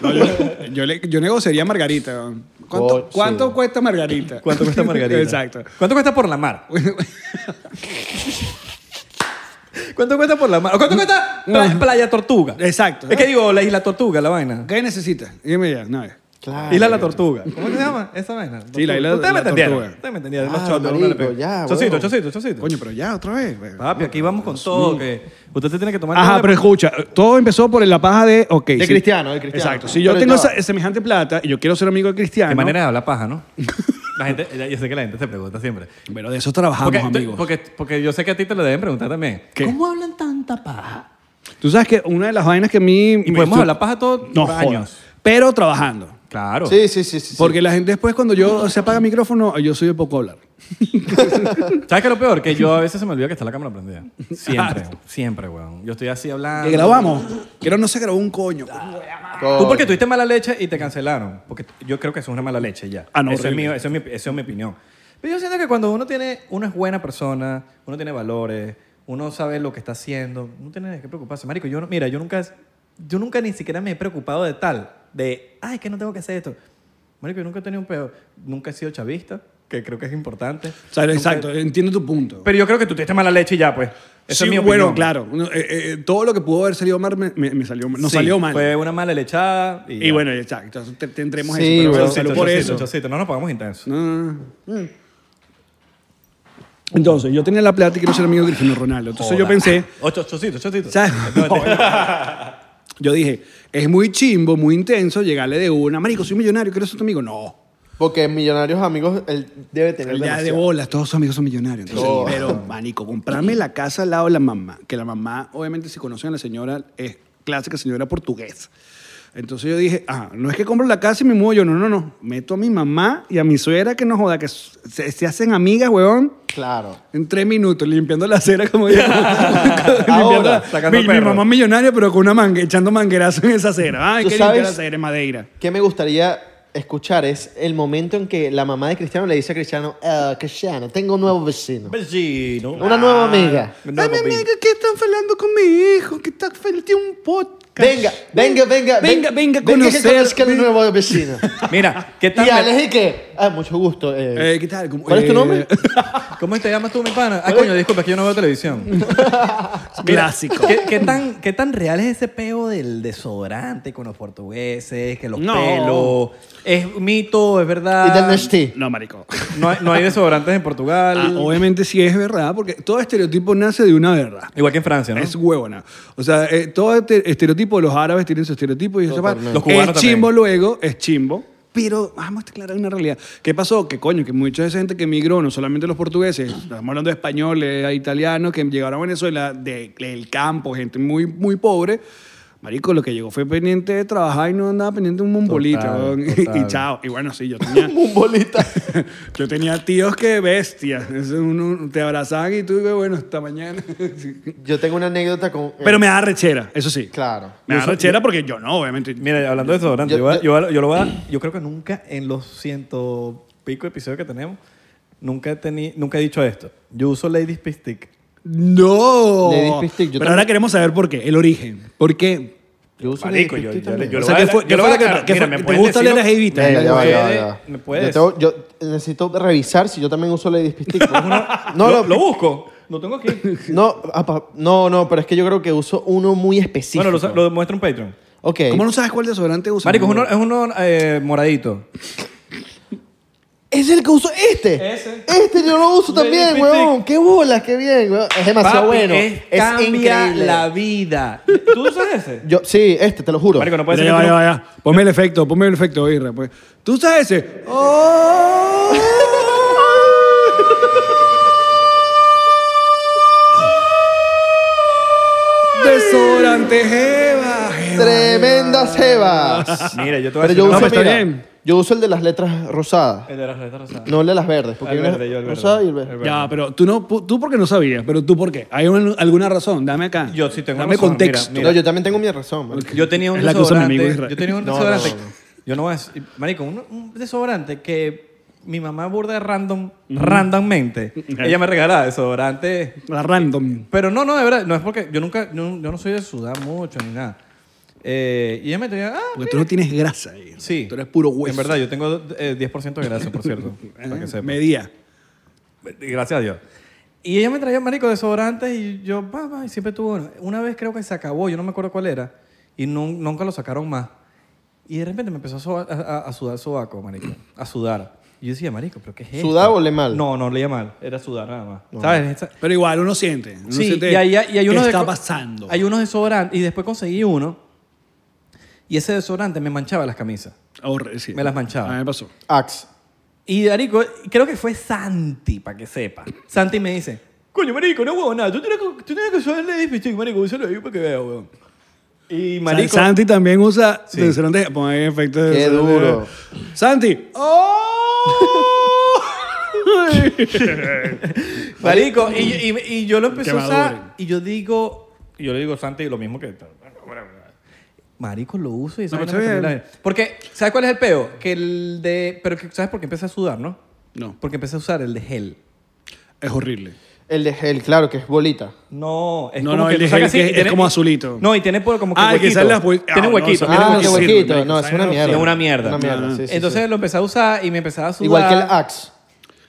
[SPEAKER 1] No, yo, yo le- yo negociaría Margarita. ¿Cuánto,
[SPEAKER 2] Oh, sí.
[SPEAKER 1] cuánto cuesta Margarita?
[SPEAKER 3] ¿Cuánto cuesta
[SPEAKER 1] (laughs)
[SPEAKER 3] Margarita?
[SPEAKER 1] Exacto.
[SPEAKER 3] ¿Cuánto cuesta por la mar? ¿Cuánto cuesta por la mar? ¿O ¿Cuánto cuesta pla-
[SPEAKER 1] No.
[SPEAKER 3] Playa Tortuga?
[SPEAKER 1] Exacto.
[SPEAKER 3] Es que digo, la Isla Tortuga, la vaina.
[SPEAKER 1] ¿Qué necesitas? Dime ya, una vez.
[SPEAKER 2] Claro.
[SPEAKER 3] Isla La Tortuga. ¿Cómo que se llama esa vaina?
[SPEAKER 1] Sí, la Isla
[SPEAKER 3] Ustedes me
[SPEAKER 1] La
[SPEAKER 3] entendieron.
[SPEAKER 1] Tortuga.
[SPEAKER 3] Ustedes me entendieron.
[SPEAKER 2] Ah,
[SPEAKER 3] Los chotos,
[SPEAKER 2] marico,
[SPEAKER 3] uno le pega.
[SPEAKER 2] ya,
[SPEAKER 3] Chocito,
[SPEAKER 2] huevón.
[SPEAKER 3] chocito, chocito.
[SPEAKER 1] Coño, pero ya, otra vez. güey.
[SPEAKER 3] Papi, aquí vamos con todo. Que usted se tiene que tomar
[SPEAKER 1] Ajá,
[SPEAKER 3] todo
[SPEAKER 1] pero
[SPEAKER 3] de-
[SPEAKER 1] escucha, todo empezó por la paja de. ok,
[SPEAKER 2] De Cristiano, de Cristiano.
[SPEAKER 1] Exacto. Si yo
[SPEAKER 2] Pero
[SPEAKER 1] tengo
[SPEAKER 2] ya va.
[SPEAKER 1] esa- semejante plata y yo quiero ser amigo de Cristiano.
[SPEAKER 3] Qué manera de hablar
[SPEAKER 1] (laughs)
[SPEAKER 3] paja, ¿no? La gente, yo sé que la gente se pregunta siempre.
[SPEAKER 1] Pero de eso trabajamos,
[SPEAKER 3] Porque,
[SPEAKER 1] amigos.
[SPEAKER 3] porque, porque yo sé que a ti te lo deben preguntar también.
[SPEAKER 1] ¿Qué?
[SPEAKER 3] ¿Cómo hablan tanta paja?
[SPEAKER 1] Tú sabes que una de las vainas que a mí.
[SPEAKER 3] Y podemos hablar paja todo
[SPEAKER 1] No,
[SPEAKER 3] por
[SPEAKER 1] jodas.
[SPEAKER 3] años.
[SPEAKER 1] Pero trabajando.
[SPEAKER 3] Claro.
[SPEAKER 2] Sí, sí, sí. sí
[SPEAKER 1] Porque la gente después, cuando yo se apaga el micrófono, yo soy de poco hablar.
[SPEAKER 3] ¿Sabes qué es lo peor? Que yo a veces se me olvida que está la
[SPEAKER 1] (laughs)
[SPEAKER 3] cámara prendida.
[SPEAKER 1] Ah.
[SPEAKER 3] Siempre, siempre, weón. Yo estoy así hablando.
[SPEAKER 1] Que grabamos. Que no, no se grabó un coño.
[SPEAKER 3] Ah. Tú porque tuviste mala leche y te cancelaron. Porque t- yo creo que eso es una mala leche ya.
[SPEAKER 1] Ah, no,
[SPEAKER 3] eso, es
[SPEAKER 1] horrible.
[SPEAKER 3] mi, eso, es mi, eso es mi opinión. Pero yo siento que cuando uno tiene, uno es buena persona, uno tiene valores, uno sabe lo que está haciendo, no tiene de qué preocuparse. Marico, yo no- mira, yo nunca, yo nunca ni siquiera me he preocupado de tal, de, ay, que no tengo que hacer esto. Marico, yo nunca he tenido un pedo, nunca he sido chavista, que creo que es importante.
[SPEAKER 1] O sea,
[SPEAKER 3] Nunca-
[SPEAKER 1] exacto, entiendo tu punto.
[SPEAKER 3] Pero yo creo que tú tuviste mala leche y ya, pues.
[SPEAKER 1] sí,
[SPEAKER 3] Eso es mi opinión.
[SPEAKER 1] bueno, claro. Uno, eh, eh, todo lo que pudo haber salido mal me, me- me salió mal. Nos
[SPEAKER 3] Sí,
[SPEAKER 1] salió mal.
[SPEAKER 3] Fue una mala lechada. Y,
[SPEAKER 1] y
[SPEAKER 3] ya.
[SPEAKER 1] bueno, exacto. Te, tendremos
[SPEAKER 2] Sí,
[SPEAKER 1] eso. Pero
[SPEAKER 2] bro.
[SPEAKER 1] me salió
[SPEAKER 3] Chocito,
[SPEAKER 1] por
[SPEAKER 3] chocito,
[SPEAKER 1] eso.
[SPEAKER 3] chocito. No nos pagamos intenso.
[SPEAKER 1] No, no, no. Mm. Entonces, yo tenía la plata y quiero ser amigo de Cristiano Ronaldo. Entonces yo
[SPEAKER 3] Joda.
[SPEAKER 1] pensé,
[SPEAKER 3] (laughs) Ocho, chocito, chocito. (laughs)
[SPEAKER 1] ¿sabes? yo dije, es muy chimbo, muy intenso llegarle de una. Marico, soy millonario, quiero ser tu amigo. No.
[SPEAKER 2] Porque millonarios amigos, él debe tener
[SPEAKER 1] Ya de
[SPEAKER 2] demasiado.
[SPEAKER 1] bolas, todos sus amigos son millonarios. Entonces,
[SPEAKER 2] Oh.
[SPEAKER 1] (laughs) Pero, manico, comprarme la casa al lado de la mamá, que la mamá, obviamente, si conocen a la señora, es clásica señora portuguesa. Entonces yo dije, ah, no es que compro la casa y me muevo yo, no, no, no. Meto a mi mamá y a mi suegra que no joda, que se, se hacen amigas, huevón,
[SPEAKER 2] Claro.
[SPEAKER 1] en tres minutos, limpiando la acera, como (laughs) digo.
[SPEAKER 2] Ahora,
[SPEAKER 3] sacando
[SPEAKER 1] mi,
[SPEAKER 3] el
[SPEAKER 1] mi
[SPEAKER 3] perro.
[SPEAKER 1] mamá es millonaria, pero con una manga, echando manguerazo en esa acera. Ay,
[SPEAKER 2] ¿Tú
[SPEAKER 1] que limpiar la
[SPEAKER 2] sabes?
[SPEAKER 1] acera en Madeira.
[SPEAKER 2] ¿Qué me gustaría escuchar? Es el momento en que la mamá de Cristiano le dice a Cristiano, "Ah, Cristiano, tengo un nuevo vecino.
[SPEAKER 3] Vecino.
[SPEAKER 2] Una nueva amiga.
[SPEAKER 3] Ah, Una nueva
[SPEAKER 1] Ay, mi
[SPEAKER 3] amiga.
[SPEAKER 1] amiga, ¿qué están hablando con mi hijo? Que está frente a un podcast.
[SPEAKER 2] Venga, venga,
[SPEAKER 1] Venga,
[SPEAKER 2] venga.
[SPEAKER 1] venga a
[SPEAKER 2] Venga que
[SPEAKER 1] conocer-
[SPEAKER 2] conozca el
[SPEAKER 1] (laughs)
[SPEAKER 2] nuevo vecino.
[SPEAKER 3] Mira, ¿qué tal?
[SPEAKER 2] y Alex, ¿y qué? Ah, mucho gusto. eh,
[SPEAKER 1] Eh, ¿Qué tal? ¿Cómo-
[SPEAKER 2] ¿Cuál es tu
[SPEAKER 1] eh, (laughs)
[SPEAKER 2] nombre?
[SPEAKER 3] ¿Cómo te llamas tú, mi pana? Ah, coño, disculpa, es que yo no veo televisión.
[SPEAKER 2] (laughs)
[SPEAKER 3] Mira,
[SPEAKER 1] Clásico.
[SPEAKER 3] ¿Qué, qué tan, ¿Qué tan real es ese peo del desodorante con los portugueses, que los
[SPEAKER 1] No.
[SPEAKER 3] pelos? ¿Es mito, es verdad?
[SPEAKER 2] Y
[SPEAKER 1] (laughs)
[SPEAKER 2] del Nestlé.
[SPEAKER 1] No, marico.
[SPEAKER 3] No hay, no hay desodorantes en Portugal.
[SPEAKER 1] Ah, obviamente sí es verdad, porque todo estereotipo nace de una verdad.
[SPEAKER 3] Igual que en Francia, ¿no?
[SPEAKER 1] Es huevona. O sea, eh, todo este estereotipo, los árabes tienen su estereotipo y eso
[SPEAKER 2] Totalmente.
[SPEAKER 1] pa-
[SPEAKER 3] Los cubanos
[SPEAKER 1] Es chimbo
[SPEAKER 3] también.
[SPEAKER 1] luego, es chimbo. Pero vamos a aclarar una realidad. ¿Qué pasó? Que coño, que mucha de esa gente que emigró, no solamente los portugueses, estamos hablando de españoles, italianos, que llegaron a Venezuela de- del campo, gente muy, muy pobre. Marico, lo que llegó fue pendiente de trabajar y no andaba pendiente de un mumbolito.
[SPEAKER 3] Total,
[SPEAKER 1] weón. (laughs)
[SPEAKER 3] total.
[SPEAKER 1] Y chao. Y bueno, sí, yo
[SPEAKER 3] (laughs)
[SPEAKER 1] tenía...
[SPEAKER 2] Un bolita.
[SPEAKER 1] (laughs) Yo tenía tíos que bestias. Es uno- Te abrazaban y tú, bueno, hasta mañana. (laughs)
[SPEAKER 2] Yo tengo una anécdota con. eh,
[SPEAKER 1] Pero me da rechera, eso sí.
[SPEAKER 2] Claro.
[SPEAKER 1] Me da rechera porque yo no, obviamente.
[SPEAKER 3] Mira, hablando de desodorante,
[SPEAKER 2] Yo-
[SPEAKER 3] yo, voy
[SPEAKER 2] yo-
[SPEAKER 3] a- yo voy a- yo lo voy a- yo creo que nunca en los ciento pico episodios que tenemos, nunca he, teni- nunca he dicho esto. Yo uso Ladies Pistic.
[SPEAKER 1] ¡No!
[SPEAKER 2] Le di pistic,
[SPEAKER 1] Pero
[SPEAKER 2] yo también.
[SPEAKER 1] ahora queremos saber por qué, el origen. ¿Por qué?
[SPEAKER 2] Yo uso
[SPEAKER 3] Marico,
[SPEAKER 2] el
[SPEAKER 3] yo,
[SPEAKER 2] Lipstick
[SPEAKER 3] yo, le-
[SPEAKER 2] también.
[SPEAKER 3] yo lo
[SPEAKER 1] o sea,
[SPEAKER 3] voy a
[SPEAKER 1] ¿qué fue,
[SPEAKER 3] yo
[SPEAKER 1] qué
[SPEAKER 3] lo
[SPEAKER 1] fue
[SPEAKER 3] voy
[SPEAKER 1] lo
[SPEAKER 3] a
[SPEAKER 1] que
[SPEAKER 3] aclarar.
[SPEAKER 1] ¿Te,
[SPEAKER 3] Mira,
[SPEAKER 1] te
[SPEAKER 3] me puedes
[SPEAKER 1] gusta oler
[SPEAKER 3] decir-
[SPEAKER 1] las jevita?
[SPEAKER 2] Venga, ya va, ya va, ya va.
[SPEAKER 3] ¿Me puedes?
[SPEAKER 2] Yo, tengo- yo necesito revisar si yo también uso Lady
[SPEAKER 3] (laughs)
[SPEAKER 2] Pistic. no,
[SPEAKER 3] No,
[SPEAKER 2] no,
[SPEAKER 3] lo, lo busco. Lo tengo aquí.
[SPEAKER 2] no, apa- no, no, pero es que yo creo que uso uno muy específico.
[SPEAKER 3] bueno, lo, sa- lo muestra un Patreon.
[SPEAKER 2] Ok.
[SPEAKER 1] ¿Cómo no sabes cuál desodorante usa?
[SPEAKER 3] Marico, es uno, es uno eh, moradito.
[SPEAKER 2] Es el que uso este.
[SPEAKER 3] Ese.
[SPEAKER 2] Este yo lo
[SPEAKER 3] (laughs)
[SPEAKER 2] uso
[SPEAKER 3] Lady
[SPEAKER 2] también,
[SPEAKER 3] Pistic.
[SPEAKER 2] weón. Qué bolas, qué bien, weón. Es demasiado
[SPEAKER 3] Papi,
[SPEAKER 2] bueno.
[SPEAKER 3] Es,
[SPEAKER 2] Es,
[SPEAKER 3] cambia
[SPEAKER 2] increíble.
[SPEAKER 3] la vida. ¿Tú usas ese?
[SPEAKER 2] Yo, sí, este, te lo juro.
[SPEAKER 3] Marico, no puede
[SPEAKER 1] Mira,
[SPEAKER 3] ser.
[SPEAKER 1] ya va,
[SPEAKER 3] que
[SPEAKER 1] ya
[SPEAKER 3] tú no-
[SPEAKER 1] va, ya. Ponme el efecto, ponme el efecto, Irra. Pues. ¿Tú usas ese?
[SPEAKER 2] (laughs)
[SPEAKER 1] ¡Oh! desodorante Jeva. Jeva,
[SPEAKER 2] Tremenda
[SPEAKER 1] Jeva.
[SPEAKER 3] (laughs)
[SPEAKER 2] cebas.
[SPEAKER 3] Mira, yo te voy
[SPEAKER 2] Pero
[SPEAKER 3] a decir
[SPEAKER 2] yo
[SPEAKER 3] una
[SPEAKER 1] No,
[SPEAKER 2] uso,
[SPEAKER 1] pero está
[SPEAKER 2] mira,
[SPEAKER 1] bien.
[SPEAKER 2] yo uso el de las letras rosadas.
[SPEAKER 3] El de las letras rosadas.
[SPEAKER 2] No el de las verdes, porque
[SPEAKER 3] El
[SPEAKER 2] hay una
[SPEAKER 3] verde, yo el verde.
[SPEAKER 2] rosada y el verde.
[SPEAKER 3] El
[SPEAKER 1] Ya, pero tú no, pu- tú porque no sabías, pero tú por qué. Hay un- alguna razón, dame acá.
[SPEAKER 3] Yo sí tengo
[SPEAKER 1] Dame
[SPEAKER 3] razón,
[SPEAKER 1] contexto.
[SPEAKER 3] Mira.
[SPEAKER 2] No, yo también tengo mi razón. marico.
[SPEAKER 3] Yo tenía un
[SPEAKER 1] Es la que usa mi
[SPEAKER 3] desodorante.
[SPEAKER 1] amigo Israel.
[SPEAKER 3] yo tenía un
[SPEAKER 2] No,
[SPEAKER 3] desodorante.
[SPEAKER 2] no, no, no.
[SPEAKER 3] Yo no voy a decir- Marico, un, un desodorante que mi mamá burda de random, randommente. Ella me regalaba desodorante.
[SPEAKER 1] La random.
[SPEAKER 3] Pero no, no, de verdad. No es porque yo nunca, yo, yo no soy de sudar mucho ni nada. Eh, y ella me tenía, ah,
[SPEAKER 1] Porque tú no tienes grasa ahí.
[SPEAKER 3] sí.
[SPEAKER 1] Tú eres puro hueso. Eh,
[SPEAKER 3] En verdad, yo tengo eh, 10% de grasa,
[SPEAKER 1] (laughs)
[SPEAKER 3] por cierto. para que sepa.
[SPEAKER 1] Medía.
[SPEAKER 3] Gracias a Dios. Y ella me traía, marico, desodorantes y yo, papá, y siempre tuvo uno. Una vez creo que se acabó, yo no me acuerdo cuál era, y nu- nunca lo sacaron más. Y de repente me empezó a, soba- a- a- a sudar sobaco, marico, a sudar. Y yo decía, marico, ¿pero qué es esto?
[SPEAKER 2] ¿Sudaba o le mal?
[SPEAKER 3] No, no leía mal, era sudar nada más. ¿Sabes? Esa-
[SPEAKER 1] Pero igual, uno siente. Uno
[SPEAKER 3] sí,
[SPEAKER 1] siente
[SPEAKER 3] y hay, y hay unos
[SPEAKER 1] ¿Qué
[SPEAKER 3] de-
[SPEAKER 1] está pasando?
[SPEAKER 3] Hay unos desodorantes, y después conseguí uno, y ese desodorante me manchaba las camisas.
[SPEAKER 1] Ahorre, sí.
[SPEAKER 3] Me las manchaba.
[SPEAKER 1] A mí me pasó.
[SPEAKER 2] Axe.
[SPEAKER 3] Y Darico, creo que fue Santi, para que sepa. Santi me dice, coño, marico, no huevo nada. Tú tienes que, tú tienes que usar el Lady Pichín, marico, úsalo ahí para que vea, huevón. Y marico...
[SPEAKER 1] San- Santi también usa
[SPEAKER 3] Sí.
[SPEAKER 1] desodorante. Pon ahí efectos de
[SPEAKER 2] Qué
[SPEAKER 1] desodorante.
[SPEAKER 2] duro.
[SPEAKER 1] Santi.
[SPEAKER 3] ¡Oh!
[SPEAKER 1] (laughs)
[SPEAKER 3] marico, y, y, y yo lo empecé
[SPEAKER 1] Que
[SPEAKER 3] a
[SPEAKER 1] maduren.
[SPEAKER 3] usar y yo digo... y yo le digo a Santi lo mismo que... Marico, lo uso y esa
[SPEAKER 1] No,
[SPEAKER 3] vaina
[SPEAKER 1] pero está
[SPEAKER 3] me
[SPEAKER 1] bien.
[SPEAKER 3] termina de- Porque, ¿sabes cuál es el peo? Que el de... Pero, que- ¿sabes por qué empecé a sudar, no?
[SPEAKER 1] (laughs) No,
[SPEAKER 3] Porque empecé a usar el de gel.
[SPEAKER 1] es horrible.
[SPEAKER 2] El de gel, claro, que es bolita.
[SPEAKER 3] No, es
[SPEAKER 1] No,
[SPEAKER 3] como
[SPEAKER 1] no,
[SPEAKER 3] que
[SPEAKER 1] el
[SPEAKER 3] tú
[SPEAKER 1] de
[SPEAKER 3] sacas
[SPEAKER 1] gel
[SPEAKER 3] así
[SPEAKER 1] que
[SPEAKER 3] y
[SPEAKER 1] es como azulito.
[SPEAKER 3] No, y tiene por- como que
[SPEAKER 1] Ah, el que
[SPEAKER 3] huequito.
[SPEAKER 1] sale las bol-
[SPEAKER 3] Tiene
[SPEAKER 1] Ah, no,
[SPEAKER 3] huequito.
[SPEAKER 1] eso-
[SPEAKER 3] tiene
[SPEAKER 2] Ah,
[SPEAKER 1] que
[SPEAKER 2] qué
[SPEAKER 1] sirve,
[SPEAKER 2] huequito.
[SPEAKER 1] marico,
[SPEAKER 2] No, es
[SPEAKER 1] ¿sabes?
[SPEAKER 2] una
[SPEAKER 1] No,
[SPEAKER 2] mierda.
[SPEAKER 3] Es una mierda.
[SPEAKER 2] Una mierda, sí, sí,
[SPEAKER 3] Entonces
[SPEAKER 2] sí.
[SPEAKER 3] lo empecé a usar y me empezaba a sudar.
[SPEAKER 2] Igual que el Axe.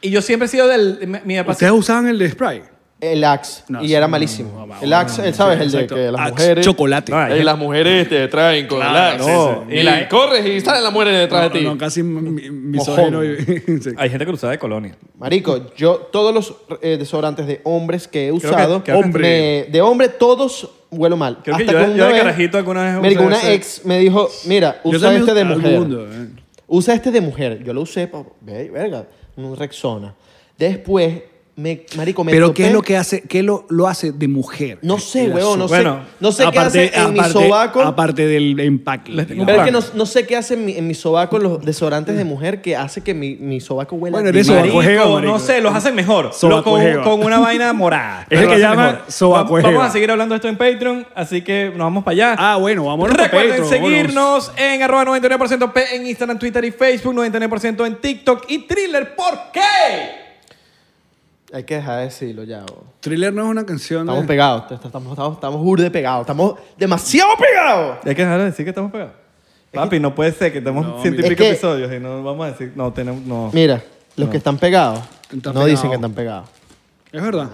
[SPEAKER 3] Y yo siempre he sido del... Mi, mi papá-
[SPEAKER 1] ¿Ustedes usaban el de spray?
[SPEAKER 2] El Axe.
[SPEAKER 1] No,
[SPEAKER 2] y
[SPEAKER 1] sí,
[SPEAKER 2] era
[SPEAKER 1] no,
[SPEAKER 2] malísimo.
[SPEAKER 1] no, no,
[SPEAKER 2] el Axe, él ¿sabes? el de
[SPEAKER 1] Exacto.
[SPEAKER 2] que las
[SPEAKER 1] Axe
[SPEAKER 2] mujeres...
[SPEAKER 1] Chocolate.
[SPEAKER 3] No,
[SPEAKER 5] Y las mujeres te traen con
[SPEAKER 1] Claro,
[SPEAKER 5] la...
[SPEAKER 1] sí,
[SPEAKER 5] No.
[SPEAKER 3] sí.
[SPEAKER 5] Y la- corres y salen las mujeres detrás de ti.
[SPEAKER 1] No, no, casi mi- misógino. y- (laughs) sí.
[SPEAKER 3] Hay gente que lo usaba de colonia.
[SPEAKER 2] Marico, yo todos los eh, desodorantes de hombres que he
[SPEAKER 3] que-
[SPEAKER 2] usado,
[SPEAKER 3] creo que-
[SPEAKER 2] me- de hombre todos huelo mal.
[SPEAKER 3] Creo que
[SPEAKER 2] Hasta
[SPEAKER 3] yo-
[SPEAKER 2] una
[SPEAKER 3] yo de
[SPEAKER 2] vez-
[SPEAKER 3] carajito alguna vez
[SPEAKER 2] Marico,
[SPEAKER 3] usé
[SPEAKER 2] una
[SPEAKER 3] ese.
[SPEAKER 2] ex me dijo, mira,
[SPEAKER 1] Yo
[SPEAKER 2] usa
[SPEAKER 1] también
[SPEAKER 2] este de
[SPEAKER 1] al
[SPEAKER 2] mujer.
[SPEAKER 1] mundo, eh.
[SPEAKER 2] Usa este de mujer. Yo lo usé, pa- ve- verga, un Rexona. Después, me, marico, me
[SPEAKER 1] Pero ¿qué es
[SPEAKER 2] topé-
[SPEAKER 1] lo que hace, qué lo, lo hace de mujer?
[SPEAKER 2] No sé,
[SPEAKER 1] El
[SPEAKER 2] weón, no
[SPEAKER 1] azúcar.
[SPEAKER 2] sé,
[SPEAKER 3] Bueno,
[SPEAKER 2] no sé qué hace en mi sobaco.
[SPEAKER 1] Aparte del empaque. Ah,
[SPEAKER 3] Les
[SPEAKER 1] digamos.
[SPEAKER 3] tengo un
[SPEAKER 2] Pero es que no,
[SPEAKER 3] plan.
[SPEAKER 2] no sé qué hace en mi, en mi sobaco los desodorantes de mujer que hace que mi, mi sobaco huela.
[SPEAKER 1] Bueno,
[SPEAKER 2] de
[SPEAKER 1] eres
[SPEAKER 2] mal.
[SPEAKER 1] sobaco- Sobacojeo, marico.
[SPEAKER 3] no sé, los hacen mejor.
[SPEAKER 1] Sobacojeo.
[SPEAKER 3] Lo- con, con una vaina morada.
[SPEAKER 1] Es el
[SPEAKER 3] Lo
[SPEAKER 1] que
[SPEAKER 3] hacen
[SPEAKER 1] llama
[SPEAKER 3] mejor.
[SPEAKER 1] sobacojeo.
[SPEAKER 3] Vamos a seguir hablando de esto en Patreon, así que nos vamos para allá.
[SPEAKER 1] Ah, bueno, vámonos pa'
[SPEAKER 3] Recuerden
[SPEAKER 1] Patreon,
[SPEAKER 3] seguirnos en arroba 99% P en Instagram, Twitter y Facebook, 99% en TikTok y Thriller. ¿Por qué?
[SPEAKER 2] Hay que dejar de decirlo ya. bro.
[SPEAKER 1] Thriller no es una canción.
[SPEAKER 2] Estamos
[SPEAKER 1] de...
[SPEAKER 2] pegados, te- estamos, estamos, estamos burde pegados, estamos demasiado pegados.
[SPEAKER 3] Hay que dejar de decir que estamos pegados. Papi, no puede ser que estamos
[SPEAKER 1] No,
[SPEAKER 3] ciento y
[SPEAKER 2] mira.
[SPEAKER 3] pico
[SPEAKER 2] Es que-
[SPEAKER 3] episodios y no vamos a decir. No, tenemos. No.
[SPEAKER 2] Mira, los que están pegados
[SPEAKER 1] Están
[SPEAKER 2] no
[SPEAKER 1] pegados.
[SPEAKER 2] dicen que están pegados.
[SPEAKER 1] Es verdad.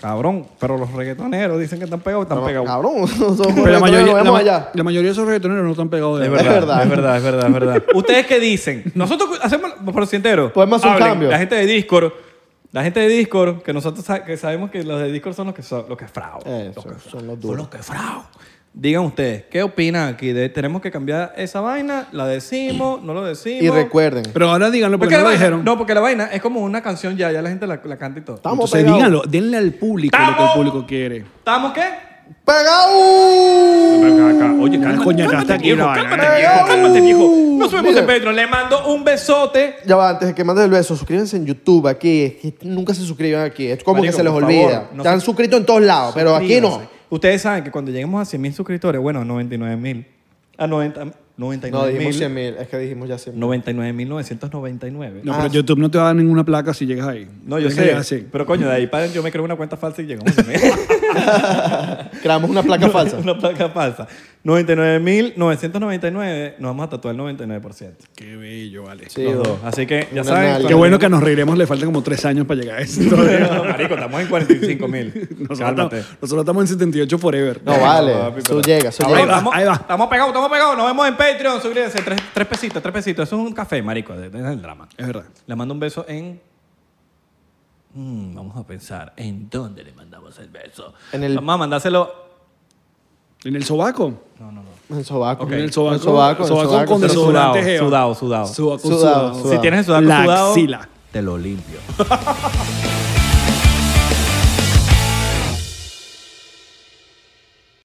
[SPEAKER 3] Cabrón, pero los reggaetoneros dicen que están pegados, están
[SPEAKER 2] Pero,
[SPEAKER 3] pegados.
[SPEAKER 2] Cabrón, (laughs) nosotros
[SPEAKER 1] Pero la mayoría,
[SPEAKER 2] nos
[SPEAKER 1] la,
[SPEAKER 2] vemos
[SPEAKER 1] ma-
[SPEAKER 2] allá.
[SPEAKER 1] la mayoría de esos reggaetoneros no están pegados de
[SPEAKER 3] Es
[SPEAKER 1] verdad.
[SPEAKER 3] verdad, es verdad,
[SPEAKER 2] verdad.
[SPEAKER 3] es verdad, es verdad, (laughs) ¿Ustedes qué dicen? Nosotros cu- hacemos por si entero.
[SPEAKER 2] Podemos hacer un
[SPEAKER 3] Hablen.
[SPEAKER 2] cambio.
[SPEAKER 3] La gente de Discord, la gente de Discord, que nosotros sa- que sabemos que los de Discord son los que son los que fraudan.
[SPEAKER 2] Eso,
[SPEAKER 3] los que
[SPEAKER 2] son los
[SPEAKER 3] Son
[SPEAKER 2] duros.
[SPEAKER 3] los que fraudan. Digan ustedes, ¿qué opinan aquí? De, ¿Tenemos que cambiar esa vaina? ¿La decimos? ¿No lo decimos?
[SPEAKER 2] Y recuerden,
[SPEAKER 1] Pero ahora díganlo porque
[SPEAKER 3] Porque
[SPEAKER 1] no lo
[SPEAKER 3] la vaina-
[SPEAKER 1] dijeron.
[SPEAKER 3] No, porque la vaina es como una canción ya, ya la gente la, la canta y todo.
[SPEAKER 2] estamos
[SPEAKER 1] Entonces
[SPEAKER 2] pegados. Ah.
[SPEAKER 1] díganlo, denle al público lo que el
[SPEAKER 3] ¡Estamos!
[SPEAKER 1] público quiere.
[SPEAKER 3] ¿Estamos qué?
[SPEAKER 2] ¡Pegados!
[SPEAKER 4] Oye,
[SPEAKER 1] Ya,
[SPEAKER 4] cálmate,
[SPEAKER 1] coño, ya
[SPEAKER 4] cálmate,
[SPEAKER 1] está aquí
[SPEAKER 4] viejo,
[SPEAKER 1] la vaina.
[SPEAKER 4] cálmate, viejo, cálmate, viejo.
[SPEAKER 2] Uh,
[SPEAKER 3] Nos vemos en
[SPEAKER 2] mira.
[SPEAKER 3] Patreon. Le mando un besote.
[SPEAKER 2] Ya va, antes de que mandes el beso, suscríbanse en YouTube aquí. es que nunca se suscriban aquí. Es como
[SPEAKER 3] Marico,
[SPEAKER 2] que se les
[SPEAKER 3] por
[SPEAKER 2] olvida.
[SPEAKER 3] favor, no
[SPEAKER 2] Están
[SPEAKER 3] se-
[SPEAKER 2] suscritos en todos lados, pero aquí no.
[SPEAKER 3] Suscríbanse. Ustedes saben que cuando lleguemos a 100 mil suscriptores, bueno, 99 mil, a 90,
[SPEAKER 2] No,
[SPEAKER 3] 99
[SPEAKER 2] dijimos
[SPEAKER 3] mil,
[SPEAKER 2] 100.000. Es que dijimos ya 100.000.
[SPEAKER 3] 99.999.
[SPEAKER 1] No,
[SPEAKER 2] Ah,
[SPEAKER 1] pero
[SPEAKER 2] sí.
[SPEAKER 1] YouTube no te va a dar ninguna placa si llegas ahí.
[SPEAKER 3] No, yo
[SPEAKER 1] Tienes que
[SPEAKER 3] sé.
[SPEAKER 1] llegar así.
[SPEAKER 3] Pero coño, de ahí para yo me creo una cuenta falsa y llegamos a 100.000.
[SPEAKER 2] Creamos una placa falsa.
[SPEAKER 3] una placa falsa. 99.999, nos vamos a tatuar el 99%.
[SPEAKER 1] Qué bello, vale.
[SPEAKER 2] Sí,
[SPEAKER 3] Los
[SPEAKER 2] bro.
[SPEAKER 3] dos. Así que ya
[SPEAKER 2] Una
[SPEAKER 3] saben.
[SPEAKER 2] nalga.
[SPEAKER 1] Qué bueno que nos reiremos, le faltan como tres años para llegar a eso. (laughs) Nosotros,
[SPEAKER 3] No, (laughs) Marico, estamos en 45 mil.
[SPEAKER 1] estamos-
[SPEAKER 3] Cálmate.
[SPEAKER 1] nosotros estamos en 78 forever.
[SPEAKER 2] No vale.
[SPEAKER 3] papi,
[SPEAKER 2] Eso
[SPEAKER 3] pero-
[SPEAKER 2] llega, eso
[SPEAKER 1] Ahora
[SPEAKER 3] Ahí
[SPEAKER 2] llega.
[SPEAKER 3] va,
[SPEAKER 1] va,
[SPEAKER 3] estamos,
[SPEAKER 1] ahí va.
[SPEAKER 3] estamos pegados, estamos pegados. Nos vemos en Patreon. Suscríbanse. Tres, tres pesitos, tres pesitos. Eso es un café, marico. Es el drama.
[SPEAKER 1] Es verdad.
[SPEAKER 3] Le mando un beso en... Mm, vamos a pensar. ¿En dónde le mandamos el beso?
[SPEAKER 2] En el-
[SPEAKER 3] Vamos a mandárselo...
[SPEAKER 1] En el sobaco.
[SPEAKER 2] En el sobaco.
[SPEAKER 3] Ok.
[SPEAKER 1] En el sobaco.
[SPEAKER 2] En el sobaco. en el
[SPEAKER 1] sobaco
[SPEAKER 2] sobaco.
[SPEAKER 1] con
[SPEAKER 3] Pero
[SPEAKER 1] desodorante
[SPEAKER 3] sudado,
[SPEAKER 1] geo.
[SPEAKER 3] sudado, sudado.
[SPEAKER 1] Sobaco
[SPEAKER 2] Sudado,
[SPEAKER 1] sudado.
[SPEAKER 2] sudado.
[SPEAKER 3] Si tienes el sodaco
[SPEAKER 1] La
[SPEAKER 3] sudado,
[SPEAKER 1] axila.
[SPEAKER 3] te lo limpio.